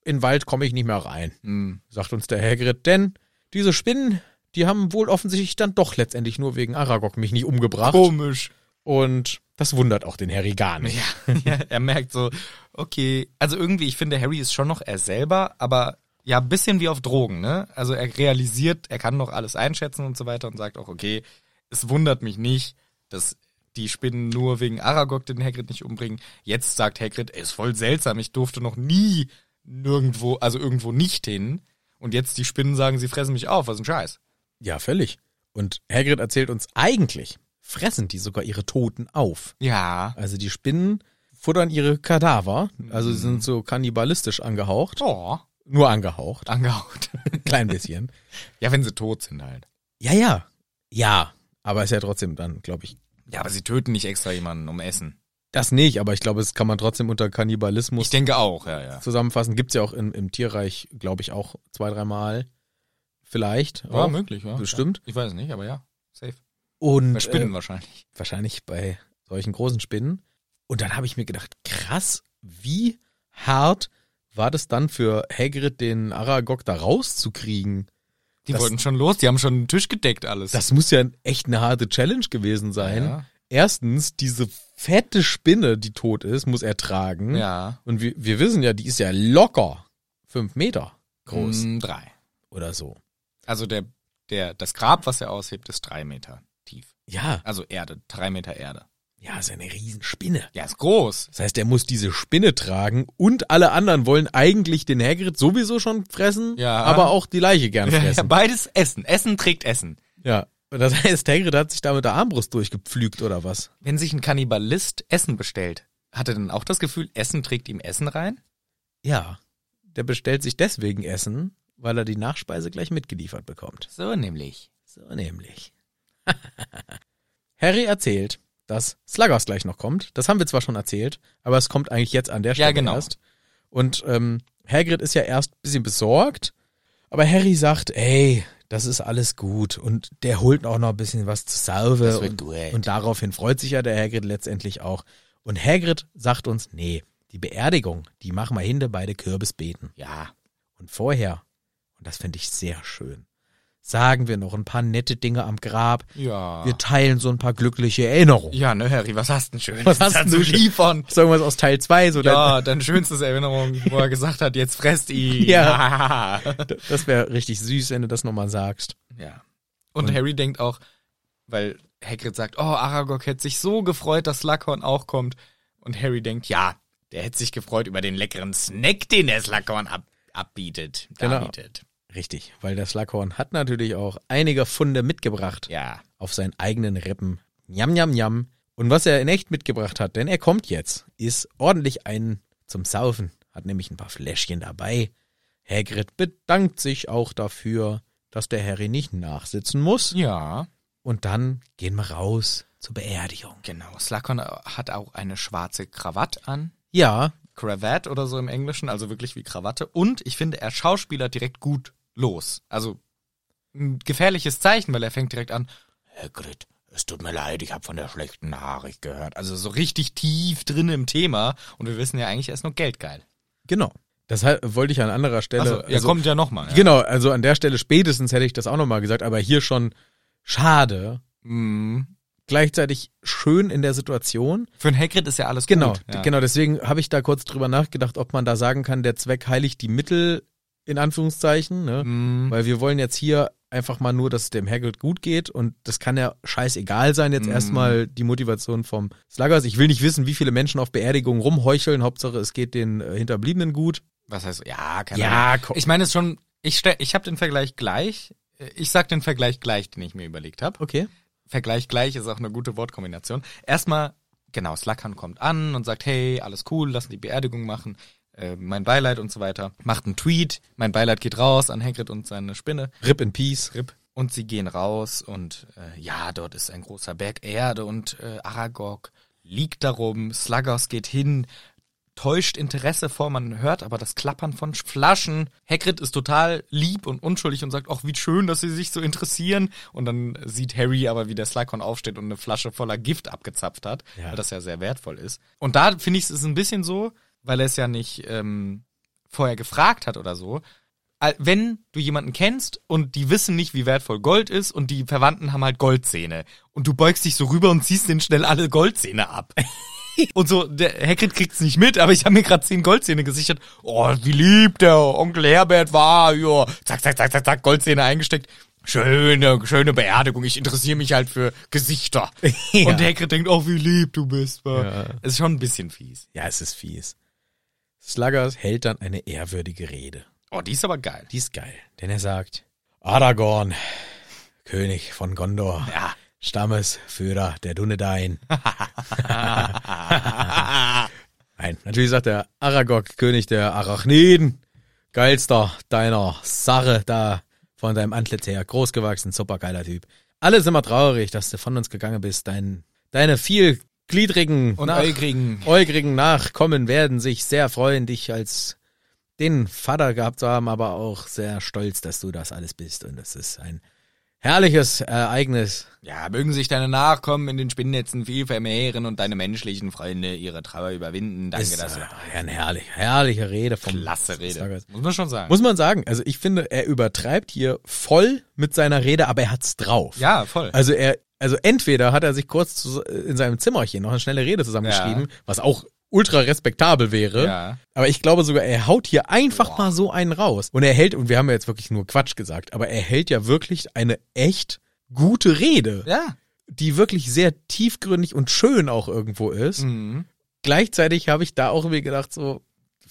[SPEAKER 1] in den Wald komme ich nicht mehr rein,
[SPEAKER 2] Hm.
[SPEAKER 1] sagt uns der Hagrid, denn diese Spinnen, die haben wohl offensichtlich dann doch letztendlich nur wegen Aragog mich nicht umgebracht.
[SPEAKER 2] Komisch.
[SPEAKER 1] Und das wundert auch den Harry gar nicht.
[SPEAKER 2] Ja, ja, er merkt so, okay, also irgendwie, ich finde, Harry ist schon noch er selber, aber ja, ein bisschen wie auf Drogen, ne? Also er realisiert, er kann noch alles einschätzen und so weiter und sagt auch, okay, es wundert mich nicht, dass die Spinnen nur wegen Aragog den Hagrid nicht umbringen. Jetzt sagt Hagrid, ey, ist voll seltsam, ich durfte noch nie nirgendwo, also irgendwo nicht hin. Und jetzt die Spinnen sagen, sie fressen mich auf, was ein Scheiß.
[SPEAKER 1] Ja, völlig. Und Hagrid erzählt uns, eigentlich fressen die sogar ihre Toten auf.
[SPEAKER 2] Ja.
[SPEAKER 1] Also die Spinnen futtern ihre Kadaver, also sie
[SPEAKER 2] Mhm.
[SPEAKER 1] sind so kannibalistisch angehaucht.
[SPEAKER 2] Oh,
[SPEAKER 1] Nur angehaucht,
[SPEAKER 2] angehaut.
[SPEAKER 1] klein bisschen.
[SPEAKER 2] ja, wenn sie tot sind halt.
[SPEAKER 1] ja, ja. Ja, aber ist ja trotzdem dann, glaube ich,
[SPEAKER 2] Ja, aber sie töten nicht extra jemanden um Essen.
[SPEAKER 1] das nicht, aber ich glaube, es kann man trotzdem unter Kannibalismus
[SPEAKER 2] Ich denke auch, ja, ja.
[SPEAKER 1] zusammenfassen. Gibt's ja auch im, im Tierreich, glaube ich, auch zwei, dreimal. Vielleicht.
[SPEAKER 2] Ja,
[SPEAKER 1] auch.
[SPEAKER 2] möglich, ja.
[SPEAKER 1] Bestimmt.
[SPEAKER 2] Ich weiß es nicht, aber ja. Safe.
[SPEAKER 1] Und
[SPEAKER 2] Bei Spinnen
[SPEAKER 1] äh,
[SPEAKER 2] wahrscheinlich.
[SPEAKER 1] wahrscheinlich bei solchen großen Spinnen. Und dann habe ich mir gedacht, krass, wie hart war das dann für Hagrid, den Aragog da rauszukriegen?
[SPEAKER 2] Die
[SPEAKER 1] das-
[SPEAKER 2] wollten schon los, die haben schon den Tisch gedeckt alles.
[SPEAKER 1] Das muss ja echt eine harte Challenge gewesen sein.
[SPEAKER 2] Ja.
[SPEAKER 1] Erstens, diese fette Spinne, die tot ist, muss er tragen.
[SPEAKER 2] ja.
[SPEAKER 1] Und wir, wir wissen ja, die ist ja locker fünf Meter groß
[SPEAKER 2] Mm, drei.
[SPEAKER 1] oder so.
[SPEAKER 2] Also der, der, das Grab, was er aushebt, ist drei Meter tief.
[SPEAKER 1] Ja,
[SPEAKER 2] Also Erde, drei Meter Erde.
[SPEAKER 1] ja, ist ja eine Riesenspinne.
[SPEAKER 2] Ja, ist groß.
[SPEAKER 1] Das heißt, er muss diese Spinne tragen und alle anderen wollen eigentlich den Hagrid sowieso schon fressen,
[SPEAKER 2] Ja.
[SPEAKER 1] aber auch die Leiche gern
[SPEAKER 2] Ja, ja,
[SPEAKER 1] fressen.
[SPEAKER 2] beides Essen. Essen trägt Essen.
[SPEAKER 1] Ja. Und Das heißt, Hagrid hat sich da mit der Armbrust durchgepflügt oder was?
[SPEAKER 2] Wenn sich ein Kannibalist Essen bestellt, hat er dann auch das Gefühl, Essen trägt ihm Essen rein?
[SPEAKER 1] Ja. Der bestellt sich deswegen Essen, weil er die Nachspeise gleich mitgeliefert bekommt.
[SPEAKER 2] So nämlich.
[SPEAKER 1] So nämlich. Harry erzählt, dass Sluggers gleich noch kommt. Das haben wir zwar schon erzählt, aber es kommt eigentlich jetzt an der Stelle
[SPEAKER 2] genau.
[SPEAKER 1] erst. Und ähm, Hagrid ist ja erst ein bisschen besorgt, aber Harry sagt, ey, das ist alles gut und der holt auch noch ein bisschen was zu Salve
[SPEAKER 2] Das
[SPEAKER 1] und,
[SPEAKER 2] wird gut.
[SPEAKER 1] und daraufhin freut sich ja der Hagrid letztendlich auch. Und Hagrid sagt uns, nee, die Beerdigung, die machen wir hinter beide Kürbisbeeten.
[SPEAKER 2] Ja.
[SPEAKER 1] Und vorher, und das finde ich sehr schön, sagen wir noch ein paar nette Dinge am Grab.
[SPEAKER 2] Ja.
[SPEAKER 1] Wir teilen so ein paar glückliche Erinnerungen.
[SPEAKER 2] Ja, ne, Harry, was hast denn schön?
[SPEAKER 1] Was hast denn
[SPEAKER 2] du
[SPEAKER 1] du schön?
[SPEAKER 2] liefern?
[SPEAKER 1] So irgendwas aus Teil 2, so
[SPEAKER 2] Ja, dein schönstes Erinnerung, wo er gesagt hat, jetzt fresst ihn. Ja.
[SPEAKER 1] dann, das wäre richtig süß, wenn du das nochmal sagst.
[SPEAKER 2] ja. Und, Harry denkt auch, weil Hagrid sagt, oh, Aragog hätte sich so gefreut, dass Slughorn auch kommt. Und Harry denkt, ja, der hätte sich gefreut über den leckeren Snack, den der Slughorn ab, abbietet.
[SPEAKER 1] Genau.
[SPEAKER 2] Darbietet.
[SPEAKER 1] Richtig, weil der Slughorn hat natürlich auch einige Funde mitgebracht
[SPEAKER 2] Ja.
[SPEAKER 1] auf seinen eigenen Rippen. Njam, njam, njam. Und was er in echt mitgebracht hat, denn er kommt jetzt, ist ordentlich einen zum Saufen. Hat nämlich ein paar Fläschchen dabei. Hagrid bedankt sich auch dafür, dass der Harry nicht nachsitzen muss.
[SPEAKER 2] Ja.
[SPEAKER 1] Und dann gehen wir raus zur Beerdigung.
[SPEAKER 2] Genau. Slughorn hat auch eine schwarze Krawatte an.
[SPEAKER 1] Ja,
[SPEAKER 2] Cravat oder so im Englischen, also wirklich wie Krawatte. Und ich finde, er schauspielert direkt gut los. Also ein gefährliches Zeichen, weil er fängt direkt an, Hagrid, es tut mir leid, ich habe von der schlechten Nachricht gehört. Also so richtig tief drin im Thema und wir wissen ja eigentlich, er ist nur geldgeil.
[SPEAKER 1] genau. Das he- wollte ich an anderer Stelle.
[SPEAKER 2] Also, er kommt ja nochmal. Ja.
[SPEAKER 1] Genau, also an der Stelle spätestens hätte ich das auch nochmal gesagt, aber hier schon schade.
[SPEAKER 2] Mhm.
[SPEAKER 1] Gleichzeitig schön in der Situation.
[SPEAKER 2] Für einen Hagrid ist ja alles
[SPEAKER 1] Genau,
[SPEAKER 2] gut. Ja.
[SPEAKER 1] genau. Deswegen habe ich da kurz drüber nachgedacht, ob man da sagen kann, der Zweck heiligt die Mittel, in Anführungszeichen. Ne?
[SPEAKER 2] Mhm.
[SPEAKER 1] Weil wir wollen jetzt hier einfach mal nur, dass es dem Hagrid gut geht und das kann ja scheißegal sein. Jetzt
[SPEAKER 2] Mhm.
[SPEAKER 1] erstmal die Motivation vom Sluggers. Ich will nicht wissen, wie viele Menschen auf Beerdigungen rumheucheln. Hauptsache, es geht den äh, Hinterbliebenen gut.
[SPEAKER 2] Was heißt, ja, keine Ahnung.
[SPEAKER 1] Ja, komm.
[SPEAKER 2] Genau. Ich meine, es ist schon, ich, stell- ich habe den Vergleich gleich. äh, Ich sag den Vergleich gleich, den ich mir überlegt habe.
[SPEAKER 1] okay.
[SPEAKER 2] Vergleich gleich ist auch eine gute Wortkombination. Erstmal, genau, Slackhan kommt an und sagt, hey, alles cool, lassen die Beerdigung machen, äh, mein Beileid und so weiter. Macht einen Tweet, mein Beileid geht raus an Hagrid und seine Spinne.
[SPEAKER 1] Rip in Peace.
[SPEAKER 2] Rip. Und sie gehen raus und äh, ja, dort ist ein großer Berg Erde und äh, Aragog liegt darum, Sluggers geht hin, täuscht Interesse vor, man hört aber das Klappern von Sch- Flaschen. Hagrid ist total lieb und unschuldig und sagt, ach, wie schön, dass sie sich so interessieren. Und dann sieht Harry aber, wie der Slughorn aufsteht und eine Flasche voller Gift abgezapft hat,
[SPEAKER 1] Ja.
[SPEAKER 2] weil das ja sehr wertvoll ist. Und da finde ich es ist ein bisschen so, weil er es ja nicht ähm, vorher gefragt hat oder so, äh, wenn du jemanden kennst und die wissen nicht, wie wertvoll Gold ist und die Verwandten haben halt Goldzähne und du beugst dich so rüber und ziehst denen schnell alle Goldzähne ab. Und so, der Hagrid kriegt's nicht mit, aber ich habe mir gerade zehn Goldzähne gesichert. Oh, wie lieb der Onkel Herbert war. Ja, zack, zack, zack, zack, zack, Goldzähne eingesteckt. Schöne, schöne Beerdigung. Ich interessiere mich halt für Gesichter. Und der Hagrid denkt, oh, wie lieb du bist. Ja. Ist schon ein bisschen fies.
[SPEAKER 1] Ja, es ist fies. Sluggers hält dann eine ehrwürdige Rede.
[SPEAKER 2] Oh, die ist aber geil.
[SPEAKER 1] Die ist geil, denn er sagt, Aragorn, König von Gondor,
[SPEAKER 2] Ja.
[SPEAKER 1] Stammesführer der Dunedain. Nein, natürlich sagt er Aragog, König der Arachniden, geilster deiner Sache da, von deinem Antlitz her, großgewachsen, supergeiler Typ. Alle sind mal traurig, dass du von uns gegangen bist, dein, deine vielgliedrigen
[SPEAKER 2] Und
[SPEAKER 1] nach-
[SPEAKER 2] Eulgrigen.
[SPEAKER 1] Eulgrigen Nachkommen werden sich sehr freuen, dich als den Vater gehabt zu haben, aber auch sehr stolz, dass du das alles bist. Und es ist ein herrliches Ereignis.
[SPEAKER 2] Ja, mögen sich deine Nachkommen in den Spinnnetzen viel vermehren und deine menschlichen Freunde ihre Trauer überwinden. Danke,
[SPEAKER 1] ist,
[SPEAKER 2] dass
[SPEAKER 1] äh,
[SPEAKER 2] ihr.
[SPEAKER 1] eine herrliche, herrliche Rede vom
[SPEAKER 2] Klasse Rede.
[SPEAKER 1] Sluggers.
[SPEAKER 2] Muss man schon sagen.
[SPEAKER 1] Muss man sagen, also ich finde, er übertreibt hier voll mit seiner Rede, aber er hat's drauf.
[SPEAKER 2] ja, voll.
[SPEAKER 1] Also er, also entweder hat er sich kurz zu, in seinem Zimmerchen noch eine schnelle Rede zusammengeschrieben, was auch ultra respektabel wäre.
[SPEAKER 2] Ja.
[SPEAKER 1] Aber ich glaube sogar, er haut hier einfach
[SPEAKER 2] Boah.
[SPEAKER 1] mal so einen raus. Und er hält, und wir haben ja jetzt wirklich nur Quatsch gesagt, aber er hält ja wirklich eine echt gute Rede,
[SPEAKER 2] Ja.
[SPEAKER 1] die wirklich sehr tiefgründig und schön auch irgendwo ist.
[SPEAKER 2] Mhm.
[SPEAKER 1] Gleichzeitig habe ich da auch mir gedacht, so,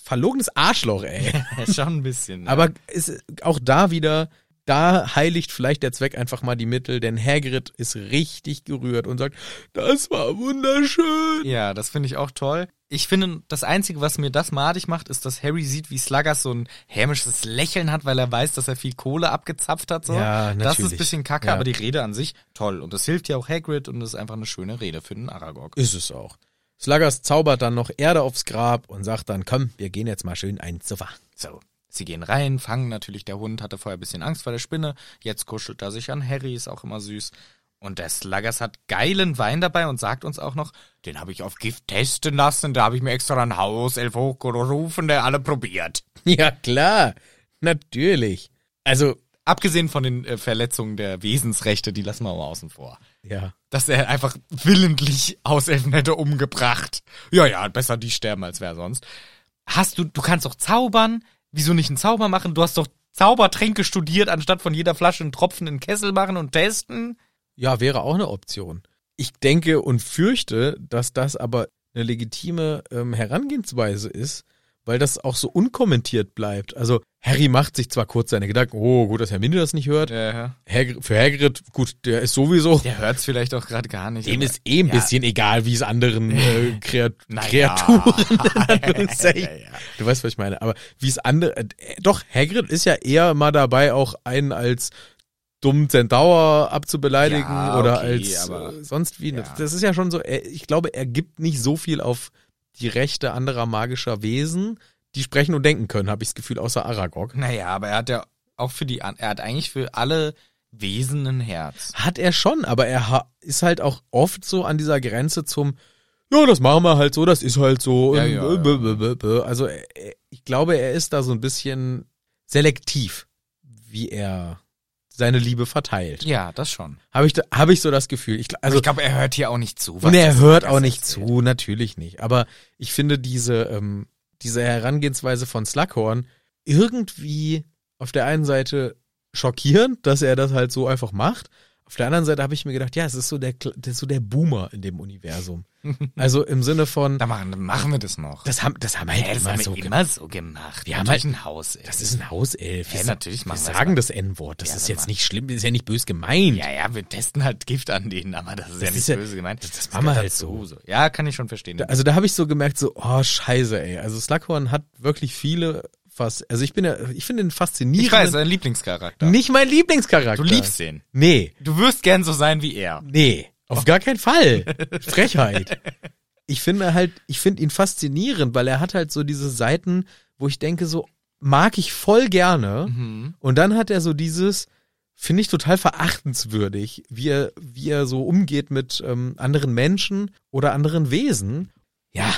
[SPEAKER 1] verlogenes Arschloch, ey.
[SPEAKER 2] schon ein bisschen. ne?
[SPEAKER 1] Aber ist auch da wieder, da heiligt vielleicht der Zweck einfach mal die Mittel, denn Hagrid ist richtig gerührt und sagt, das war wunderschön.
[SPEAKER 2] Ja, das finde ich auch toll. Ich finde, das Einzige, was mir das madig macht, ist, dass Harry sieht, wie Sluggers so ein hämisches Lächeln hat, weil er weiß, dass er viel Kohle abgezapft hat. So.
[SPEAKER 1] Ja,
[SPEAKER 2] Das ist ein
[SPEAKER 1] natürlich.
[SPEAKER 2] bisschen kacke,
[SPEAKER 1] Ja.
[SPEAKER 2] aber die Rede an sich toll. Und das hilft ja auch Hagrid und das ist einfach eine schöne Rede für den Aragog.
[SPEAKER 1] Ist es auch. Sluggers zaubert dann noch Erde aufs Grab und sagt dann, komm, wir gehen jetzt mal schön einen Zuffer.
[SPEAKER 2] So. Sie gehen rein, fangen natürlich, der Hund hatte vorher ein bisschen Angst vor der Spinne, jetzt kuschelt er sich an, Harry ist auch immer süß. Und der Sluggers hat geilen Wein dabei und sagt uns auch noch, den habe ich auf Gift testen lassen, da habe ich mir extra einen Hauself hochgerufen, der alle probiert.
[SPEAKER 1] Ja, klar. Natürlich. Also,
[SPEAKER 2] Abgesehen von den äh, Verletzungen der Wesensrechte, die lassen wir mal außen vor.
[SPEAKER 1] ja.
[SPEAKER 2] Dass er einfach willentlich Hauselfen hätte umgebracht. Ja, ja, besser die sterben als wer sonst. Hast du, du kannst doch zaubern. Wieso nicht einen Zauber machen? Du hast doch Zaubertränke studiert, anstatt von jeder Flasche einen Tropfen in den Kessel machen und testen.
[SPEAKER 1] Ja, wäre auch eine Option. Ich denke und fürchte, dass das aber eine legitime ähm, Herangehensweise ist, weil das auch so unkommentiert bleibt. Also Harry macht sich zwar kurz seine Gedanken, oh gut, dass Hermine das nicht hört.
[SPEAKER 2] Ja,
[SPEAKER 1] Hagrid- für Hagrid, gut, der ist sowieso.
[SPEAKER 2] der hört's vielleicht auch gerade gar nicht.
[SPEAKER 1] Dem
[SPEAKER 2] aber-
[SPEAKER 1] ist eh ein
[SPEAKER 2] Ja.
[SPEAKER 1] bisschen egal, wie es anderen äh, Kreat
[SPEAKER 2] Naja.
[SPEAKER 1] Kreaturen. in Anführungszeichen.
[SPEAKER 2] Ja, ja, ja.
[SPEAKER 1] Du weißt, was ich meine. Aber wie es andere. Äh, doch, Hagrid ist ja eher mal dabei, auch einen als dummen Centaur abzubeleidigen
[SPEAKER 2] Ja,
[SPEAKER 1] oder
[SPEAKER 2] okay,
[SPEAKER 1] als
[SPEAKER 2] aber-
[SPEAKER 1] äh, sonst wie.
[SPEAKER 2] Ja.
[SPEAKER 1] Das ist ja schon so. Er, ich glaube, er gibt nicht so viel auf die Rechte anderer magischer Wesen, die sprechen und denken können, habe ich das Gefühl, außer Aragog.
[SPEAKER 2] Naja, aber er hat ja auch für die, an- er hat eigentlich für alle Wesen ein Herz.
[SPEAKER 1] Hat er schon, aber er ha ist halt auch oft so an dieser Grenze zum, ja, das machen wir halt so, das ist halt so.
[SPEAKER 2] Ja,
[SPEAKER 1] ähm,
[SPEAKER 2] ja,
[SPEAKER 1] b-
[SPEAKER 2] ja.
[SPEAKER 1] b- b- b- Also äh, ich glaube, er ist da so ein bisschen selektiv, wie er seine Liebe verteilt.
[SPEAKER 2] Ja, das schon.
[SPEAKER 1] Habe ich, da- hab ich so das Gefühl. Ich, gl- also,
[SPEAKER 2] ich glaube, er hört hier auch nicht zu. was
[SPEAKER 1] und er
[SPEAKER 2] das
[SPEAKER 1] hört
[SPEAKER 2] Podcast
[SPEAKER 1] auch nicht
[SPEAKER 2] erzählt.
[SPEAKER 1] zu, natürlich nicht. Aber ich finde diese, ähm, diese Herangehensweise von Slughorn irgendwie auf der einen Seite schockierend, dass er das halt so einfach macht. Auf der anderen Seite habe ich mir gedacht, ja, es ist so der, Kl- das ist so der Boomer in dem Universum. Also im Sinne von,
[SPEAKER 2] Da machen, dann machen wir das noch.
[SPEAKER 1] das haben, das haben halt
[SPEAKER 2] Hä, das
[SPEAKER 1] immer
[SPEAKER 2] haben wir
[SPEAKER 1] so gemacht.
[SPEAKER 2] immer so gemacht.
[SPEAKER 1] Wir haben
[SPEAKER 2] Natürlich
[SPEAKER 1] halt-
[SPEAKER 2] ein Haus. ey.
[SPEAKER 1] Das ist ein Hauself.
[SPEAKER 2] Hä,
[SPEAKER 1] Wir-
[SPEAKER 2] natürlich
[SPEAKER 1] wir
[SPEAKER 2] machen wir das
[SPEAKER 1] sagen das N-Wort. Das
[SPEAKER 2] Ja,
[SPEAKER 1] ist
[SPEAKER 2] das
[SPEAKER 1] jetzt
[SPEAKER 2] machen-
[SPEAKER 1] nicht schlimm, das ist ja nicht bös gemeint.
[SPEAKER 2] ja, ja, wir testen halt Gift an denen, aber das ist ja
[SPEAKER 1] Das
[SPEAKER 2] nicht
[SPEAKER 1] ist ja-
[SPEAKER 2] böse gemeint.
[SPEAKER 1] das- das
[SPEAKER 2] gehört
[SPEAKER 1] machen wir halt
[SPEAKER 2] dazu. Ja, kann ich schon verstehen.
[SPEAKER 1] Da- Also da habe ich so gemerkt, so, oh, scheiße, ey. Also Slughorn hat wirklich viele fast, also ich bin ja, ich finde ihn faszinierend.
[SPEAKER 2] ich weiß, dein Lieblingscharakter.
[SPEAKER 1] Nicht mein Lieblingscharakter.
[SPEAKER 2] Du liebst ihn.
[SPEAKER 1] Nee,
[SPEAKER 2] Du wirst gern so sein wie er.
[SPEAKER 1] nee, auf
[SPEAKER 2] Oh.
[SPEAKER 1] gar keinen Fall. Frechheit. Ich finde halt, ich finde ihn faszinierend, weil er hat halt so diese Seiten, wo ich denke so, mag ich voll gerne.
[SPEAKER 2] Mhm.
[SPEAKER 1] Und dann hat er so dieses, finde ich total verachtenswürdig, wie er, wie er so umgeht mit ähm, anderen Menschen oder anderen Wesen. Ja,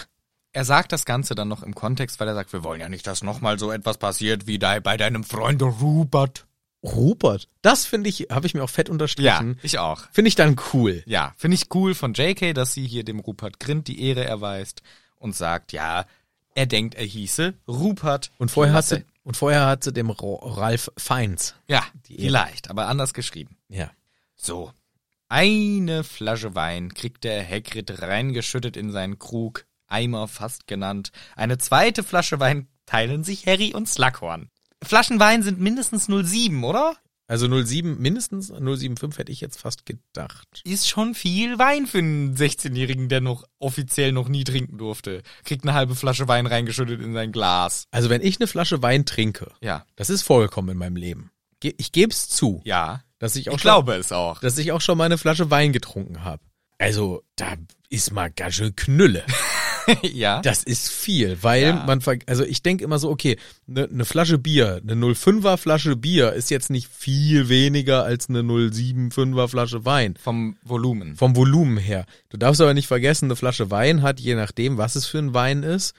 [SPEAKER 2] Er sagt das Ganze dann noch im Kontext, weil er sagt, wir wollen ja nicht, dass nochmal so etwas passiert wie dei- bei deinem Freund Rupert.
[SPEAKER 1] Rupert, das finde ich, habe ich mir auch fett
[SPEAKER 2] Ja,
[SPEAKER 1] unterstrichen.
[SPEAKER 2] ich auch.
[SPEAKER 1] Finde ich dann cool.
[SPEAKER 2] Ja, finde ich cool von JK, dass sie hier dem Rupert Grint die Ehre erweist und sagt, ja, er denkt, er hieße Rupert.
[SPEAKER 1] Und vorher hat
[SPEAKER 2] Lasse.
[SPEAKER 1] sie, und vorher hat sie dem Ro- Ralf Feins.
[SPEAKER 2] Ja, vielleicht, aber anders geschrieben.
[SPEAKER 1] Ja.
[SPEAKER 2] So. Eine Flasche Wein kriegt der Hagrid reingeschüttet in seinen Krug, Eimer fast genannt. Eine zweite Flasche Wein teilen sich Harry und Slughorn. Flaschen Wein sind mindestens 07, oder?
[SPEAKER 1] Also 07, mindestens 075 hätte ich jetzt fast gedacht.
[SPEAKER 2] Ist schon viel Wein für einen 16-Jährigen, der noch offiziell noch nie trinken durfte. Kriegt eine halbe Flasche Wein reingeschüttet in sein Glas.
[SPEAKER 1] Also wenn ich eine Flasche Wein trinke,
[SPEAKER 2] Ja.
[SPEAKER 1] das ist vollkommen in meinem Leben. Ge- Ich gebe es zu,
[SPEAKER 2] Ja.
[SPEAKER 1] dass ich auch
[SPEAKER 2] Ich
[SPEAKER 1] schon,
[SPEAKER 2] glaube es auch.
[SPEAKER 1] dass ich auch schon mal eine Flasche Wein getrunken habe. Also da ist mal ganz schön Knülle.
[SPEAKER 2] ja.
[SPEAKER 1] Das ist viel, weil
[SPEAKER 2] Ja.
[SPEAKER 1] man, ver also ich denke immer so, okay, eine ne Flasche Bier, eine 05er Flasche Bier ist jetzt nicht viel weniger als eine 075er Flasche Wein.
[SPEAKER 2] Vom Volumen.
[SPEAKER 1] Vom Volumen her. Du darfst aber nicht vergessen, eine Flasche Wein hat, je nachdem, was es für ein Wein ist,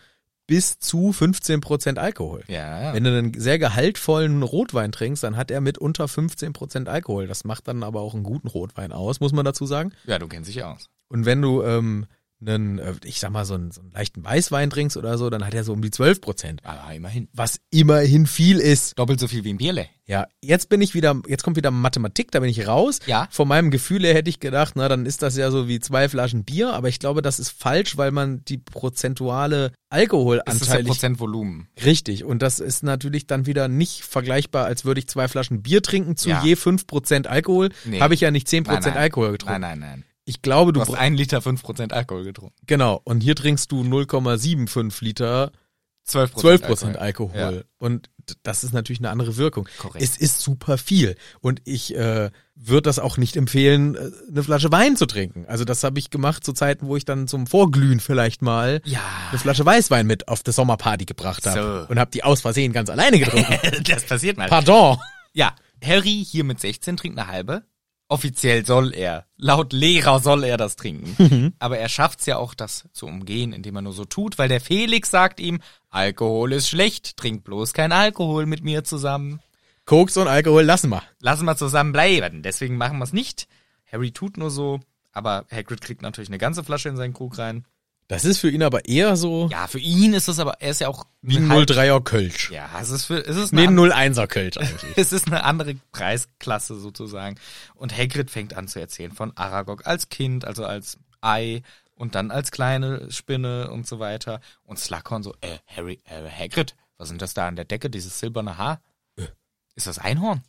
[SPEAKER 1] bis zu 15% Alkohol.
[SPEAKER 2] Ja, ja.
[SPEAKER 1] Wenn du einen sehr gehaltvollen Rotwein trinkst, dann hat er mit unter 15% Alkohol. Das macht dann aber auch einen guten Rotwein aus, muss man dazu sagen.
[SPEAKER 2] Ja, du kennst dich aus.
[SPEAKER 1] Und wenn du ähm, einen, äh, ich sag mal, so einen, so einen leichten Weißwein trinkst oder so, dann hat er so um die 12 Prozent.
[SPEAKER 2] Aber Ah, immerhin.
[SPEAKER 1] Was immerhin viel ist.
[SPEAKER 2] Doppelt so viel wie ein Bierle.
[SPEAKER 1] Ja, jetzt bin ich wieder, jetzt kommt wieder Mathematik, da bin ich raus.
[SPEAKER 2] Ja.
[SPEAKER 1] Von meinem Gefühl her hätte ich gedacht, na, dann ist das ja so wie zwei Flaschen Bier, aber ich glaube, das ist falsch, weil man die prozentuale
[SPEAKER 2] Das ist ja
[SPEAKER 1] Alkoholanteilig.
[SPEAKER 2] Prozent Volumen.
[SPEAKER 1] Richtig. Und das ist natürlich dann wieder nicht vergleichbar, als würde ich zwei Flaschen Bier trinken zu
[SPEAKER 2] Ja.
[SPEAKER 1] je 5% Alkohol.
[SPEAKER 2] Nee.
[SPEAKER 1] Habe ich ja nicht 10%
[SPEAKER 2] Nein, nein.
[SPEAKER 1] Alkohol getrunken.
[SPEAKER 2] Nein, nein, nein.
[SPEAKER 1] Ich glaube, du,
[SPEAKER 2] Du hast
[SPEAKER 1] bra-
[SPEAKER 2] einen Liter 5% Alkohol getrunken.
[SPEAKER 1] Genau, und hier trinkst du 0,75 Liter,
[SPEAKER 2] 12%,
[SPEAKER 1] 12 Prozent Alkohol.
[SPEAKER 2] Ja.
[SPEAKER 1] Und d- das ist natürlich eine andere Wirkung.
[SPEAKER 2] Korrekt.
[SPEAKER 1] Es ist super viel. Und ich äh, würde das auch nicht empfehlen, äh, eine Flasche Wein zu trinken. Also das habe ich gemacht zu Zeiten, wo ich dann zum Vorglühen vielleicht mal
[SPEAKER 2] Ja.
[SPEAKER 1] eine Flasche Weißwein mit auf der Sommerparty gebracht habe.
[SPEAKER 2] So.
[SPEAKER 1] Und habe die aus Versehen ganz alleine getrunken.
[SPEAKER 2] das passiert mal.
[SPEAKER 1] Pardon.
[SPEAKER 2] Ja, Harry hier mit 16 trinkt eine halbe. Offiziell soll er. Laut Lehrer soll er das
[SPEAKER 1] Mhm.
[SPEAKER 2] trinken. Aber er schafft's ja auch, das zu umgehen, indem er nur so tut, weil der Felix sagt ihm, Alkohol ist schlecht, trink bloß kein Alkohol mit mir zusammen.
[SPEAKER 1] Koks und Alkohol lassen wir.
[SPEAKER 2] lassen wir zusammen bleiben. Deswegen machen wir es nicht. Harry tut nur so, aber Hagrid kriegt natürlich eine ganze Flasche in seinen Krug rein.
[SPEAKER 1] Das ist für ihn aber eher so
[SPEAKER 2] Ja, für ihn ist es aber, er ist ja auch
[SPEAKER 1] wie ein
[SPEAKER 2] halb-
[SPEAKER 1] 03er Kölsch.
[SPEAKER 2] Ja, es ist für, es ist
[SPEAKER 1] Nee,
[SPEAKER 2] eine,
[SPEAKER 1] ein
[SPEAKER 2] an-
[SPEAKER 1] 01er Kölsch eigentlich.
[SPEAKER 2] es ist eine andere Preisklasse sozusagen. Und Hagrid fängt an zu erzählen von Aragog als Kind, also als Ei und dann als kleine Spinne und so weiter. Und Slughorn so, äh, Harry, äh, Hagrid, was sind das da an der Decke, dieses silberne Haar?
[SPEAKER 1] Äh.
[SPEAKER 2] Ist das Einhorn?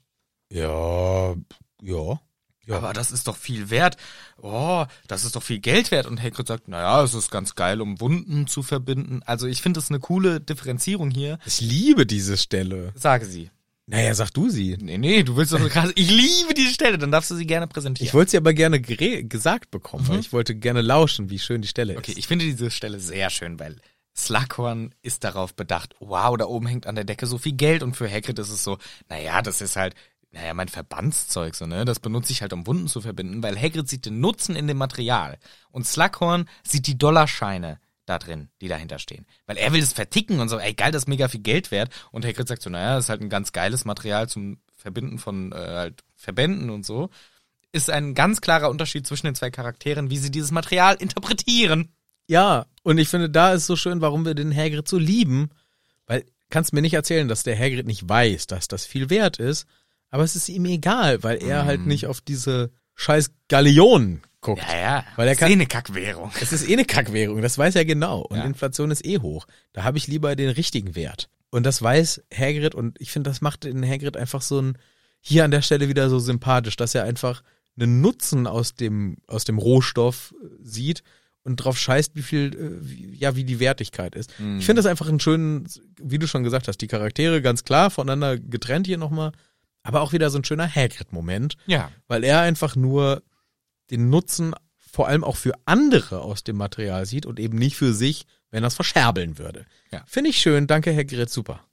[SPEAKER 1] ja, ja. Ja.
[SPEAKER 2] Aber das ist doch viel wert. Oh, das ist doch viel Geld wert. Und Hagrid sagt, naja, es ist ganz geil, um Wunden zu verbinden. Also ich finde es eine coole Differenzierung hier.
[SPEAKER 1] Ich liebe diese Stelle.
[SPEAKER 2] Sage sie.
[SPEAKER 1] Naja, sag du sie.
[SPEAKER 2] Nee, nee, du willst doch so krass. Ich liebe diese Stelle, dann darfst du sie gerne
[SPEAKER 1] Ich
[SPEAKER 2] präsentieren.
[SPEAKER 1] wollte sie aber gerne gere- gesagt bekommen, weil ich wollte gerne lauschen, wie schön die Stelle ist.
[SPEAKER 2] Mhm. okay, ich finde diese Stelle sehr schön, weil Slughorn ist darauf bedacht, wow, da oben hängt an der Decke so viel Geld. Und für Hagrid ist es so, naja, das ist halt, naja, mein Verbandszeug, so, ne? Das benutze ich halt, um Wunden zu verbinden, weil Hagrid sieht den Nutzen in dem Material. Und Slughorn sieht die Dollarscheine da drin, die dahinter stehen. Weil er will es verticken und so, ey, geil, das ist mega viel Geld wert. Und Hagrid sagt so, naja, das ist halt ein ganz geiles Material zum Verbinden von äh, halt Verbänden und so. Ist ein ganz klarer Unterschied zwischen den zwei Charakteren, wie sie dieses Material interpretieren.
[SPEAKER 1] Ja, und ich finde, da ist so schön, warum wir den Hagrid so lieben, weil kannst mir nicht erzählen, dass der Hagrid nicht weiß, dass das viel wert ist, aber es ist ihm egal, weil er halt
[SPEAKER 2] Mhm.
[SPEAKER 1] nicht auf diese scheiß Galeonen guckt.
[SPEAKER 2] Ja, ja.
[SPEAKER 1] Weil er kann-
[SPEAKER 2] Sehnekackwährung.
[SPEAKER 1] Es ist eh eine Kackwährung, das weiß er genau. Und
[SPEAKER 2] Ja.
[SPEAKER 1] Inflation ist eh hoch. Da habe ich lieber den richtigen Wert. Und das weiß Hagrid und ich finde, das macht den Hagrid einfach so ein, hier an der Stelle wieder so sympathisch, dass er einfach einen Nutzen aus dem, aus dem Rohstoff äh, sieht und drauf scheißt, wie viel, äh, wie, ja, wie die Wertigkeit ist. Ich finde das einfach einen schönen, wie du schon gesagt hast, die Charaktere ganz klar voneinander getrennt hier nochmal, aber auch wieder so ein schöner Hagrid-Moment
[SPEAKER 2] Ja.
[SPEAKER 1] weil er einfach nur den Nutzen vor allem auch für andere aus dem Material sieht und eben nicht für sich, wenn er es verscherbeln würde.
[SPEAKER 2] Ja.
[SPEAKER 1] Finde ich schön, danke Herr Gerrit, super.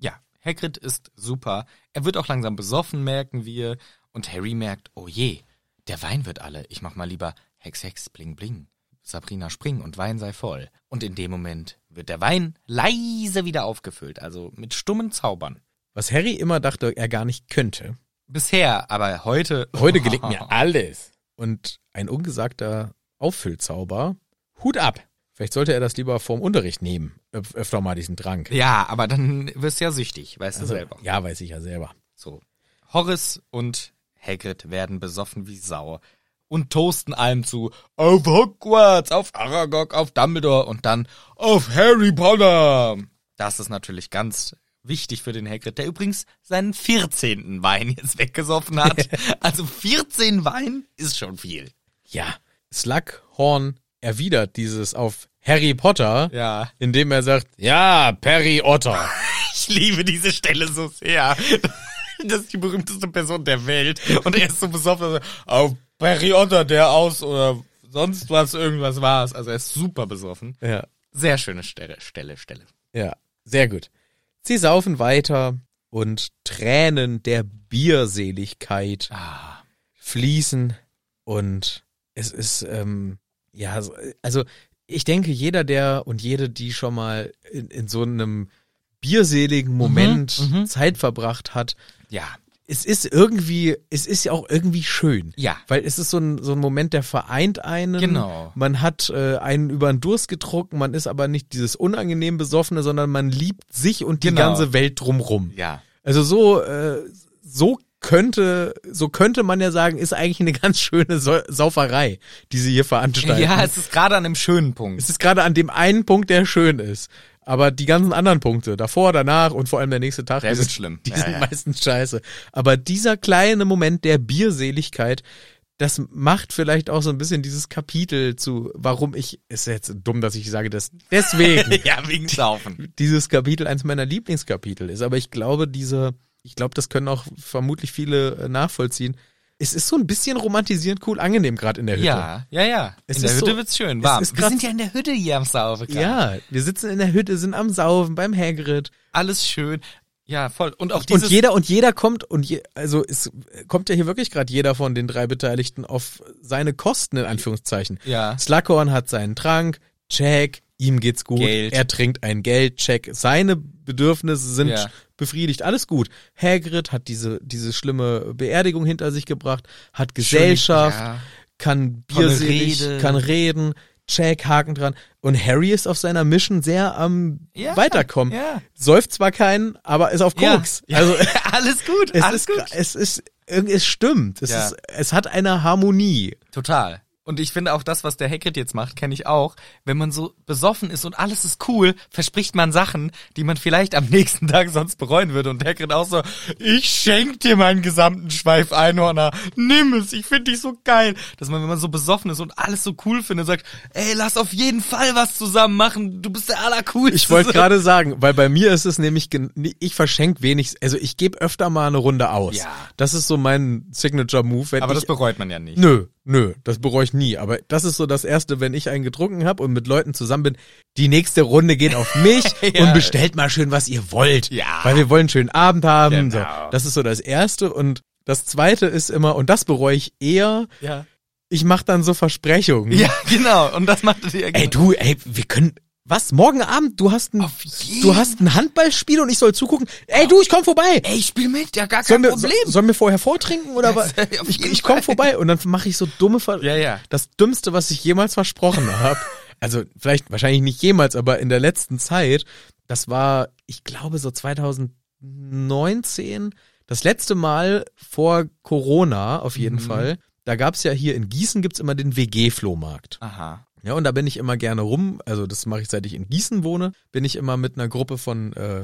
[SPEAKER 2] Ja, Hagrid ist super. Er wird auch langsam besoffen, merken wir. Und Harry merkt, oh je, der Wein wird alle. Ich mach mal lieber Hex, Hex, Bling, Bling. Sabrina spring und Wein sei voll. Und in dem Moment wird der Wein leise wieder aufgefüllt, also mit stummen Zaubern.
[SPEAKER 1] Was Harry immer dachte, er gar nicht könnte.
[SPEAKER 2] Bisher, aber heute.
[SPEAKER 1] Heute gelingt mir alles. Und ein ungesagter Auffüllzauber. Hut ab. Vielleicht sollte er das lieber vorm Unterricht nehmen. Öf öfter mal diesen Trank.
[SPEAKER 2] Ja, aber dann wirst du ja süchtig, weißt du selber.
[SPEAKER 1] Also, ja, weiß ich ja selber.
[SPEAKER 2] So. Horace und Hagrid werden besoffen wie Sau und toasten allem zu auf Hogwarts, auf Aragog, auf Dumbledore und dann auf Harry Potter. Das ist natürlich ganz wichtig für den Hagrid, der übrigens seinen 14. Wein jetzt weggesoffen hat. also 14 Wein ist schon viel.
[SPEAKER 1] Ja. Slughorn erwidert dieses auf Harry Potter,
[SPEAKER 2] Ja.
[SPEAKER 1] indem er sagt, ja, Perry Otter.
[SPEAKER 2] Ich liebe diese Stelle so sehr. Das ist die berühmteste Person der Welt. Und er ist so besoffen. Also, auf Barry Otter, der aus oder sonst was, irgendwas war es. Also er ist super besoffen.
[SPEAKER 1] ja.
[SPEAKER 2] Sehr schöne Stelle, Stelle, Stelle.
[SPEAKER 1] Ja, sehr gut. Sie saufen weiter und Tränen der Bierseligkeit
[SPEAKER 2] Ah.
[SPEAKER 1] fließen und es ist, ähm, ja, so- also ich denke, jeder der und jede, die schon mal in, in so einem bierseligen Moment
[SPEAKER 2] mhm.
[SPEAKER 1] Zeit verbracht hat,
[SPEAKER 2] Ja.
[SPEAKER 1] es ist irgendwie, es ist ja auch irgendwie schön.
[SPEAKER 2] Ja.
[SPEAKER 1] Weil es ist so ein, so ein Moment, der vereint einen.
[SPEAKER 2] Genau.
[SPEAKER 1] Man hat äh, einen über den Durst getrunken, man ist aber nicht dieses unangenehm Besoffene, sondern man liebt sich und die
[SPEAKER 2] Genau.
[SPEAKER 1] ganze Welt drumrum.
[SPEAKER 2] Ja.
[SPEAKER 1] Also so, äh, so könnte, so könnte man ja sagen, ist eigentlich eine ganz schöne Sau- Sauferei, die sie hier veranstalten.
[SPEAKER 2] Ja, es ist gerade an einem schönen Punkt.
[SPEAKER 1] Es ist gerade an dem einen Punkt, der schön ist. Aber die ganzen anderen Punkte, davor, danach und vor allem der nächste Tag,
[SPEAKER 2] Der
[SPEAKER 1] die
[SPEAKER 2] wird schlimm.
[SPEAKER 1] Die
[SPEAKER 2] Ja,
[SPEAKER 1] sind
[SPEAKER 2] ja.
[SPEAKER 1] meistens scheiße. Aber dieser kleine Moment der Bierseligkeit, das macht vielleicht auch so ein bisschen dieses Kapitel zu, warum ich, ist jetzt dumm, dass ich sage, dass deswegen
[SPEAKER 2] ja, wegen Saufen.
[SPEAKER 1] dieses Kapitel eins meiner Lieblingskapitel ist. Aber ich glaube, diese, ich glaube, das können auch vermutlich viele äh, nachvollziehen. Es ist so ein bisschen romantisierend, cool, angenehm gerade in der Hütte.
[SPEAKER 2] Ja, ja, ja.
[SPEAKER 1] Es
[SPEAKER 2] in der
[SPEAKER 1] ist
[SPEAKER 2] Hütte
[SPEAKER 1] so-
[SPEAKER 2] wird's schön
[SPEAKER 1] es
[SPEAKER 2] warm.
[SPEAKER 1] ist
[SPEAKER 2] Wir
[SPEAKER 1] grad-
[SPEAKER 2] sind ja in der Hütte hier am Saufen. Karl.
[SPEAKER 1] Ja, wir sitzen in der Hütte, sind am Saufen beim Hagrid.
[SPEAKER 2] Alles schön. Ja, voll. Und auch dieses
[SPEAKER 1] Und jeder und jeder kommt und je, also es kommt ja hier wirklich gerade jeder von den drei Beteiligten auf seine Kosten in Anführungszeichen.
[SPEAKER 2] Ja.
[SPEAKER 1] Slughorn hat seinen Trank, Check, ihm geht's gut,
[SPEAKER 2] Geld.
[SPEAKER 1] er trinkt ein Geld, Check, seine Bedürfnisse sind
[SPEAKER 2] Ja.
[SPEAKER 1] befriedigt, alles gut. Hagrid hat diese diese schlimme Beerdigung hinter sich gebracht, hat
[SPEAKER 2] Schöne-
[SPEAKER 1] Gesellschaft,
[SPEAKER 2] Ja.
[SPEAKER 1] kann
[SPEAKER 2] Tolle
[SPEAKER 1] bierselig,
[SPEAKER 2] Rede.
[SPEAKER 1] kann reden, Check, Haken dran. Und Harry ist auf seiner Mission sehr am
[SPEAKER 2] Ja,
[SPEAKER 1] Weiterkommen.
[SPEAKER 2] ja.
[SPEAKER 1] Säuft zwar keinen, aber ist auf
[SPEAKER 2] Ja.
[SPEAKER 1] Koks.
[SPEAKER 2] Ja.
[SPEAKER 1] Also
[SPEAKER 2] alles gut,
[SPEAKER 1] es
[SPEAKER 2] alles
[SPEAKER 1] ist,
[SPEAKER 2] gut.
[SPEAKER 1] es ist, irgendwie- es stimmt. Es
[SPEAKER 2] Ja.
[SPEAKER 1] ist, es hat eine Harmonie.
[SPEAKER 2] Total. Und ich finde auch das, was der Hagrid jetzt macht, kenne ich auch. Wenn man so besoffen ist und alles ist cool, verspricht man Sachen, die man vielleicht am nächsten Tag sonst bereuen würde. Und Hagrid auch so, ich schenk dir meinen gesamten Schweif Einhorner. Nimm es, ich finde dich so geil. Dass man, wenn man so besoffen ist und alles so cool findet, sagt, ey, lass auf jeden Fall was zusammen machen. Du bist der Allercoolste.
[SPEAKER 1] Ich wollte gerade sagen, weil bei mir ist es nämlich, gen- nee, ich verschenke wenig, also ich gebe öfter mal eine Runde aus.
[SPEAKER 2] Ja.
[SPEAKER 1] Das ist so mein Signature-Move. wenn
[SPEAKER 2] Aber
[SPEAKER 1] ich
[SPEAKER 2] das bereut man ja nicht.
[SPEAKER 1] Nö, nö, das bereue ich nie. Aber das ist so das Erste, wenn ich einen getrunken habe und mit Leuten zusammen bin, die nächste Runde geht auf mich
[SPEAKER 2] Ja.
[SPEAKER 1] und bestellt mal schön, was ihr wollt.
[SPEAKER 2] Ja.
[SPEAKER 1] Weil wir wollen einen schönen Abend haben.
[SPEAKER 2] Genau.
[SPEAKER 1] So. Das ist so das Erste. Und das Zweite ist immer, und das bereue ich eher,
[SPEAKER 2] Ja.
[SPEAKER 1] ich mache dann so Versprechungen.
[SPEAKER 2] Ja, genau. Und das macht der
[SPEAKER 1] Ey,
[SPEAKER 2] Hagrid.
[SPEAKER 1] du, ey, wir können... Was? Morgen Abend? Du hast ein,
[SPEAKER 2] Auf jeden-
[SPEAKER 1] du hast ein Handballspiel und ich soll zugucken? Ey, du, ich komm vorbei.
[SPEAKER 2] Ey, ich spiel mit, ja, gar
[SPEAKER 1] Sollen
[SPEAKER 2] kein
[SPEAKER 1] wir,
[SPEAKER 2] Problem.
[SPEAKER 1] so- sollen wir vorher vortrinken oder was?
[SPEAKER 2] auf
[SPEAKER 1] Ich,
[SPEAKER 2] jeden
[SPEAKER 1] ich komme
[SPEAKER 2] Fall.
[SPEAKER 1] vorbei und dann mache ich so dumme Ver
[SPEAKER 2] Ja, ja.
[SPEAKER 1] Das dümmste, was ich jemals versprochen habe. Also vielleicht wahrscheinlich nicht jemals, aber in der letzten Zeit, das war, ich glaube so 2019, das letzte Mal vor Corona auf
[SPEAKER 2] Mhm.
[SPEAKER 1] jeden Fall. Da gab's ja hier in Gießen gibt's immer den WG-Flohmarkt.
[SPEAKER 2] Aha.
[SPEAKER 1] Ja, und da bin ich immer gerne rum, also das mache ich seit ich in Gießen wohne, bin ich immer mit einer Gruppe von äh,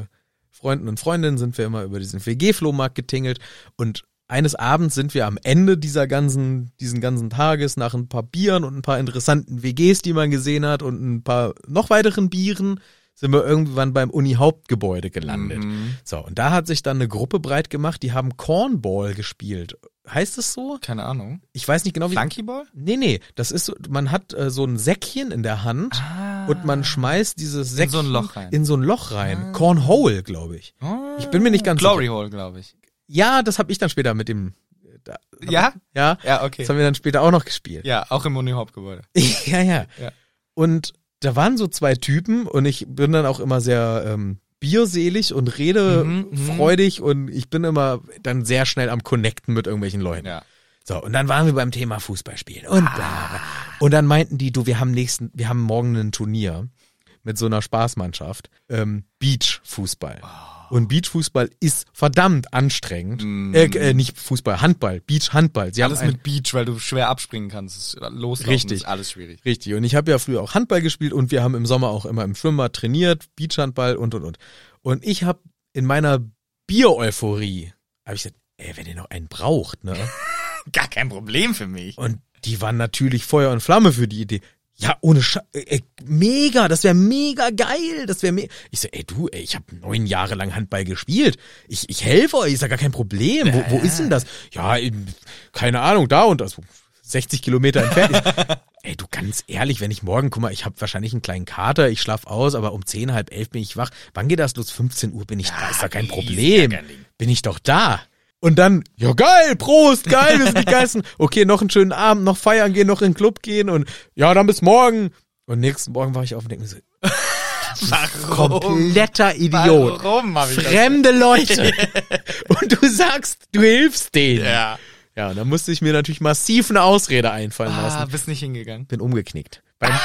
[SPEAKER 1] Freunden und Freundinnen, sind wir immer über diesen WG-Flohmarkt getingelt und eines Abends sind wir am Ende dieser ganzen, diesen ganzen Tages nach ein paar Bieren und ein paar interessanten WGs, die man gesehen hat und ein paar noch weiteren Bieren, sind wir irgendwann beim Uni-Hauptgebäude gelandet.
[SPEAKER 2] Mhm.
[SPEAKER 1] So, und da hat sich dann eine Gruppe breit gemacht, die haben Cornball gespielt. Heißt es so?
[SPEAKER 2] Keine Ahnung.
[SPEAKER 1] Ich weiß nicht genau, wie...
[SPEAKER 2] Flunkyball?
[SPEAKER 1] Nee, nee, das ist so, man hat äh, so ein Säckchen in der Hand
[SPEAKER 2] Ah.
[SPEAKER 1] und man schmeißt dieses Säckchen
[SPEAKER 2] so ein Loch rein.
[SPEAKER 1] In so ein Loch rein. Cornhole, glaube ich.
[SPEAKER 2] Ah.
[SPEAKER 1] Ich bin mir nicht ganz
[SPEAKER 2] Glory Hole, glaube ich.
[SPEAKER 1] sicher. Ja, das habe ich dann später mit dem da,
[SPEAKER 2] Ja?
[SPEAKER 1] ja,
[SPEAKER 2] Ja,
[SPEAKER 1] das
[SPEAKER 2] okay.
[SPEAKER 1] haben wir dann später auch noch gespielt.
[SPEAKER 2] Ja, auch im Uni-Hop-Gebäude.
[SPEAKER 1] Ja, ja.
[SPEAKER 2] Ja.
[SPEAKER 1] Und da waren so zwei Typen und ich bin dann auch immer sehr ähm, bierselig und
[SPEAKER 2] Mhm, mhm.
[SPEAKER 1] redefreudig und ich bin immer dann sehr schnell am Connecten mit irgendwelchen Leuten.
[SPEAKER 2] Ja.
[SPEAKER 1] So, und dann waren wir beim Thema Fußballspielen
[SPEAKER 2] Ah.
[SPEAKER 1] und bla, bla, bla. Und dann meinten die, du, wir haben nächsten, wir haben morgen ein Turnier mit so einer Spaßmannschaft, ähm, Beachfußball. Und Beachfußball ist verdammt anstrengend.
[SPEAKER 2] Oh. Mm.
[SPEAKER 1] Äh, äh, nicht Fußball, Handball, Beachhandball. Sie
[SPEAKER 2] Alles
[SPEAKER 1] haben ein-
[SPEAKER 2] mit Beach, weil du schwer abspringen kannst. Es ist Loslaufen
[SPEAKER 1] Richtig.
[SPEAKER 2] ist alles schwierig.
[SPEAKER 1] Richtig. Und ich habe ja früher auch Handball gespielt und wir haben im Sommer auch immer im Schwimmbad trainiert, Beachhandball und und und. Und ich habe in meiner Bier-Euphorie, habe ich gesagt, ey, wenn ihr noch einen braucht, ne?
[SPEAKER 2] Gar kein Problem für mich.
[SPEAKER 1] Und die waren natürlich Feuer und Flamme für die Idee. Ja, ohne Sch äh, äh, mega, das wäre mega geil, das wäre me Ich so, ey du, ey, ich habe neun Jahre lang Handball gespielt. Ich, ich helfe euch, ist ja gar kein Problem. Wo, wo ist denn das? Ja, in, keine Ahnung, da und das. 60 Kilometer entfernt. Ich so, ey du, ganz ehrlich, wenn ich morgen, guck mal, ich habe wahrscheinlich einen kleinen Kater, ich schlaf aus, aber um 10, halb elf bin ich wach. Wann geht das los? 15 Uhr bin ich da, ist ja kein
[SPEAKER 2] easy,
[SPEAKER 1] Problem.
[SPEAKER 2] gar kein Ding.
[SPEAKER 1] Bin ich doch da. Und dann, ja geil, Prost, geil, wir sind die Geisten. Okay, noch einen schönen Abend, noch feiern gehen, noch in den Club gehen und ja, dann bis morgen. Und nächsten Morgen war ich auf und denke mir so,
[SPEAKER 2] Warum?
[SPEAKER 1] kompletter Idiot.
[SPEAKER 2] Warum hab ich
[SPEAKER 1] Fremde Leute. Und du sagst, du hilfst denen.
[SPEAKER 2] das? Ja.
[SPEAKER 1] ja, und dann musste ich mir natürlich massiv eine Ausrede einfallen
[SPEAKER 2] Ah,
[SPEAKER 1] lassen.
[SPEAKER 2] bist nicht hingegangen.
[SPEAKER 1] Bin umgeknickt. Beim,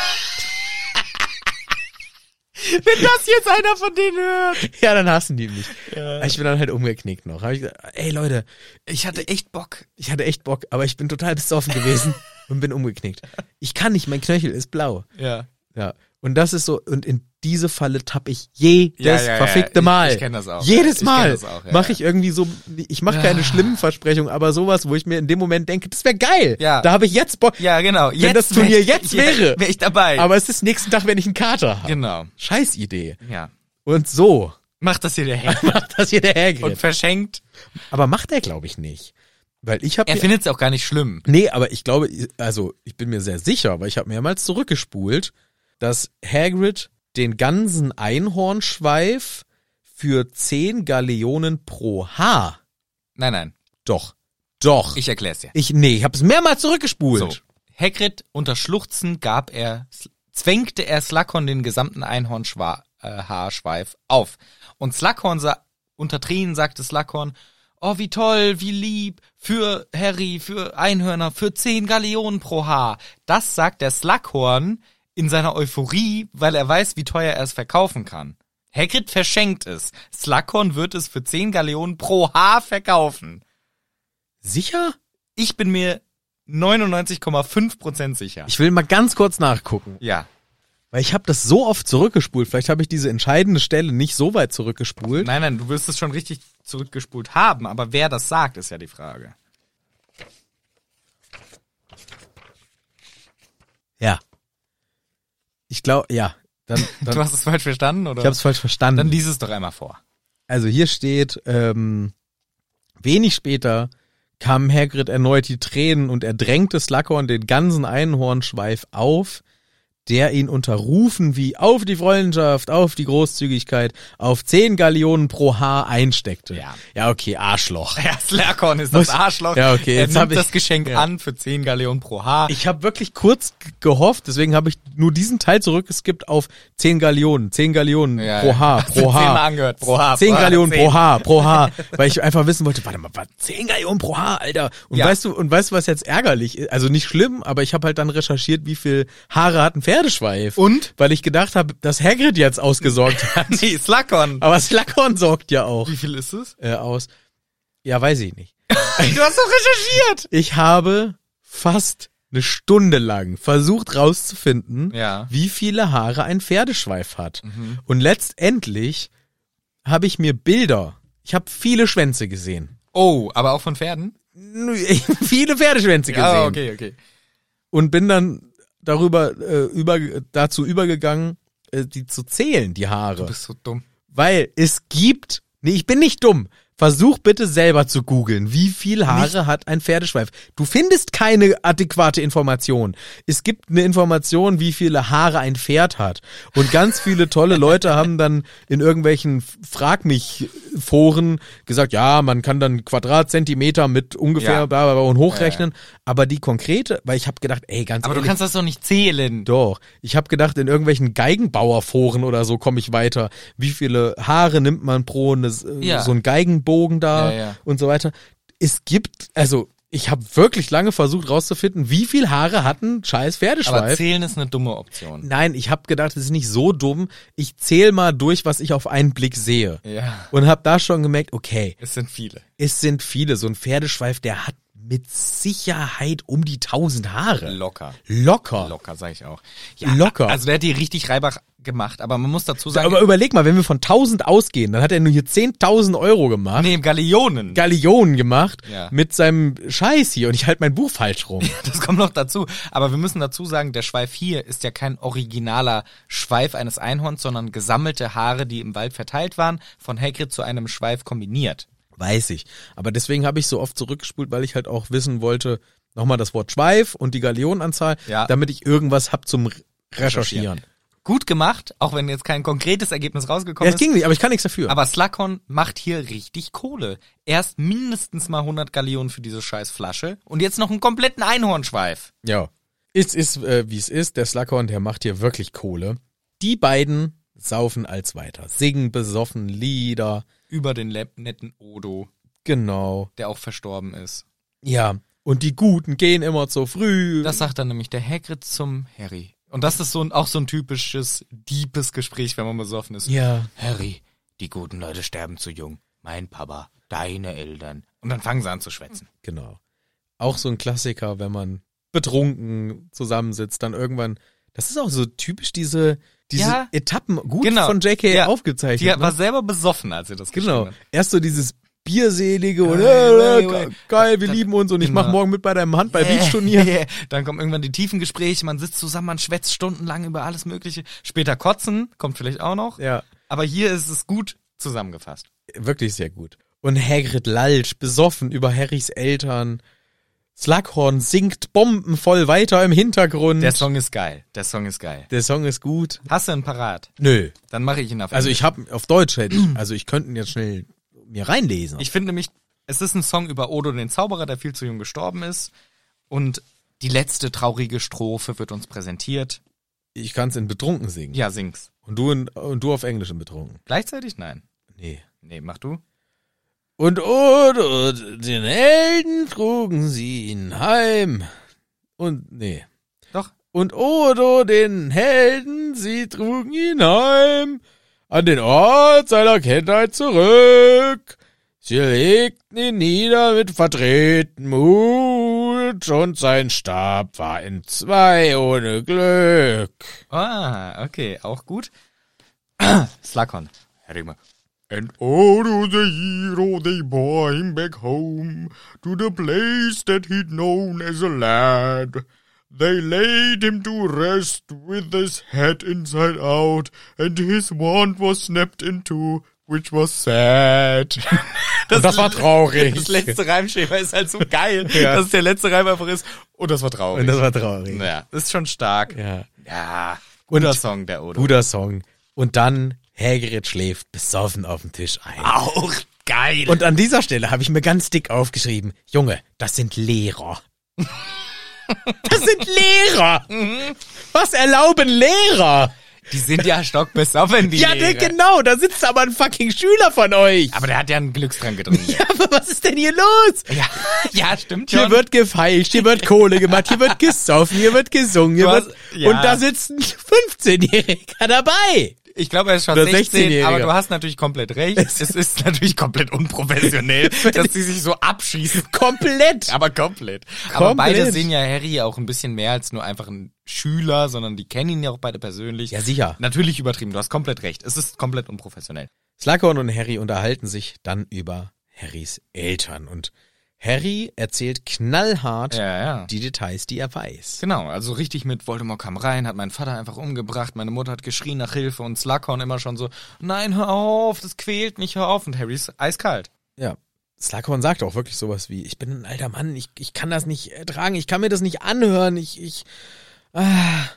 [SPEAKER 2] Wenn das jetzt einer von denen hört.
[SPEAKER 1] ja, dann hassen die mich.
[SPEAKER 2] Ja.
[SPEAKER 1] Ich bin dann halt umgeknickt noch. Hab ich gesagt, ey Leute,
[SPEAKER 2] Ich hatte echt Bock.
[SPEAKER 1] ich hatte echt Bock, aber ich bin total besoffen gewesen und bin umgeknickt. Ich kann nicht, mein Knöchel ist blau.
[SPEAKER 2] Ja.
[SPEAKER 1] Ja. Und das ist so, und in diese Falle tapp ich jedes
[SPEAKER 2] Ja, ja, ja.
[SPEAKER 1] verfickte
[SPEAKER 2] Ich-
[SPEAKER 1] Mal.
[SPEAKER 2] ich kenn das auch. Ich
[SPEAKER 1] Jedes
[SPEAKER 2] kenn
[SPEAKER 1] Mal
[SPEAKER 2] das auch, ja,
[SPEAKER 1] mache
[SPEAKER 2] ja. Ah.
[SPEAKER 1] ich irgendwie so, ich mache keine schlimmen Versprechungen, aber sowas, wo ich mir in dem Moment denke, das wäre geil.
[SPEAKER 2] Ja.
[SPEAKER 1] Da habe ich jetzt Bock.
[SPEAKER 2] Ja, genau.
[SPEAKER 1] Wenn das Turnier jetzt wäre.
[SPEAKER 2] Wäre ich dabei.
[SPEAKER 1] Aber es ist nächsten Tag, wenn ich einen Kater habe.
[SPEAKER 2] genau.
[SPEAKER 1] Scheiß Idee.
[SPEAKER 2] Ja.
[SPEAKER 1] Und so
[SPEAKER 2] Macht das hier der Herr.
[SPEAKER 1] macht das hier der
[SPEAKER 2] Und
[SPEAKER 1] Hagrid.
[SPEAKER 2] verschenkt.
[SPEAKER 1] Aber macht er, glaube ich, nicht. Weil ich habe
[SPEAKER 2] Er findet es auch gar nicht schlimm.
[SPEAKER 1] Nee, aber ich glaube, also ich bin mir sehr sicher, aber ich habe mehrmals zurückgespult, dass Hagrid den ganzen Einhornschweif für 10 Galeonen pro Haar.
[SPEAKER 2] Nein, nein.
[SPEAKER 1] Doch, doch.
[SPEAKER 2] Ich erklär's dir.
[SPEAKER 1] ich nee, ich habe es mehrmals zurückgespult.
[SPEAKER 2] So. Hagrid unter Schluchzen gab er, zwängte er Slughorn den gesamten Einhornhaarschweif äh, Haarschweif auf. Und Slughorn sa unter Tränen sagte Slughorn, oh wie toll, wie lieb, für Harry, für Einhörner, für zehn Galeonen pro Haar. Das sagt der Slughorn in seiner Euphorie, weil er weiß, wie teuer er es verkaufen kann. Hagrid verschenkt es. Slughorn wird es für zehn Galeonen pro Haar verkaufen.
[SPEAKER 1] Sicher?
[SPEAKER 2] Ich bin mir 99,5% sicher.
[SPEAKER 1] Ich will mal ganz kurz nachgucken,
[SPEAKER 2] Ja.
[SPEAKER 1] weil ich habe das so oft zurückgespult. Vielleicht habe ich diese entscheidende Stelle nicht so weit zurückgespult.
[SPEAKER 2] Nein, nein, du wirst es schon richtig zurückgespult haben, aber wer das sagt, ist ja die Frage.
[SPEAKER 1] Ja. Ich glaube, ja. Dann, dann
[SPEAKER 2] Du hast es falsch verstanden, oder?
[SPEAKER 1] ich habe es falsch verstanden.
[SPEAKER 2] Dann lies es doch einmal vor.
[SPEAKER 1] Also hier steht, ähm, wenig später kamen Hagrid erneut die Tränen und er drängte Slughorn den ganzen Einhornschweif auf, der ihn unter Rufen wie auf die Freundschaft, auf die Großzügigkeit, auf zehn Gallionen pro Haar einsteckte.
[SPEAKER 2] Ja.
[SPEAKER 1] ja okay, Arschloch.
[SPEAKER 2] Herr Slakorn ist das
[SPEAKER 1] Muss-
[SPEAKER 2] Arschloch.
[SPEAKER 1] Ja, okay,
[SPEAKER 2] er
[SPEAKER 1] jetzt hab
[SPEAKER 2] nimmt
[SPEAKER 1] ich-
[SPEAKER 2] das Geschenk
[SPEAKER 1] Ja.
[SPEAKER 2] an für 10 Galeonen pro Haar.
[SPEAKER 1] Ich habe wirklich kurz g- gehofft, deswegen habe ich nur diesen Teil zurückgeskippt auf zehn Gallionen, zehn Gallionen
[SPEAKER 2] Ja,
[SPEAKER 1] pro
[SPEAKER 2] ja.
[SPEAKER 1] Haar,
[SPEAKER 2] Hast du
[SPEAKER 1] pro
[SPEAKER 2] zehnmal
[SPEAKER 1] Haar.
[SPEAKER 2] angehört. Pro Haar.
[SPEAKER 1] Zehn
[SPEAKER 2] pro Haar,
[SPEAKER 1] Gallionen
[SPEAKER 2] zehn.
[SPEAKER 1] pro Haar, pro Haar, weil ich einfach wissen wollte, warte mal, was, zehn Gallionen pro Haar, Alter. Und
[SPEAKER 2] Ja.
[SPEAKER 1] weißt du, und weißt du, was jetzt ärgerlich ist? Also nicht schlimm, aber ich habe halt dann recherchiert, wie viel Haare hat ein Pferdeschweif.
[SPEAKER 2] Und?
[SPEAKER 1] Weil ich gedacht habe, dass Hagrid jetzt ausgesorgt hat.
[SPEAKER 2] Nee, Slakorn.
[SPEAKER 1] Aber Slughorn sorgt ja auch
[SPEAKER 2] Wie viel ist es?
[SPEAKER 1] äh, aus. Ja, weiß ich nicht.
[SPEAKER 2] Du hast doch recherchiert.
[SPEAKER 1] Ich habe fast eine Stunde lang versucht rauszufinden,
[SPEAKER 2] Ja.
[SPEAKER 1] wie viele Haare ein Pferdeschweif hat. Und letztendlich habe ich mir Bilder, ich habe viele Schwänze gesehen.
[SPEAKER 2] Oh, aber auch von Pferden?
[SPEAKER 1] Nö, viele Pferdeschwänze gesehen.
[SPEAKER 2] Ah, okay, okay.
[SPEAKER 1] Und bin dann darüber äh, über, dazu übergegangen, äh, die zu zählen, die
[SPEAKER 2] Du
[SPEAKER 1] Haare.
[SPEAKER 2] bist so dumm.
[SPEAKER 1] Weil es gibt, nee, ich bin nicht dumm. Versuch bitte selber zu googeln, wie viel Haare hat ein Pferdeschweif. Du findest keine adäquate Information. Es gibt eine Information, wie viele Haare ein Pferd hat. Und ganz viele tolle Leute haben dann in irgendwelchen Frag mich Foren gesagt, ja, man kann dann Quadratzentimeter mit ungefähr
[SPEAKER 2] Ja.
[SPEAKER 1] bla bla bla und hochrechnen. Aber die konkrete, weil ich habe gedacht, ey, ganz
[SPEAKER 2] Aber du
[SPEAKER 1] ehrlich,
[SPEAKER 2] kannst das doch nicht zählen.
[SPEAKER 1] doch. Ich habe gedacht, in irgendwelchen Geigenbauerforen oder so komme ich weiter. Wie viele Haare nimmt man pro ne, äh,
[SPEAKER 2] Ja.
[SPEAKER 1] so einen Geigenbogen da
[SPEAKER 2] Ja, ja.
[SPEAKER 1] und so weiter. Es gibt, also ich habe wirklich lange versucht rauszufinden, wie viel Haare hat ein scheiß
[SPEAKER 2] Aber
[SPEAKER 1] Pferdeschweif.
[SPEAKER 2] zählen ist eine dumme Option.
[SPEAKER 1] Nein, ich habe gedacht, das ist nicht so dumm. Ich zähle mal durch, was ich auf einen Blick sehe.
[SPEAKER 2] Ja,
[SPEAKER 1] Und habe da schon gemerkt, okay,
[SPEAKER 2] es sind viele.
[SPEAKER 1] es sind viele. So ein Pferdeschweif, der hat mit Sicherheit um die 1000 Haare.
[SPEAKER 2] Locker.
[SPEAKER 1] Locker.
[SPEAKER 2] Locker, sag ich auch.
[SPEAKER 1] Locker.
[SPEAKER 2] Also der hat die richtig Reibach gemacht, aber man muss dazu sagen,
[SPEAKER 1] Aber überleg mal, wenn wir von 1000 ausgehen, dann hat er nur hier 10.000 Euro gemacht,
[SPEAKER 2] nee, Gallionen.
[SPEAKER 1] Gallionen gemacht
[SPEAKER 2] Ja.
[SPEAKER 1] mit seinem Scheiß hier und ich halte mein Buch falsch rum.
[SPEAKER 2] Das kommt noch dazu. Aber wir müssen dazu sagen, der Schweif hier ist ja kein originaler Schweif eines Einhorns, sondern gesammelte Haare, die im Wald verteilt waren, von Hagrid zu einem Schweif kombiniert.
[SPEAKER 1] Weiß ich. Aber deswegen habe ich so oft zurückgespult, weil ich halt auch wissen wollte, nochmal das Wort Schweif und die Gallionenanzahl,
[SPEAKER 2] Ja.
[SPEAKER 1] damit ich irgendwas hab zum Recherchieren.
[SPEAKER 2] Gut gemacht, auch wenn jetzt kein konkretes Ergebnis
[SPEAKER 1] Ja,
[SPEAKER 2] rausgekommen
[SPEAKER 1] das
[SPEAKER 2] ist.
[SPEAKER 1] ging nicht, aber ich kann nichts dafür.
[SPEAKER 2] Aber Slughorn macht hier richtig Kohle. Erst mindestens mal 100 Gallionen für diese scheiß Flasche und jetzt noch einen kompletten Einhornschweif.
[SPEAKER 1] Ja. Es ist, äh, wie es ist. Der Slughorn, der macht hier wirklich Kohle. Die beiden saufen als weiter. Singen besoffen Lieder.
[SPEAKER 2] Über den Lab netten Odo,
[SPEAKER 1] Genau.
[SPEAKER 2] der auch verstorben ist.
[SPEAKER 1] Ja. Und die Guten gehen immer zu früh.
[SPEAKER 2] Das sagt dann nämlich der Hagrid zum Harry. Und das ist so ein, auch so ein typisches, deepes Gespräch, wenn man besoffen ist.
[SPEAKER 1] ja.
[SPEAKER 2] Harry, die guten Leute sterben zu jung. Mein Papa, deine Eltern. Und dann fangen sie an zu schwätzen.
[SPEAKER 1] Genau. Auch so ein Klassiker, wenn man betrunken zusammensitzt, dann irgendwann. Das ist auch so typisch diese, diese
[SPEAKER 2] Ja.
[SPEAKER 1] Etappen gut
[SPEAKER 2] Genau.
[SPEAKER 1] von JK
[SPEAKER 2] Ja. Die
[SPEAKER 1] aufgezeichnet.
[SPEAKER 2] war
[SPEAKER 1] Ne?
[SPEAKER 2] selber besoffen, als sie das
[SPEAKER 1] Genau.
[SPEAKER 2] geschrieben hat.
[SPEAKER 1] Erst so dieses bierselige und
[SPEAKER 2] Geil,
[SPEAKER 1] äh,
[SPEAKER 2] geil,
[SPEAKER 1] äh, geil, wir
[SPEAKER 2] geil.
[SPEAKER 1] lieben uns und ich mach
[SPEAKER 2] Genau.
[SPEAKER 1] morgen mit bei deinem Handball-Beachturnier.
[SPEAKER 2] Yeah. Äh, Dann kommen irgendwann die tiefen Gespräche, man sitzt zusammen, man schwätzt stundenlang über alles Mögliche. Später kotzen, kommt vielleicht auch noch.
[SPEAKER 1] Ja.
[SPEAKER 2] Aber hier ist es gut zusammengefasst.
[SPEAKER 1] wirklich sehr gut. Und Hagrid lallt besoffen über Harrys Eltern. Slughorn singt bombenvoll weiter im Hintergrund.
[SPEAKER 2] Der Song ist geil. Der Song ist geil.
[SPEAKER 1] Der Song ist gut.
[SPEAKER 2] Hast du ihn parat?
[SPEAKER 1] Nö.
[SPEAKER 2] Dann mache ich ihn auf
[SPEAKER 1] Also ich habe auf Deutsch hätte ich, also ich könnte ihn jetzt schnell mir reinlesen.
[SPEAKER 2] Ich finde nämlich, es ist ein Song über Odo den Zauberer, der viel zu jung gestorben ist. Und die letzte traurige Strophe wird uns präsentiert.
[SPEAKER 1] ich kann es in betrunken singen.
[SPEAKER 2] Ja, sing's.
[SPEAKER 1] Und du in, und du auf Englisch in betrunken.
[SPEAKER 2] Gleichzeitig? Nein.
[SPEAKER 1] Nee.
[SPEAKER 2] Nee, mach du.
[SPEAKER 1] Und und, und den Helden trugen sie ihn heim. Und nee.
[SPEAKER 2] Doch.
[SPEAKER 1] Und Odo den Helden, sie trugen ihn heim, an den Ort seiner Kindheit zurück. Sie legten ihn nieder mit verdrehtem Mut, und sein Stab war in zwei ohne Glück.
[SPEAKER 2] Ah, okay, auch gut. Slughorn. Rima.
[SPEAKER 4] And all of the hero they bore him back home to the place that he'd known as a lad. They laid him to rest with his head inside out, and his wand was snapped in two, which was sad.
[SPEAKER 1] Das, das war traurig.
[SPEAKER 2] Das letzte Reimschema ist halt so geil,
[SPEAKER 1] Ja.
[SPEAKER 2] dass der letzte Reim einfach ist. Und das war traurig.
[SPEAKER 1] Und das war traurig.
[SPEAKER 2] ja, ist schon stark.
[SPEAKER 1] Ja.
[SPEAKER 2] Ja.
[SPEAKER 1] Und-
[SPEAKER 2] Guter Song, der Odo.
[SPEAKER 1] Guter Song. Und dann Hagrid schläft besoffen auf dem Tisch ein.
[SPEAKER 2] Auch geil.
[SPEAKER 1] Und an dieser Stelle habe ich mir ganz dick aufgeschrieben, Junge, das sind Lehrer. Das sind Lehrer. Was erlauben Lehrer?
[SPEAKER 2] die sind ja stockbesoffen, die
[SPEAKER 1] Ja,
[SPEAKER 2] Lehrer.
[SPEAKER 1] ne, genau, da sitzt aber ein fucking Schüler von euch.
[SPEAKER 2] Aber der hat ja einen Glücksdrang getrunken.
[SPEAKER 1] Ja, aber was ist denn hier los?
[SPEAKER 2] Ja, ja stimmt schon.
[SPEAKER 1] Hier wird gefeilscht, hier wird Kohle gemacht, hier wird gesoffen, hier wird gesungen. Hier
[SPEAKER 2] Du hast-
[SPEAKER 1] wird,
[SPEAKER 2] ja.
[SPEAKER 1] Und da sitzt ein 15-Jähriger dabei.
[SPEAKER 2] ich glaube, er ist schon
[SPEAKER 1] Oder
[SPEAKER 2] 16,
[SPEAKER 1] 16-Jähriger.
[SPEAKER 2] aber du hast natürlich komplett recht. Es ist natürlich komplett unprofessionell, dass die sich so abschießen.
[SPEAKER 1] Komplett.
[SPEAKER 2] Aber komplett. Aber
[SPEAKER 1] Komplett.
[SPEAKER 2] beide sehen ja Harry auch ein bisschen mehr als nur einfach ein Schüler, sondern die kennen ihn ja auch beide persönlich.
[SPEAKER 1] Ja, sicher.
[SPEAKER 2] Natürlich übertrieben, du hast komplett recht. Es ist komplett unprofessionell.
[SPEAKER 1] Slughorn und Harry unterhalten sich dann über Harrys Eltern und Harry erzählt knallhart
[SPEAKER 2] ja.
[SPEAKER 1] die Details, die er weiß.
[SPEAKER 2] Genau, also richtig mit Voldemort kam rein, hat meinen Vater einfach umgebracht, meine Mutter hat geschrien nach Hilfe und Slughorn immer schon so, nein, hör auf, das quält mich, hör auf. Und Harry ist eiskalt.
[SPEAKER 1] Ja. Slughorn sagt auch wirklich sowas wie, ich bin ein alter Mann, ich, ich kann das nicht ertragen, ich kann mir das nicht anhören, ich, ich,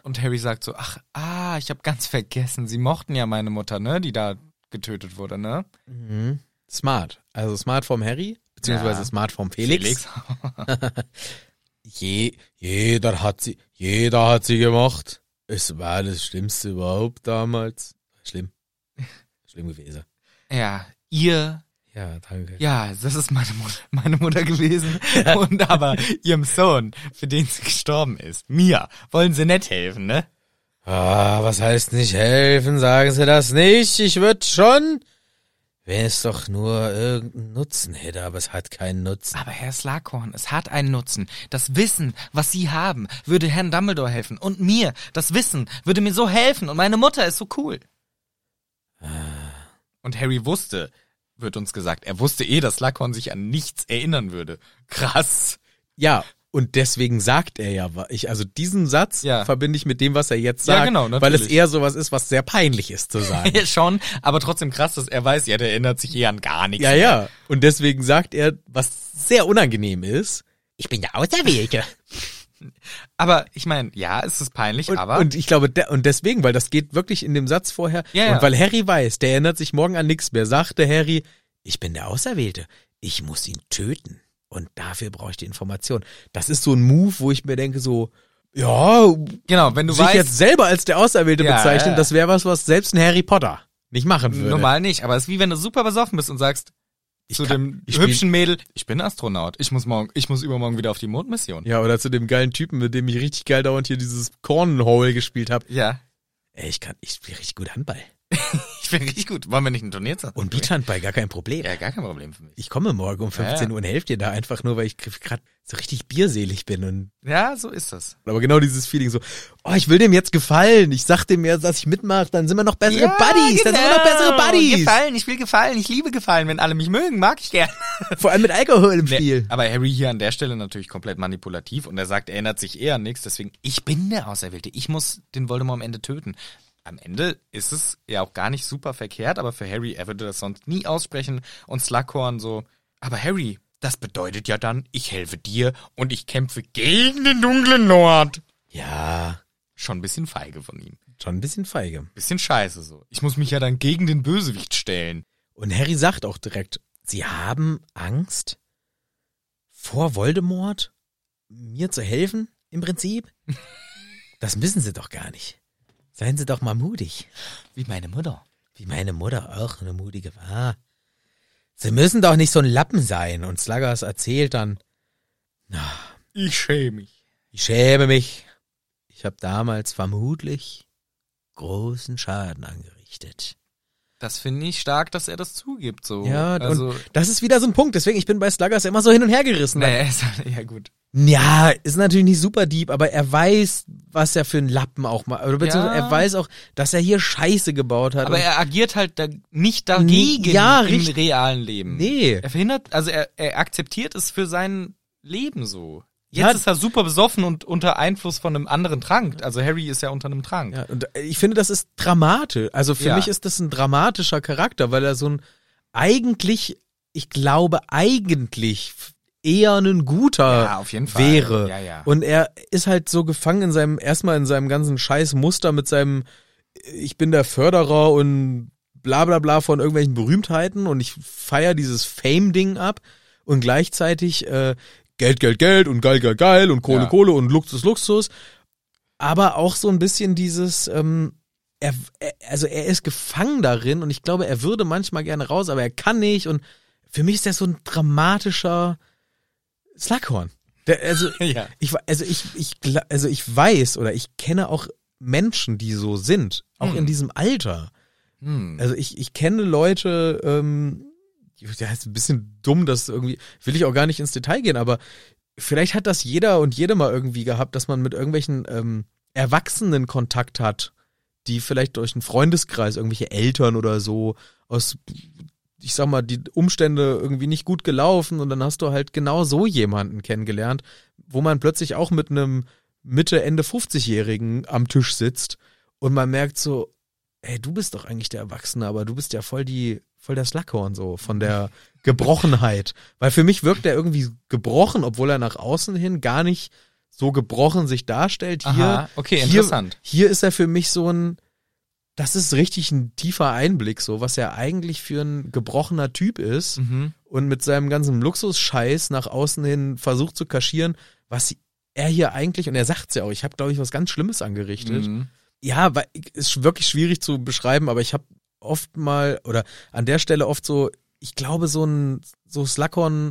[SPEAKER 2] Und Harry sagt so, ach, ah, ich habe ganz vergessen, sie mochten ja meine Mutter, ne, die da getötet wurde, ne?
[SPEAKER 1] smart. Also smart vom Harry, beziehungsweise
[SPEAKER 2] Ja.
[SPEAKER 1] smart vom Felix. Je, jeder hat sie, jeder hat sie gemacht. Es war das Schlimmste überhaupt damals. Schlimm. Schlimm gewesen.
[SPEAKER 2] Ja, ihr
[SPEAKER 1] Ja, danke.
[SPEAKER 2] Ja, das ist meine Mutter, meine Mutter gewesen. Und aber ihrem Sohn, für den sie gestorben ist, mir, wollen sie nicht helfen, ne?
[SPEAKER 1] Ah, was heißt nicht helfen? Sagen Sie das nicht. Ich würde schon, wenn es doch nur irgendeinen Nutzen hätte, aber es hat keinen Nutzen.
[SPEAKER 2] Aber Herr Slaghorn, es hat einen Nutzen. Das Wissen, was Sie haben, würde Herrn Dumbledore helfen. Und mir, das Wissen, würde mir so helfen. Und meine Mutter ist so cool. Äh. Und Harry wusste, wird uns gesagt, er wusste eh, dass Slughorn sich an nichts erinnern würde. Krass.
[SPEAKER 1] Ja, und deswegen sagt er ja, wa- ich, also diesen Satz
[SPEAKER 2] Ja.
[SPEAKER 1] verbinde ich mit dem, was er jetzt
[SPEAKER 2] Ja,
[SPEAKER 1] sagt,
[SPEAKER 2] genau,
[SPEAKER 1] weil es
[SPEAKER 2] natürlich.
[SPEAKER 1] eher sowas ist, was sehr peinlich ist zu sagen.
[SPEAKER 2] Ja, schon, aber trotzdem krass, dass er weiß, ja, der erinnert sich eh an gar nichts.
[SPEAKER 1] Ja, ja. Und deswegen sagt er, was sehr unangenehm ist, ich bin der Auserwählte.
[SPEAKER 2] Aber ich meine, ja, es ist peinlich,
[SPEAKER 1] Und,
[SPEAKER 2] aber
[SPEAKER 1] und ich glaube, de und deswegen, weil das geht wirklich in dem Satz vorher.
[SPEAKER 2] Ja, ja.
[SPEAKER 1] und weil Harry weiß, der erinnert sich morgen an nichts mehr, sagte Harry, ich bin der Auserwählte. Ich muss ihn töten. Und dafür brauche ich die Information. Das ist so ein Move, wo ich mir denke, so, ja,
[SPEAKER 2] genau, wenn du
[SPEAKER 1] sich
[SPEAKER 2] weißt,
[SPEAKER 1] jetzt selber als der Auserwählte
[SPEAKER 2] Ja,
[SPEAKER 1] bezeichnen,
[SPEAKER 2] ja.
[SPEAKER 1] das wäre was, was selbst ein Harry Potter nicht machen würde.
[SPEAKER 2] normal nicht, aber es ist wie wenn du super besoffen bist und sagst
[SPEAKER 1] Ich
[SPEAKER 2] zu
[SPEAKER 1] kann-
[SPEAKER 2] dem
[SPEAKER 1] ich spiel-
[SPEAKER 2] hübschen Mädel, ich bin Astronaut, ich muss morgen, ich muss übermorgen wieder auf die Mondmission.
[SPEAKER 1] Ja, oder zu dem geilen Typen, mit dem ich richtig geil dauernd hier dieses Cornhole gespielt habe.
[SPEAKER 2] Ja.
[SPEAKER 1] Ey, ich kann, ich spiele richtig gut Handball.
[SPEAKER 2] Ich bin richtig gut. Wollen wir nicht ein Turnier zusammen?
[SPEAKER 1] Und Beachhandball, gar kein Problem.
[SPEAKER 2] Ja, gar kein Problem für mich.
[SPEAKER 1] Ich komme morgen um 15
[SPEAKER 2] Ja.
[SPEAKER 1] Uhr und helfe dir da einfach nur, weil ich gerade so richtig bierselig bin. Und,
[SPEAKER 2] Ja, so ist das.
[SPEAKER 1] aber genau dieses Feeling so, oh, ich will dem jetzt gefallen. Ich sag dem jetzt, dass ich mitmache, dann sind wir noch bessere
[SPEAKER 2] ja,
[SPEAKER 1] Buddies. Dann sind wir noch bessere
[SPEAKER 2] genau.
[SPEAKER 1] Buddies.
[SPEAKER 2] Gefallen, ich will gefallen, ich liebe gefallen, wenn alle mich mögen, mag ich gern.
[SPEAKER 1] Vor allem mit Alkohol im
[SPEAKER 2] Nee,
[SPEAKER 1] Spiel.
[SPEAKER 2] aber Harry hier an der Stelle natürlich komplett manipulativ und er sagt, er erinnert sich eher an nichts, deswegen, ich bin der Auserwählte, ich muss den Voldemort am Ende töten. Am Ende ist es ja auch gar nicht super verkehrt, aber für Harry, er würde das sonst nie aussprechen und Slughorn so, aber Harry, das bedeutet ja dann, ich helfe dir und ich kämpfe gegen den dunklen Nord.
[SPEAKER 1] Ja,
[SPEAKER 2] Schon ein bisschen feige von ihm.
[SPEAKER 1] schon ein bisschen feige.
[SPEAKER 2] Bisschen scheiße so. Ich muss mich ja dann gegen den Bösewicht stellen.
[SPEAKER 1] Und Harry sagt auch direkt, sie haben Angst vor Voldemort, mir zu helfen, im Prinzip. Das müssen sie doch gar nicht. Seien sie doch mal mutig.
[SPEAKER 2] Wie meine Mutter.
[SPEAKER 1] wie meine Mutter auch eine mutige war. Sie müssen doch nicht so ein Lappen sein. Und Sluggers erzählt dann,
[SPEAKER 2] Ich schäme mich.
[SPEAKER 1] ich schäme mich. Ich habe damals vermutlich großen Schaden angerichtet.
[SPEAKER 2] Das finde ich stark, dass er das zugibt so.
[SPEAKER 1] Ja,
[SPEAKER 2] also,
[SPEAKER 1] und das ist wieder so ein Punkt. Deswegen, ich bin bei Sluggers immer so hin und her gerissen.
[SPEAKER 2] Nee, ist, ja gut.
[SPEAKER 1] Ja, ist natürlich nicht super deep, aber er weiß, was er für einen Lappen auch mal, oder beziehungsweise
[SPEAKER 2] Ja.
[SPEAKER 1] er weiß auch, dass er hier Scheiße gebaut hat.
[SPEAKER 2] Aber
[SPEAKER 1] Und-
[SPEAKER 2] er agiert halt da nicht dagegen
[SPEAKER 1] Ja,
[SPEAKER 2] im
[SPEAKER 1] richtig.
[SPEAKER 2] realen Leben.
[SPEAKER 1] nee.
[SPEAKER 2] Er verhindert, also er, er akzeptiert es für sein Leben so. Jetzt
[SPEAKER 1] Ja.
[SPEAKER 2] ist er super besoffen und unter Einfluss von einem anderen Trank. Also Harry ist ja unter einem Trank.
[SPEAKER 1] Ja, und ich finde, das ist dramatisch. Also für
[SPEAKER 2] Ja.
[SPEAKER 1] mich ist das ein dramatischer Charakter, weil er so ein eigentlich, ich glaube, eigentlich eher ein guter
[SPEAKER 2] Ja, auf jeden Fall.
[SPEAKER 1] wäre.
[SPEAKER 2] Ja, ja.
[SPEAKER 1] Und er ist halt so gefangen in seinem, erstmal in seinem ganzen Scheißmuster mit seinem, äh, ich bin der Förderer und bla bla bla von irgendwelchen Berühmtheiten und ich feier dieses Fame-Ding ab und gleichzeitig äh, Geld, Geld, Geld und geil, geil, geil und Kohle,
[SPEAKER 2] Ja.
[SPEAKER 1] Kohle und Luxus, Luxus. Aber auch so ein bisschen dieses, ähm, er, er, also er ist gefangen darin und ich glaube, er würde manchmal gerne raus, aber er kann nicht und für mich ist er so ein dramatischer Slughorn. Der, also,
[SPEAKER 2] Ja.
[SPEAKER 1] ich, wa- also, ich, ich, gla- also ich weiß oder ich kenne auch Menschen, die so sind, auch
[SPEAKER 2] Hm.
[SPEAKER 1] in diesem Alter.
[SPEAKER 2] Hm.
[SPEAKER 1] Also ich, ich kenne Leute, ähm, ja, ist ein bisschen dumm, das irgendwie, will ich auch gar nicht ins Detail gehen, aber vielleicht hat das jeder und jede mal irgendwie gehabt, dass man mit irgendwelchen ähm, Erwachsenen Kontakt hat, die vielleicht durch einen Freundeskreis, irgendwelche Eltern oder so, aus, ich sag mal, die Umstände irgendwie nicht gut gelaufen und dann hast du halt genau so jemanden kennengelernt, wo man plötzlich auch mit einem Mitte, Ende 50-Jährigen am Tisch sitzt und man merkt so, hey, du bist doch eigentlich der Erwachsene, aber du bist ja voll die voll der Slackhorn so von der Gebrochenheit. Weil für mich wirkt er irgendwie gebrochen, obwohl er nach außen hin gar nicht so gebrochen sich darstellt. Hier,
[SPEAKER 2] Aha, okay,
[SPEAKER 1] hier,
[SPEAKER 2] interessant.
[SPEAKER 1] Hier ist er für mich so ein, das ist richtig ein tiefer Einblick, so was er eigentlich für ein gebrochener Typ ist
[SPEAKER 2] Mhm.
[SPEAKER 1] und mit seinem ganzen Luxusscheiß nach außen hin versucht zu kaschieren, was er hier eigentlich, und er sagt's ja auch, ich habe, glaube ich, was ganz Schlimmes angerichtet.
[SPEAKER 2] Mhm.
[SPEAKER 1] Ja, weil, ist wirklich schwierig zu beschreiben, aber ich habe oft mal, oder an der Stelle oft so, ich glaube, so ein, so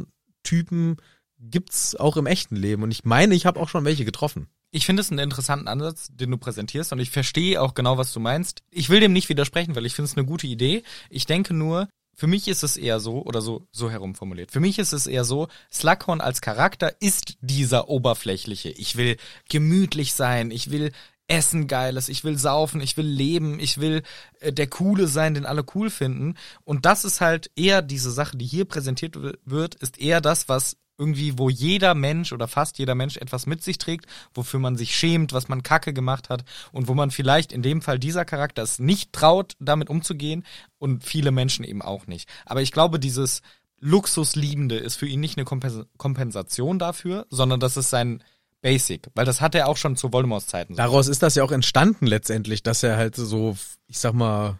[SPEAKER 1] Slackhorn-Typen gibt's auch im echten Leben und ich meine, ich habe auch schon welche getroffen.
[SPEAKER 2] Ich finde es einen interessanten Ansatz, den du präsentierst und ich verstehe auch genau, was du meinst. Ich will dem nicht widersprechen, weil ich finde es eine gute Idee. Ich denke nur, für mich ist es eher so, oder so, so herumformuliert, für mich ist es eher so, Slughorn als Charakter ist dieser oberflächliche. Ich will gemütlich sein, ich will essen Geiles, ich will saufen, ich will leben, ich will äh, der Coole sein, den alle cool finden. Und das ist halt eher diese Sache, die hier präsentiert w- wird, ist eher das, was irgendwie, wo jeder Mensch oder fast jeder Mensch etwas mit sich trägt, wofür man sich schämt, was man kacke gemacht hat und wo man vielleicht in dem Fall dieser Charakter es nicht traut, damit umzugehen und viele Menschen eben auch nicht. Aber ich glaube, dieses Luxusliebende ist für ihn nicht eine Kompens Kompensation dafür, sondern das ist sein Basic, weil das hat er auch schon zu Voldemorts Zeiten. so.
[SPEAKER 1] Daraus ist das ja auch entstanden letztendlich, dass er halt so, ich sag mal,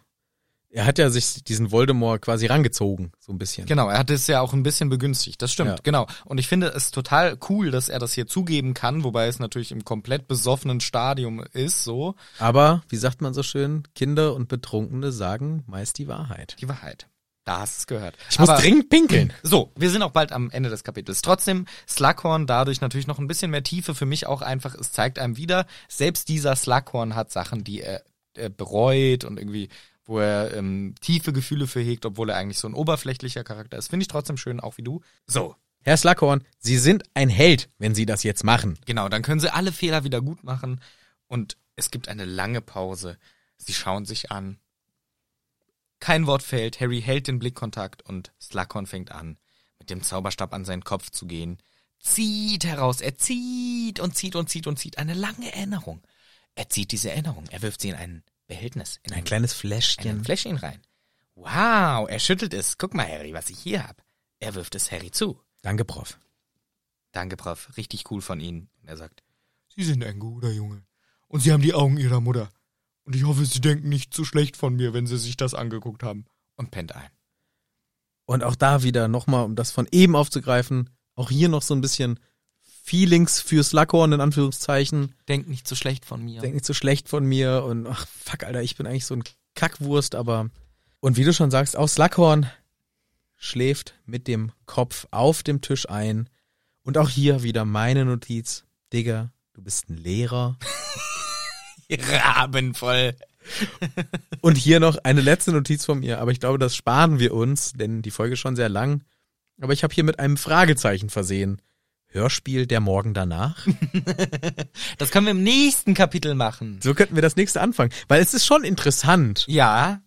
[SPEAKER 1] er hat ja sich diesen Voldemort quasi rangezogen, so ein bisschen.
[SPEAKER 2] Genau, er hat es ja auch ein bisschen begünstigt. Das stimmt,
[SPEAKER 1] Ja.
[SPEAKER 2] genau. Und ich finde es total cool, dass er das hier zugeben kann, wobei es natürlich im komplett besoffenen Stadium ist, so.
[SPEAKER 1] Aber, wie sagt man so schön, Kinder und Betrunkene sagen meist die Wahrheit.
[SPEAKER 2] Die Wahrheit. Da hast du es gehört.
[SPEAKER 1] Ich muss
[SPEAKER 2] Aber-
[SPEAKER 1] dringend pinkeln.
[SPEAKER 2] So, wir sind auch bald am Ende des Kapitels. Trotzdem, Slughorn dadurch natürlich noch ein bisschen mehr Tiefe. Für mich auch einfach, es zeigt einem wieder, selbst dieser Slughorn hat Sachen, die er, er bereut und irgendwie, wo er ähm, tiefe Gefühle für hegt, obwohl er eigentlich so ein oberflächlicher Charakter ist. Finde ich trotzdem schön, auch wie du. So,
[SPEAKER 1] Herr Slackhorn, Sie sind ein Held, wenn Sie das jetzt machen.
[SPEAKER 2] Genau, dann können sie alle Fehler wieder gut machen. Und es gibt eine lange Pause. Sie schauen sich an. Kein Wort fällt. Harry hält den Blickkontakt und Slughorn fängt an, mit dem Zauberstab an seinen Kopf zu gehen. Zieht heraus. Er zieht und zieht und zieht und zieht. Eine lange Erinnerung. Er zieht diese Erinnerung. Er wirft sie in ein Behältnis. In ein,
[SPEAKER 1] kleines
[SPEAKER 2] in ein
[SPEAKER 1] Fläschchen.
[SPEAKER 2] Fläschchen rein. Wow, er schüttelt es. Guck mal, Harry, was ich hier hab. Er wirft es Harry zu.
[SPEAKER 1] Danke, Prof.
[SPEAKER 2] Danke, Prof. Richtig cool von Ihnen. Und er sagt, Sie sind ein guter Junge. Und Sie haben die Augen Ihrer Mutter. Und ich hoffe, Sie denken nicht zu schlecht von mir, wenn Sie sich das angeguckt haben. Und pennt ein.
[SPEAKER 1] Und auch da wieder nochmal, um das von eben aufzugreifen, auch hier noch so ein bisschen Feelings für Slackhorn in Anführungszeichen.
[SPEAKER 2] Denkt nicht zu schlecht von mir.
[SPEAKER 1] Denk nicht so schlecht von mir und ach fuck, Alter, ich bin eigentlich so ein Kackwurst, aber. Und wie du schon sagst, auch Slackhorn schläft mit dem Kopf auf dem Tisch ein. Und auch hier wieder meine Notiz. Digga, du bist ein Lehrer.
[SPEAKER 2] Rabenvoll.
[SPEAKER 1] Und hier noch eine letzte Notiz von mir, aber ich glaube, das sparen wir uns, denn die Folge ist schon sehr lang. Aber ich habe hier mit einem Fragezeichen versehen. Hörspiel der Morgen danach?
[SPEAKER 2] Das können wir im nächsten Kapitel machen.
[SPEAKER 1] So könnten wir das nächste anfangen, weil es ist schon interessant.
[SPEAKER 2] Ja.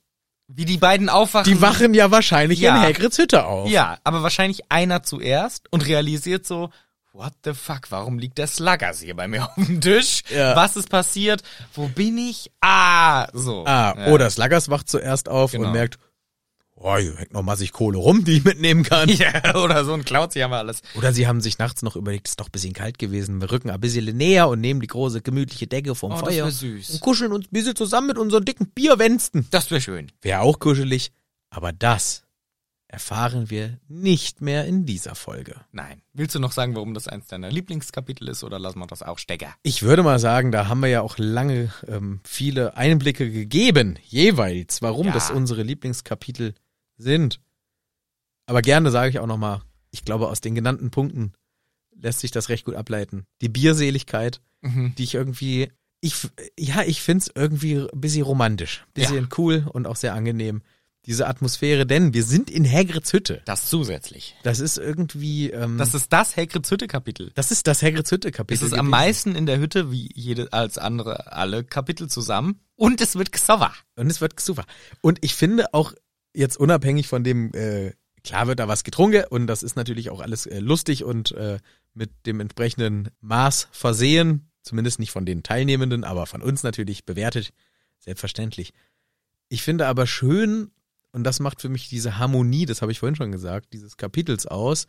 [SPEAKER 2] Wie die beiden aufwachen.
[SPEAKER 1] Die wachen ja wahrscheinlich
[SPEAKER 2] Ja.
[SPEAKER 1] in Hagrids Hütte auf.
[SPEAKER 2] Ja, aber wahrscheinlich einer zuerst und realisiert so, what the fuck, warum liegt der Sluggers hier bei mir auf dem Tisch?
[SPEAKER 1] Ja.
[SPEAKER 2] Was ist passiert? Wo bin ich? Ah, so.
[SPEAKER 1] Ah,
[SPEAKER 2] Ja.
[SPEAKER 1] oder Sluggers wacht zuerst auf
[SPEAKER 2] Genau.
[SPEAKER 1] und merkt, oh, hier hängt noch massig Kohle rum, die ich mitnehmen kann.
[SPEAKER 2] Ja, oder so ein Cloud, sie haben wir alles.
[SPEAKER 1] Oder sie haben sich nachts noch überlegt, ist doch ein bisschen kalt gewesen, wir rücken ein bisschen näher und nehmen die große gemütliche Decke vom
[SPEAKER 2] Oh, das
[SPEAKER 1] Feuer
[SPEAKER 2] wär süß.
[SPEAKER 1] und kuscheln uns ein bisschen zusammen mit unseren dicken Bierwensten.
[SPEAKER 2] Das wäre schön.
[SPEAKER 1] Wäre auch kuschelig, aber das erfahren wir nicht mehr in dieser Folge.
[SPEAKER 2] Nein. Willst du noch sagen, warum das eins deiner Lieblingskapitel ist oder lassen wir das auch stecker?
[SPEAKER 1] Ich würde mal sagen, da haben wir ja auch lange ähm, viele Einblicke gegeben, jeweils, warum
[SPEAKER 2] Ja.
[SPEAKER 1] das unsere Lieblingskapitel sind. Aber gerne sage ich auch nochmal, ich glaube, aus den genannten Punkten lässt sich das recht gut ableiten. Die Bierseligkeit,
[SPEAKER 2] Mhm.
[SPEAKER 1] die ich irgendwie, ich, f- ja, ich find's irgendwie ein bisschen romantisch, ein bisschen cool und auch sehr angenehm. Diese Atmosphäre, denn wir sind in Hagrids Hütte.
[SPEAKER 2] Das zusätzlich.
[SPEAKER 1] Das ist irgendwie. Ähm,
[SPEAKER 2] Das
[SPEAKER 1] das,
[SPEAKER 2] ist das Hagrids Hütte-Kapitel.
[SPEAKER 1] ist das Hagrids
[SPEAKER 2] Es
[SPEAKER 1] Hütte-Kapitel.
[SPEAKER 2] ist am
[SPEAKER 1] gewesen.
[SPEAKER 2] meisten in der Hütte, wie jede, als andere, alle Kapitel zusammen. Und es wird Xaver.
[SPEAKER 1] Und es wird super. Und ich finde auch jetzt unabhängig von dem, äh, klar wird da was getrunken und das ist natürlich auch alles äh, lustig und äh, mit dem entsprechenden Maß versehen. Zumindest nicht von den Teilnehmenden, aber von uns natürlich bewertet. Selbstverständlich. Ich finde aber schön, und Und das macht für mich diese Harmonie, das habe ich vorhin schon gesagt, dieses Kapitels aus,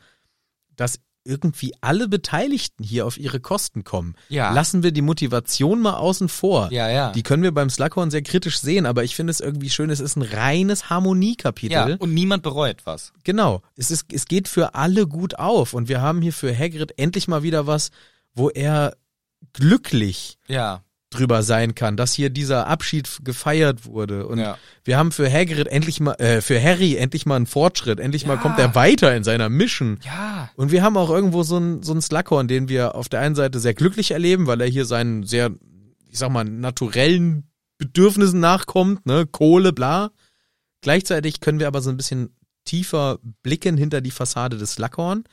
[SPEAKER 1] dass irgendwie alle Beteiligten hier auf ihre Kosten kommen.
[SPEAKER 2] Ja.
[SPEAKER 1] Lassen wir die Motivation mal außen vor.
[SPEAKER 2] Ja, ja.
[SPEAKER 1] Die können wir beim Slughorn sehr kritisch sehen, aber ich finde es irgendwie schön, es ist ein reines
[SPEAKER 2] ja,
[SPEAKER 1] Harmoniekapitel.
[SPEAKER 2] und niemand bereut was.
[SPEAKER 1] Genau. Es, ist, es geht für alle gut auf. Und wir haben hier für Hagrid endlich mal wieder was, wo er glücklich
[SPEAKER 2] Ja,
[SPEAKER 1] drüber sein kann, dass hier dieser Abschied gefeiert wurde. Und
[SPEAKER 2] Ja.
[SPEAKER 1] wir haben für Hagrid endlich mal, äh, für Harry endlich mal einen Fortschritt. Endlich mal kommt er weiter in seiner Mission.
[SPEAKER 2] ja,
[SPEAKER 1] Und wir haben auch irgendwo so einen, so einen Slughorn, den wir auf der einen Seite sehr glücklich erleben, weil er hier seinen sehr, ich sag mal, naturellen Bedürfnissen nachkommt, ne, Kohle, bla. Gleichzeitig können wir aber so ein bisschen tiefer blicken hinter die Fassade des Slughorn.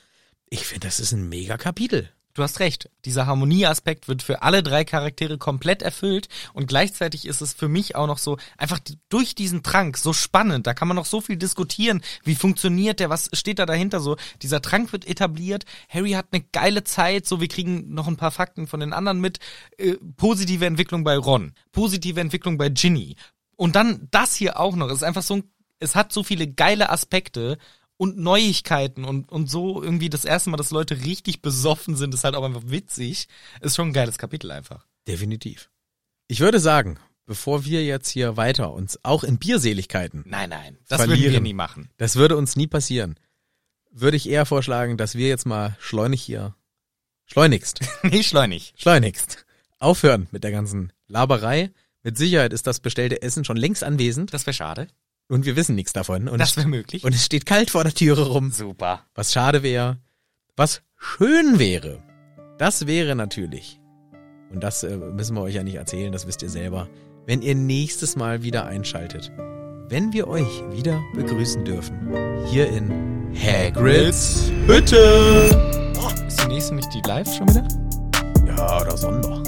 [SPEAKER 1] Ich finde, das ist ein mega Kapitel.
[SPEAKER 2] du hast recht. Dieser Harmonieaspekt wird für alle drei Charaktere komplett erfüllt und gleichzeitig ist es für mich auch noch so einfach die- durch diesen Trank so spannend. Da kann man noch so viel diskutieren. Wie funktioniert der? Was steht da dahinter so? Dieser Trank wird etabliert. Harry hat eine geile Zeit. So, wir kriegen noch ein paar Fakten von den anderen mit. Äh, positive Entwicklung bei Ron. Positive Entwicklung bei Ginny. Und dann das hier auch noch. Es ist einfach so ein, es hat so viele geile Aspekte und Neuigkeiten und, und so irgendwie das erste Mal, dass Leute richtig besoffen sind, ist halt auch einfach witzig. Ist schon ein geiles Kapitel einfach.
[SPEAKER 1] Definitiv. Ich würde sagen, bevor wir jetzt hier weiter uns auch in Bierseligkeiten,
[SPEAKER 2] Nein, nein. Das würden wir
[SPEAKER 1] Verlieren.
[SPEAKER 2] nie machen.
[SPEAKER 1] das würde uns nie passieren, würde ich eher vorschlagen, dass wir jetzt mal schleunig hier, schleunigst,
[SPEAKER 2] nee, schleunig.
[SPEAKER 1] schleunigst aufhören mit der ganzen Laberei. Mit Sicherheit ist das bestellte Essen schon längst anwesend
[SPEAKER 2] Das wäre schade.
[SPEAKER 1] und wir wissen nichts davon und,
[SPEAKER 2] Das wäre möglich.
[SPEAKER 1] und es steht kalt vor der Türe rum.
[SPEAKER 2] Super.
[SPEAKER 1] Was schade wäre, was schön wäre, das wäre natürlich, und das äh, müssen wir euch ja nicht erzählen, das wisst ihr selber, wenn ihr nächstes Mal wieder einschaltet, wenn wir euch wieder begrüßen dürfen, hier in Hagrid's Hütte.
[SPEAKER 2] Ist die nächste nicht die live schon wieder?
[SPEAKER 1] Ja, oder Sonder.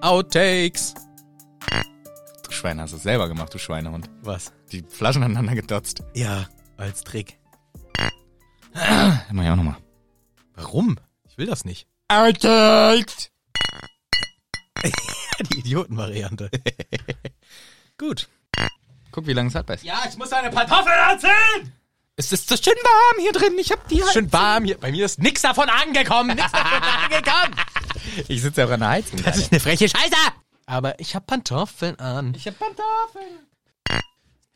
[SPEAKER 1] Outtakes.
[SPEAKER 2] Du Schwein hast es selber gemacht, du Schweinehund.
[SPEAKER 1] Was?
[SPEAKER 2] Die Flaschen aneinander gedotzt.
[SPEAKER 1] Ja, als Trick.
[SPEAKER 2] Mach ich auch nochmal.
[SPEAKER 1] Warum? Ich will das nicht.
[SPEAKER 2] Outtakes!
[SPEAKER 1] Die Idiotenvariante. Gut.
[SPEAKER 2] Guck, wie lange es hat bei Ja.
[SPEAKER 5] ich muss eine Pantoffel anziehen!
[SPEAKER 2] Es ist so schön warm hier drin. Ich hab die halt
[SPEAKER 1] Schön warm hier. Bei mir ist nix davon angekommen. Nix davon angekommen.
[SPEAKER 2] Ich sitze ja auch an der Heizung.
[SPEAKER 1] Das ist eine freche Scheiße. Aber ich hab Pantoffeln an.
[SPEAKER 2] ich hab Pantoffeln.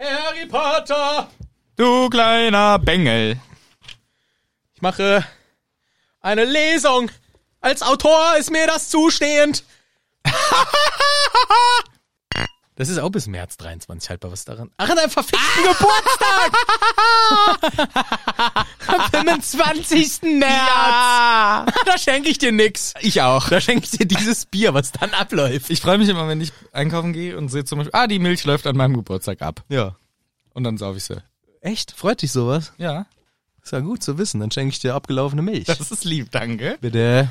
[SPEAKER 1] Harry Potter.
[SPEAKER 2] Du kleiner Bengel.
[SPEAKER 1] Ich mache eine Lesung. Als Autor ist mir das zustehend.
[SPEAKER 5] Das ist auch bis März 23 haltbar, was daran.
[SPEAKER 1] Ach, in einem verfickten Geburtstag. Am 25. März. Da schenke ich dir nix.
[SPEAKER 2] Ich auch.
[SPEAKER 1] Da schenke ich dir dieses Bier, was dann abläuft.
[SPEAKER 2] Ich freue mich immer, wenn ich einkaufen gehe und sehe zum Beispiel, ah, die Milch läuft an meinem Geburtstag ab.
[SPEAKER 5] Ja.
[SPEAKER 2] Und dann sauf ich sie.
[SPEAKER 5] Echt? Freut dich sowas?
[SPEAKER 2] Ja.
[SPEAKER 5] Ist ja gut zu wissen. Dann schenke ich dir abgelaufene Milch.
[SPEAKER 2] Das ist lieb, danke.
[SPEAKER 5] Bitte.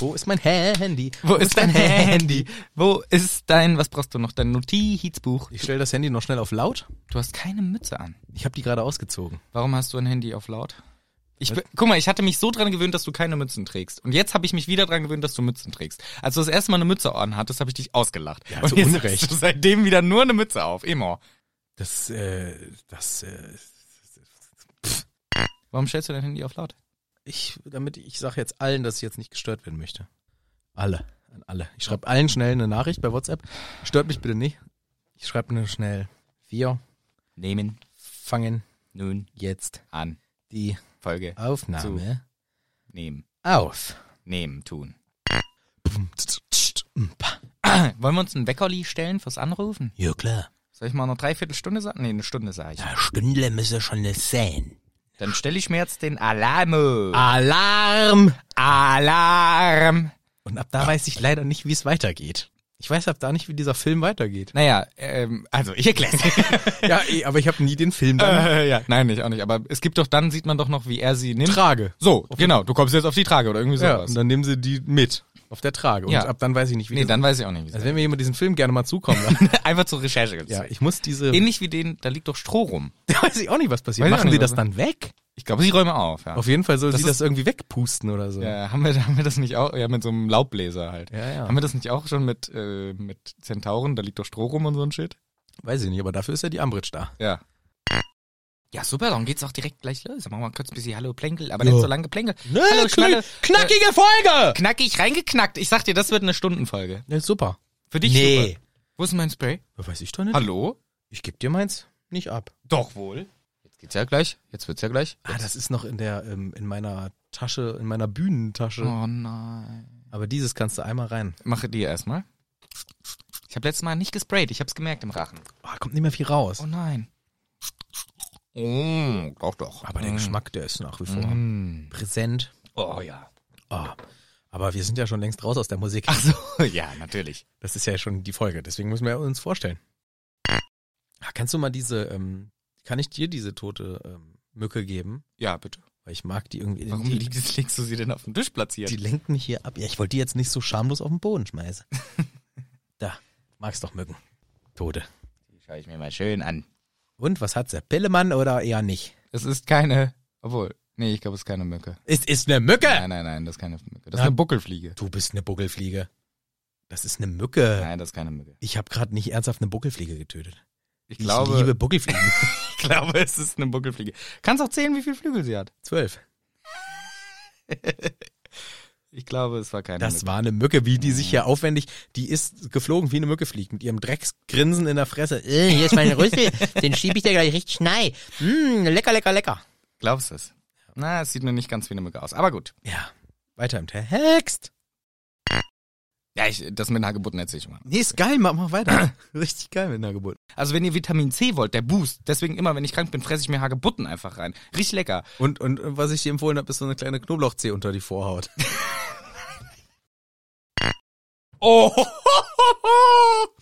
[SPEAKER 5] Wo ist mein Handy?
[SPEAKER 2] Wo ist dein Handy? Wo ist dein, was brauchst du noch? Dein Notizbuch?
[SPEAKER 5] Ich stelle das Handy noch schnell auf laut.
[SPEAKER 2] Du hast keine Mütze an.
[SPEAKER 5] Ich habe die gerade ausgezogen.
[SPEAKER 2] Warum hast du ein Handy auf laut? Ich, be- guck mal, ich hatte mich so dran gewöhnt, dass du keine Mützen trägst. Und jetzt habe ich mich wieder dran gewöhnt, dass du Mützen trägst. Als du das erste Mal eine Mütze anhattest, habe ich dich ausgelacht. Ja,
[SPEAKER 5] zu
[SPEAKER 2] und jetzt
[SPEAKER 5] Unrecht.
[SPEAKER 2] hast du seitdem wieder nur eine Mütze auf. Immer.
[SPEAKER 5] Das, äh, das, äh,
[SPEAKER 2] Warum stellst du dein Handy auf laut?
[SPEAKER 5] ich, damit ich sage jetzt allen, dass ich jetzt nicht gestört werden möchte. Alle, an alle. Ich schreibe allen schnell eine Nachricht bei WhatsApp. Stört mich bitte nicht. Ich schreibe nur schnell. Wir
[SPEAKER 2] Nehmen
[SPEAKER 5] fangen
[SPEAKER 2] nun
[SPEAKER 5] jetzt
[SPEAKER 2] an.
[SPEAKER 5] die
[SPEAKER 2] Folge
[SPEAKER 5] Aufnahme
[SPEAKER 2] nehmen.
[SPEAKER 5] auf.
[SPEAKER 2] Nehmen tun.
[SPEAKER 5] Pa.
[SPEAKER 2] Wollen wir uns einen Weckerli stellen fürs Anrufen?
[SPEAKER 5] Ja klar.
[SPEAKER 2] Soll ich mal noch dreiviertel Stunde sagen? Nee, eine Stunde sage ich.
[SPEAKER 5] Eine Stunde müsse schon das sein.
[SPEAKER 2] Dann stelle ich mir jetzt den Alarm.
[SPEAKER 1] Ah.
[SPEAKER 5] Alarm!
[SPEAKER 2] Alarm.
[SPEAKER 5] Und ab da weiß ich leider nicht, wie es weitergeht.
[SPEAKER 1] Ich weiß ab da nicht, wie dieser Film weitergeht.
[SPEAKER 2] Naja, ähm, also ich erkläre
[SPEAKER 1] ja, eh, aber ich habe nie den Film dann
[SPEAKER 2] äh, ja. Nein, nicht, auch nicht. Aber es gibt doch, dann sieht man doch noch, wie er sie nimmt.
[SPEAKER 1] Trage.
[SPEAKER 2] so, genau. Du kommst jetzt auf die Trage oder irgendwie
[SPEAKER 1] Ja,
[SPEAKER 2] sowas.
[SPEAKER 1] und dann nehmen sie die mit auf der Trage. Und
[SPEAKER 2] Ja.
[SPEAKER 1] ab dann weiß ich nicht, wie
[SPEAKER 2] nee,
[SPEAKER 1] das
[SPEAKER 2] dann weiß ich auch nicht. Wie
[SPEAKER 1] Also
[SPEAKER 2] also,
[SPEAKER 1] wenn mir jemand diesen Film gerne mal zukommen lässt.
[SPEAKER 2] Einfach zur Recherche.
[SPEAKER 1] ja, ich muss diese...
[SPEAKER 2] Ähnlich wie den, da liegt doch Stroh rum.
[SPEAKER 1] Da weiß ich auch nicht, was passiert.
[SPEAKER 2] Weiß ich auch
[SPEAKER 1] Machen
[SPEAKER 2] nicht,
[SPEAKER 1] die das
[SPEAKER 2] was-
[SPEAKER 1] dann weg?
[SPEAKER 2] Ich glaube, sie räumen auf. Ja.
[SPEAKER 1] Auf jeden Fall soll
[SPEAKER 2] Das
[SPEAKER 1] sie das
[SPEAKER 2] ist-
[SPEAKER 1] irgendwie wegpusten oder so.
[SPEAKER 2] Ja, haben wir, haben wir das nicht auch, ja, mit so einem Laubbläser halt.
[SPEAKER 1] Ja, ja.
[SPEAKER 2] Haben wir das nicht auch schon mit, äh, mit Zentauren, da liegt doch Stroh rum und so ein Shit?
[SPEAKER 1] Weiß ich nicht, aber dafür ist ja die Ambridge da.
[SPEAKER 2] Ja. Ja, super, dann geht's auch direkt gleich los. Dann machen wir kurz ein bisschen Hallo Plänkel, aber
[SPEAKER 1] Ja.
[SPEAKER 2] nicht so lange Geplänkel.
[SPEAKER 1] Ne,
[SPEAKER 2] Hallo,
[SPEAKER 1] kn-
[SPEAKER 2] Schnalle.
[SPEAKER 1] knackige Folge!
[SPEAKER 2] Knackig reingeknackt. Ich sag dir, das wird eine Stundenfolge.
[SPEAKER 1] Ja, super.
[SPEAKER 2] Für dich
[SPEAKER 1] Nee.
[SPEAKER 2] super. Wo ist denn mein Spray?
[SPEAKER 1] Weiß ich doch nicht.
[SPEAKER 2] Hallo?
[SPEAKER 1] Ich geb dir meins nicht ab.
[SPEAKER 2] Doch wohl. Jetzt geht's ja gleich. Jetzt wird's ja gleich.
[SPEAKER 1] Ah, das ist noch in der, ähm, in meiner Tasche, in meiner Bühnentasche.
[SPEAKER 2] Oh nein.
[SPEAKER 1] Aber dieses kannst du einmal rein.
[SPEAKER 2] Mache dir erstmal. Ich habe letztes Mal nicht gesprayt. Ich hab's gemerkt im Rachen.
[SPEAKER 1] Oh, kommt nicht mehr viel raus.
[SPEAKER 2] Oh nein. Oh, doch doch.
[SPEAKER 1] Aber der Geschmack, der ist nach wie vor
[SPEAKER 2] Mm.
[SPEAKER 1] präsent.
[SPEAKER 2] Oh ja.
[SPEAKER 1] Oh. Aber wir sind ja schon längst raus aus der Musik.
[SPEAKER 2] Ach so, ja, natürlich.
[SPEAKER 1] Das ist ja schon die Folge, deswegen müssen wir uns vorstellen. Ah, Kannst du mal diese, ähm, kann ich dir diese tote ähm, Mücke geben?
[SPEAKER 2] Ja, bitte.
[SPEAKER 1] Weil ich mag die irgendwie.
[SPEAKER 2] Warum
[SPEAKER 1] die,
[SPEAKER 2] liegst, legst du sie denn auf den Tisch platziert?
[SPEAKER 1] die lenkt mich hier ab. Ja, ich wollte die jetzt nicht so schamlos auf den Boden schmeißen. da, magst doch Mücken. Tote.
[SPEAKER 2] Die schaue ich mir mal schön an.
[SPEAKER 1] Und was hat der Pillemann oder eher nicht?
[SPEAKER 2] Es ist keine, obwohl, nee, ich glaube, es ist keine Mücke.
[SPEAKER 1] Es ist eine Mücke!
[SPEAKER 2] Nein, nein, nein, das ist keine Mücke. Das ist
[SPEAKER 1] Na.
[SPEAKER 2] eine Buckelfliege.
[SPEAKER 1] Du bist eine Buckelfliege. Das ist eine Mücke.
[SPEAKER 2] Nein, das ist keine Mücke.
[SPEAKER 1] Ich habe gerade nicht ernsthaft eine Buckelfliege getötet.
[SPEAKER 2] Ich
[SPEAKER 1] Ich
[SPEAKER 2] glaube,
[SPEAKER 1] liebe Buckelfliegen.
[SPEAKER 2] ich glaube, es ist eine Buckelfliege. Kannst auch zählen, wie viele Flügel sie hat.
[SPEAKER 1] Zwölf.
[SPEAKER 2] Ich glaube, es war keine
[SPEAKER 1] Das
[SPEAKER 2] Mücke.
[SPEAKER 1] war eine Mücke, Mhm. wie die sich hier aufwendig, die ist geflogen, wie eine Mücke fliegt, mit ihrem Drecksgrinsen in der Fresse. Äh, hier ist mein Rüssel, den schiebe ich dir gleich richtig schnei. Mm, lecker, lecker, lecker.
[SPEAKER 2] Glaubst du es? Na, es sieht nur nicht ganz wie eine Mücke aus. Aber gut.
[SPEAKER 1] Ja, weiter im Text.
[SPEAKER 2] Ja, ich, das mit Hagebutten erzähl ich mal.
[SPEAKER 1] Nee, ist geil, mach mal weiter. richtig geil mit einer Geburt.
[SPEAKER 2] Also, wenn ihr Vitamin C wollt, der Boost, deswegen immer, wenn ich krank bin, fresse ich mir Hagebutten einfach rein. Riecht lecker.
[SPEAKER 1] Und, und und was ich dir empfohlen habe, ist so eine kleine Knoblauchzehe unter die Vorhaut.
[SPEAKER 2] Oh!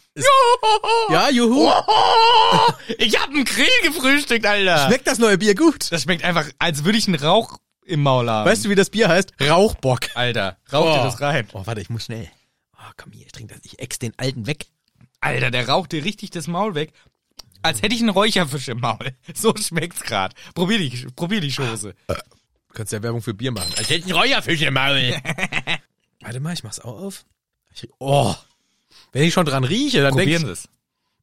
[SPEAKER 1] Ja, juhu.
[SPEAKER 2] Oh, ich hab einen Grill gefrühstückt, Alter.
[SPEAKER 1] Schmeckt das neue Bier gut?
[SPEAKER 2] das schmeckt einfach, als würde ich einen Rauch im Maul haben.
[SPEAKER 1] Weißt du, wie das Bier heißt? Rauchbock.
[SPEAKER 2] Alter, rauch dir
[SPEAKER 1] Oh.
[SPEAKER 2] das rein.
[SPEAKER 1] Oh, warte, ich muss schnell. Oh, komm hier, ich trinke das. Ich ex den alten weg.
[SPEAKER 2] Alter, der raucht dir richtig das Maul weg. Als hätte ich einen Räucherfisch im Maul. So schmeckt's grad. Probier die, probier die Chose.
[SPEAKER 1] Du kannst ja Werbung für Bier machen.
[SPEAKER 2] Als hätte ich einen Räucherfisch im Maul.
[SPEAKER 1] Warte mal, ich mach's auch auf. Ich, oh, wenn ich schon dran rieche, dann denk
[SPEAKER 2] Probieren
[SPEAKER 1] ich,
[SPEAKER 2] Sie es.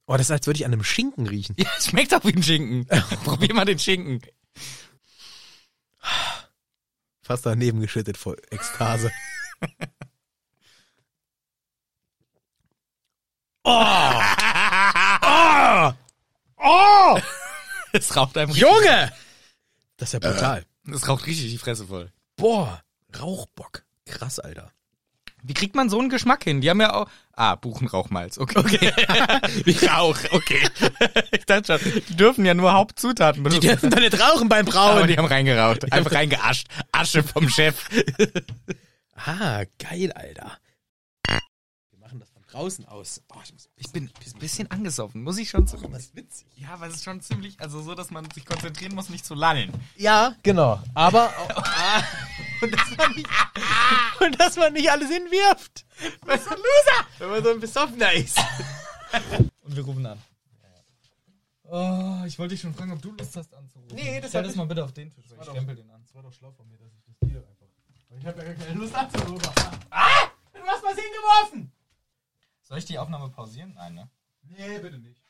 [SPEAKER 1] oh, das ist, als würde ich an einem Schinken riechen.
[SPEAKER 2] Ja, schmeckt auch wie ein Schinken. Probier mal den Schinken.
[SPEAKER 1] Fast daneben geschüttet vor Ekstase. Oh. Oh.
[SPEAKER 2] Es raucht einem richtig,
[SPEAKER 1] Junge! Das ist ja brutal.
[SPEAKER 2] es raucht richtig die Fresse voll.
[SPEAKER 1] Boah, Rauchbock. Krass, Alter.
[SPEAKER 2] Wie kriegt man so einen Geschmack hin? Die haben ja auch. Ah, Buchenrauchmalz. Okay. okay. Rauch, okay. ich dachte schon, die dürfen ja nur Hauptzutaten benutzen. Die
[SPEAKER 1] dürfen doch nicht rauchen beim
[SPEAKER 2] aber
[SPEAKER 1] Brauen.
[SPEAKER 2] die haben reingeraucht. Einfach reingeascht. Asche vom Chef.
[SPEAKER 1] Ah, geil, Alter. Wir machen das von draußen aus. Boah, ich muss,
[SPEAKER 2] Ich bin ein bisschen angesoffen, muss ich schon zugeben.
[SPEAKER 1] ist witzig.
[SPEAKER 2] Ja, aber es ist schon ziemlich, also so, dass man sich konzentrieren muss, nicht zu lallen.
[SPEAKER 1] Ja, genau. Aber,
[SPEAKER 2] Und das war nicht.
[SPEAKER 1] und dass man nicht alles hinwirft.
[SPEAKER 2] Was ein Loser!
[SPEAKER 1] Wenn man so ein Besoffener ist.
[SPEAKER 2] Und wir rufen an. Oh, ich wollte dich schon fragen, ob du Lust hast anzurufen. Nee, das Stell das mal bitte auf den Tisch, ich stempel den an. Das war doch schlau von mir, dass ich das hier einfach. Ich habe ja gar keine Lust anzurufen. Ah! Du hast was hingeworfen! Soll ich die Aufnahme pausieren? Nein, ne? Nee, bitte nicht.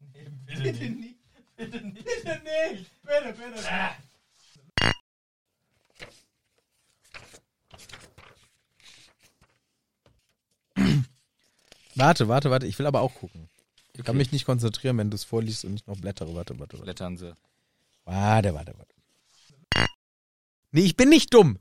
[SPEAKER 2] Nee, bitte, nicht. Bitte nicht. Bitte nicht. Bitte, bitte. Ah.
[SPEAKER 6] Warte, warte, warte, ich will aber auch gucken. Ich kann
[SPEAKER 2] Okay.
[SPEAKER 6] mich nicht konzentrieren, wenn du es vorliest und ich noch blättere. Warte, warte, warte.
[SPEAKER 2] Blättern sie.
[SPEAKER 6] Warte, warte, warte. Nee, ich bin nicht dumm.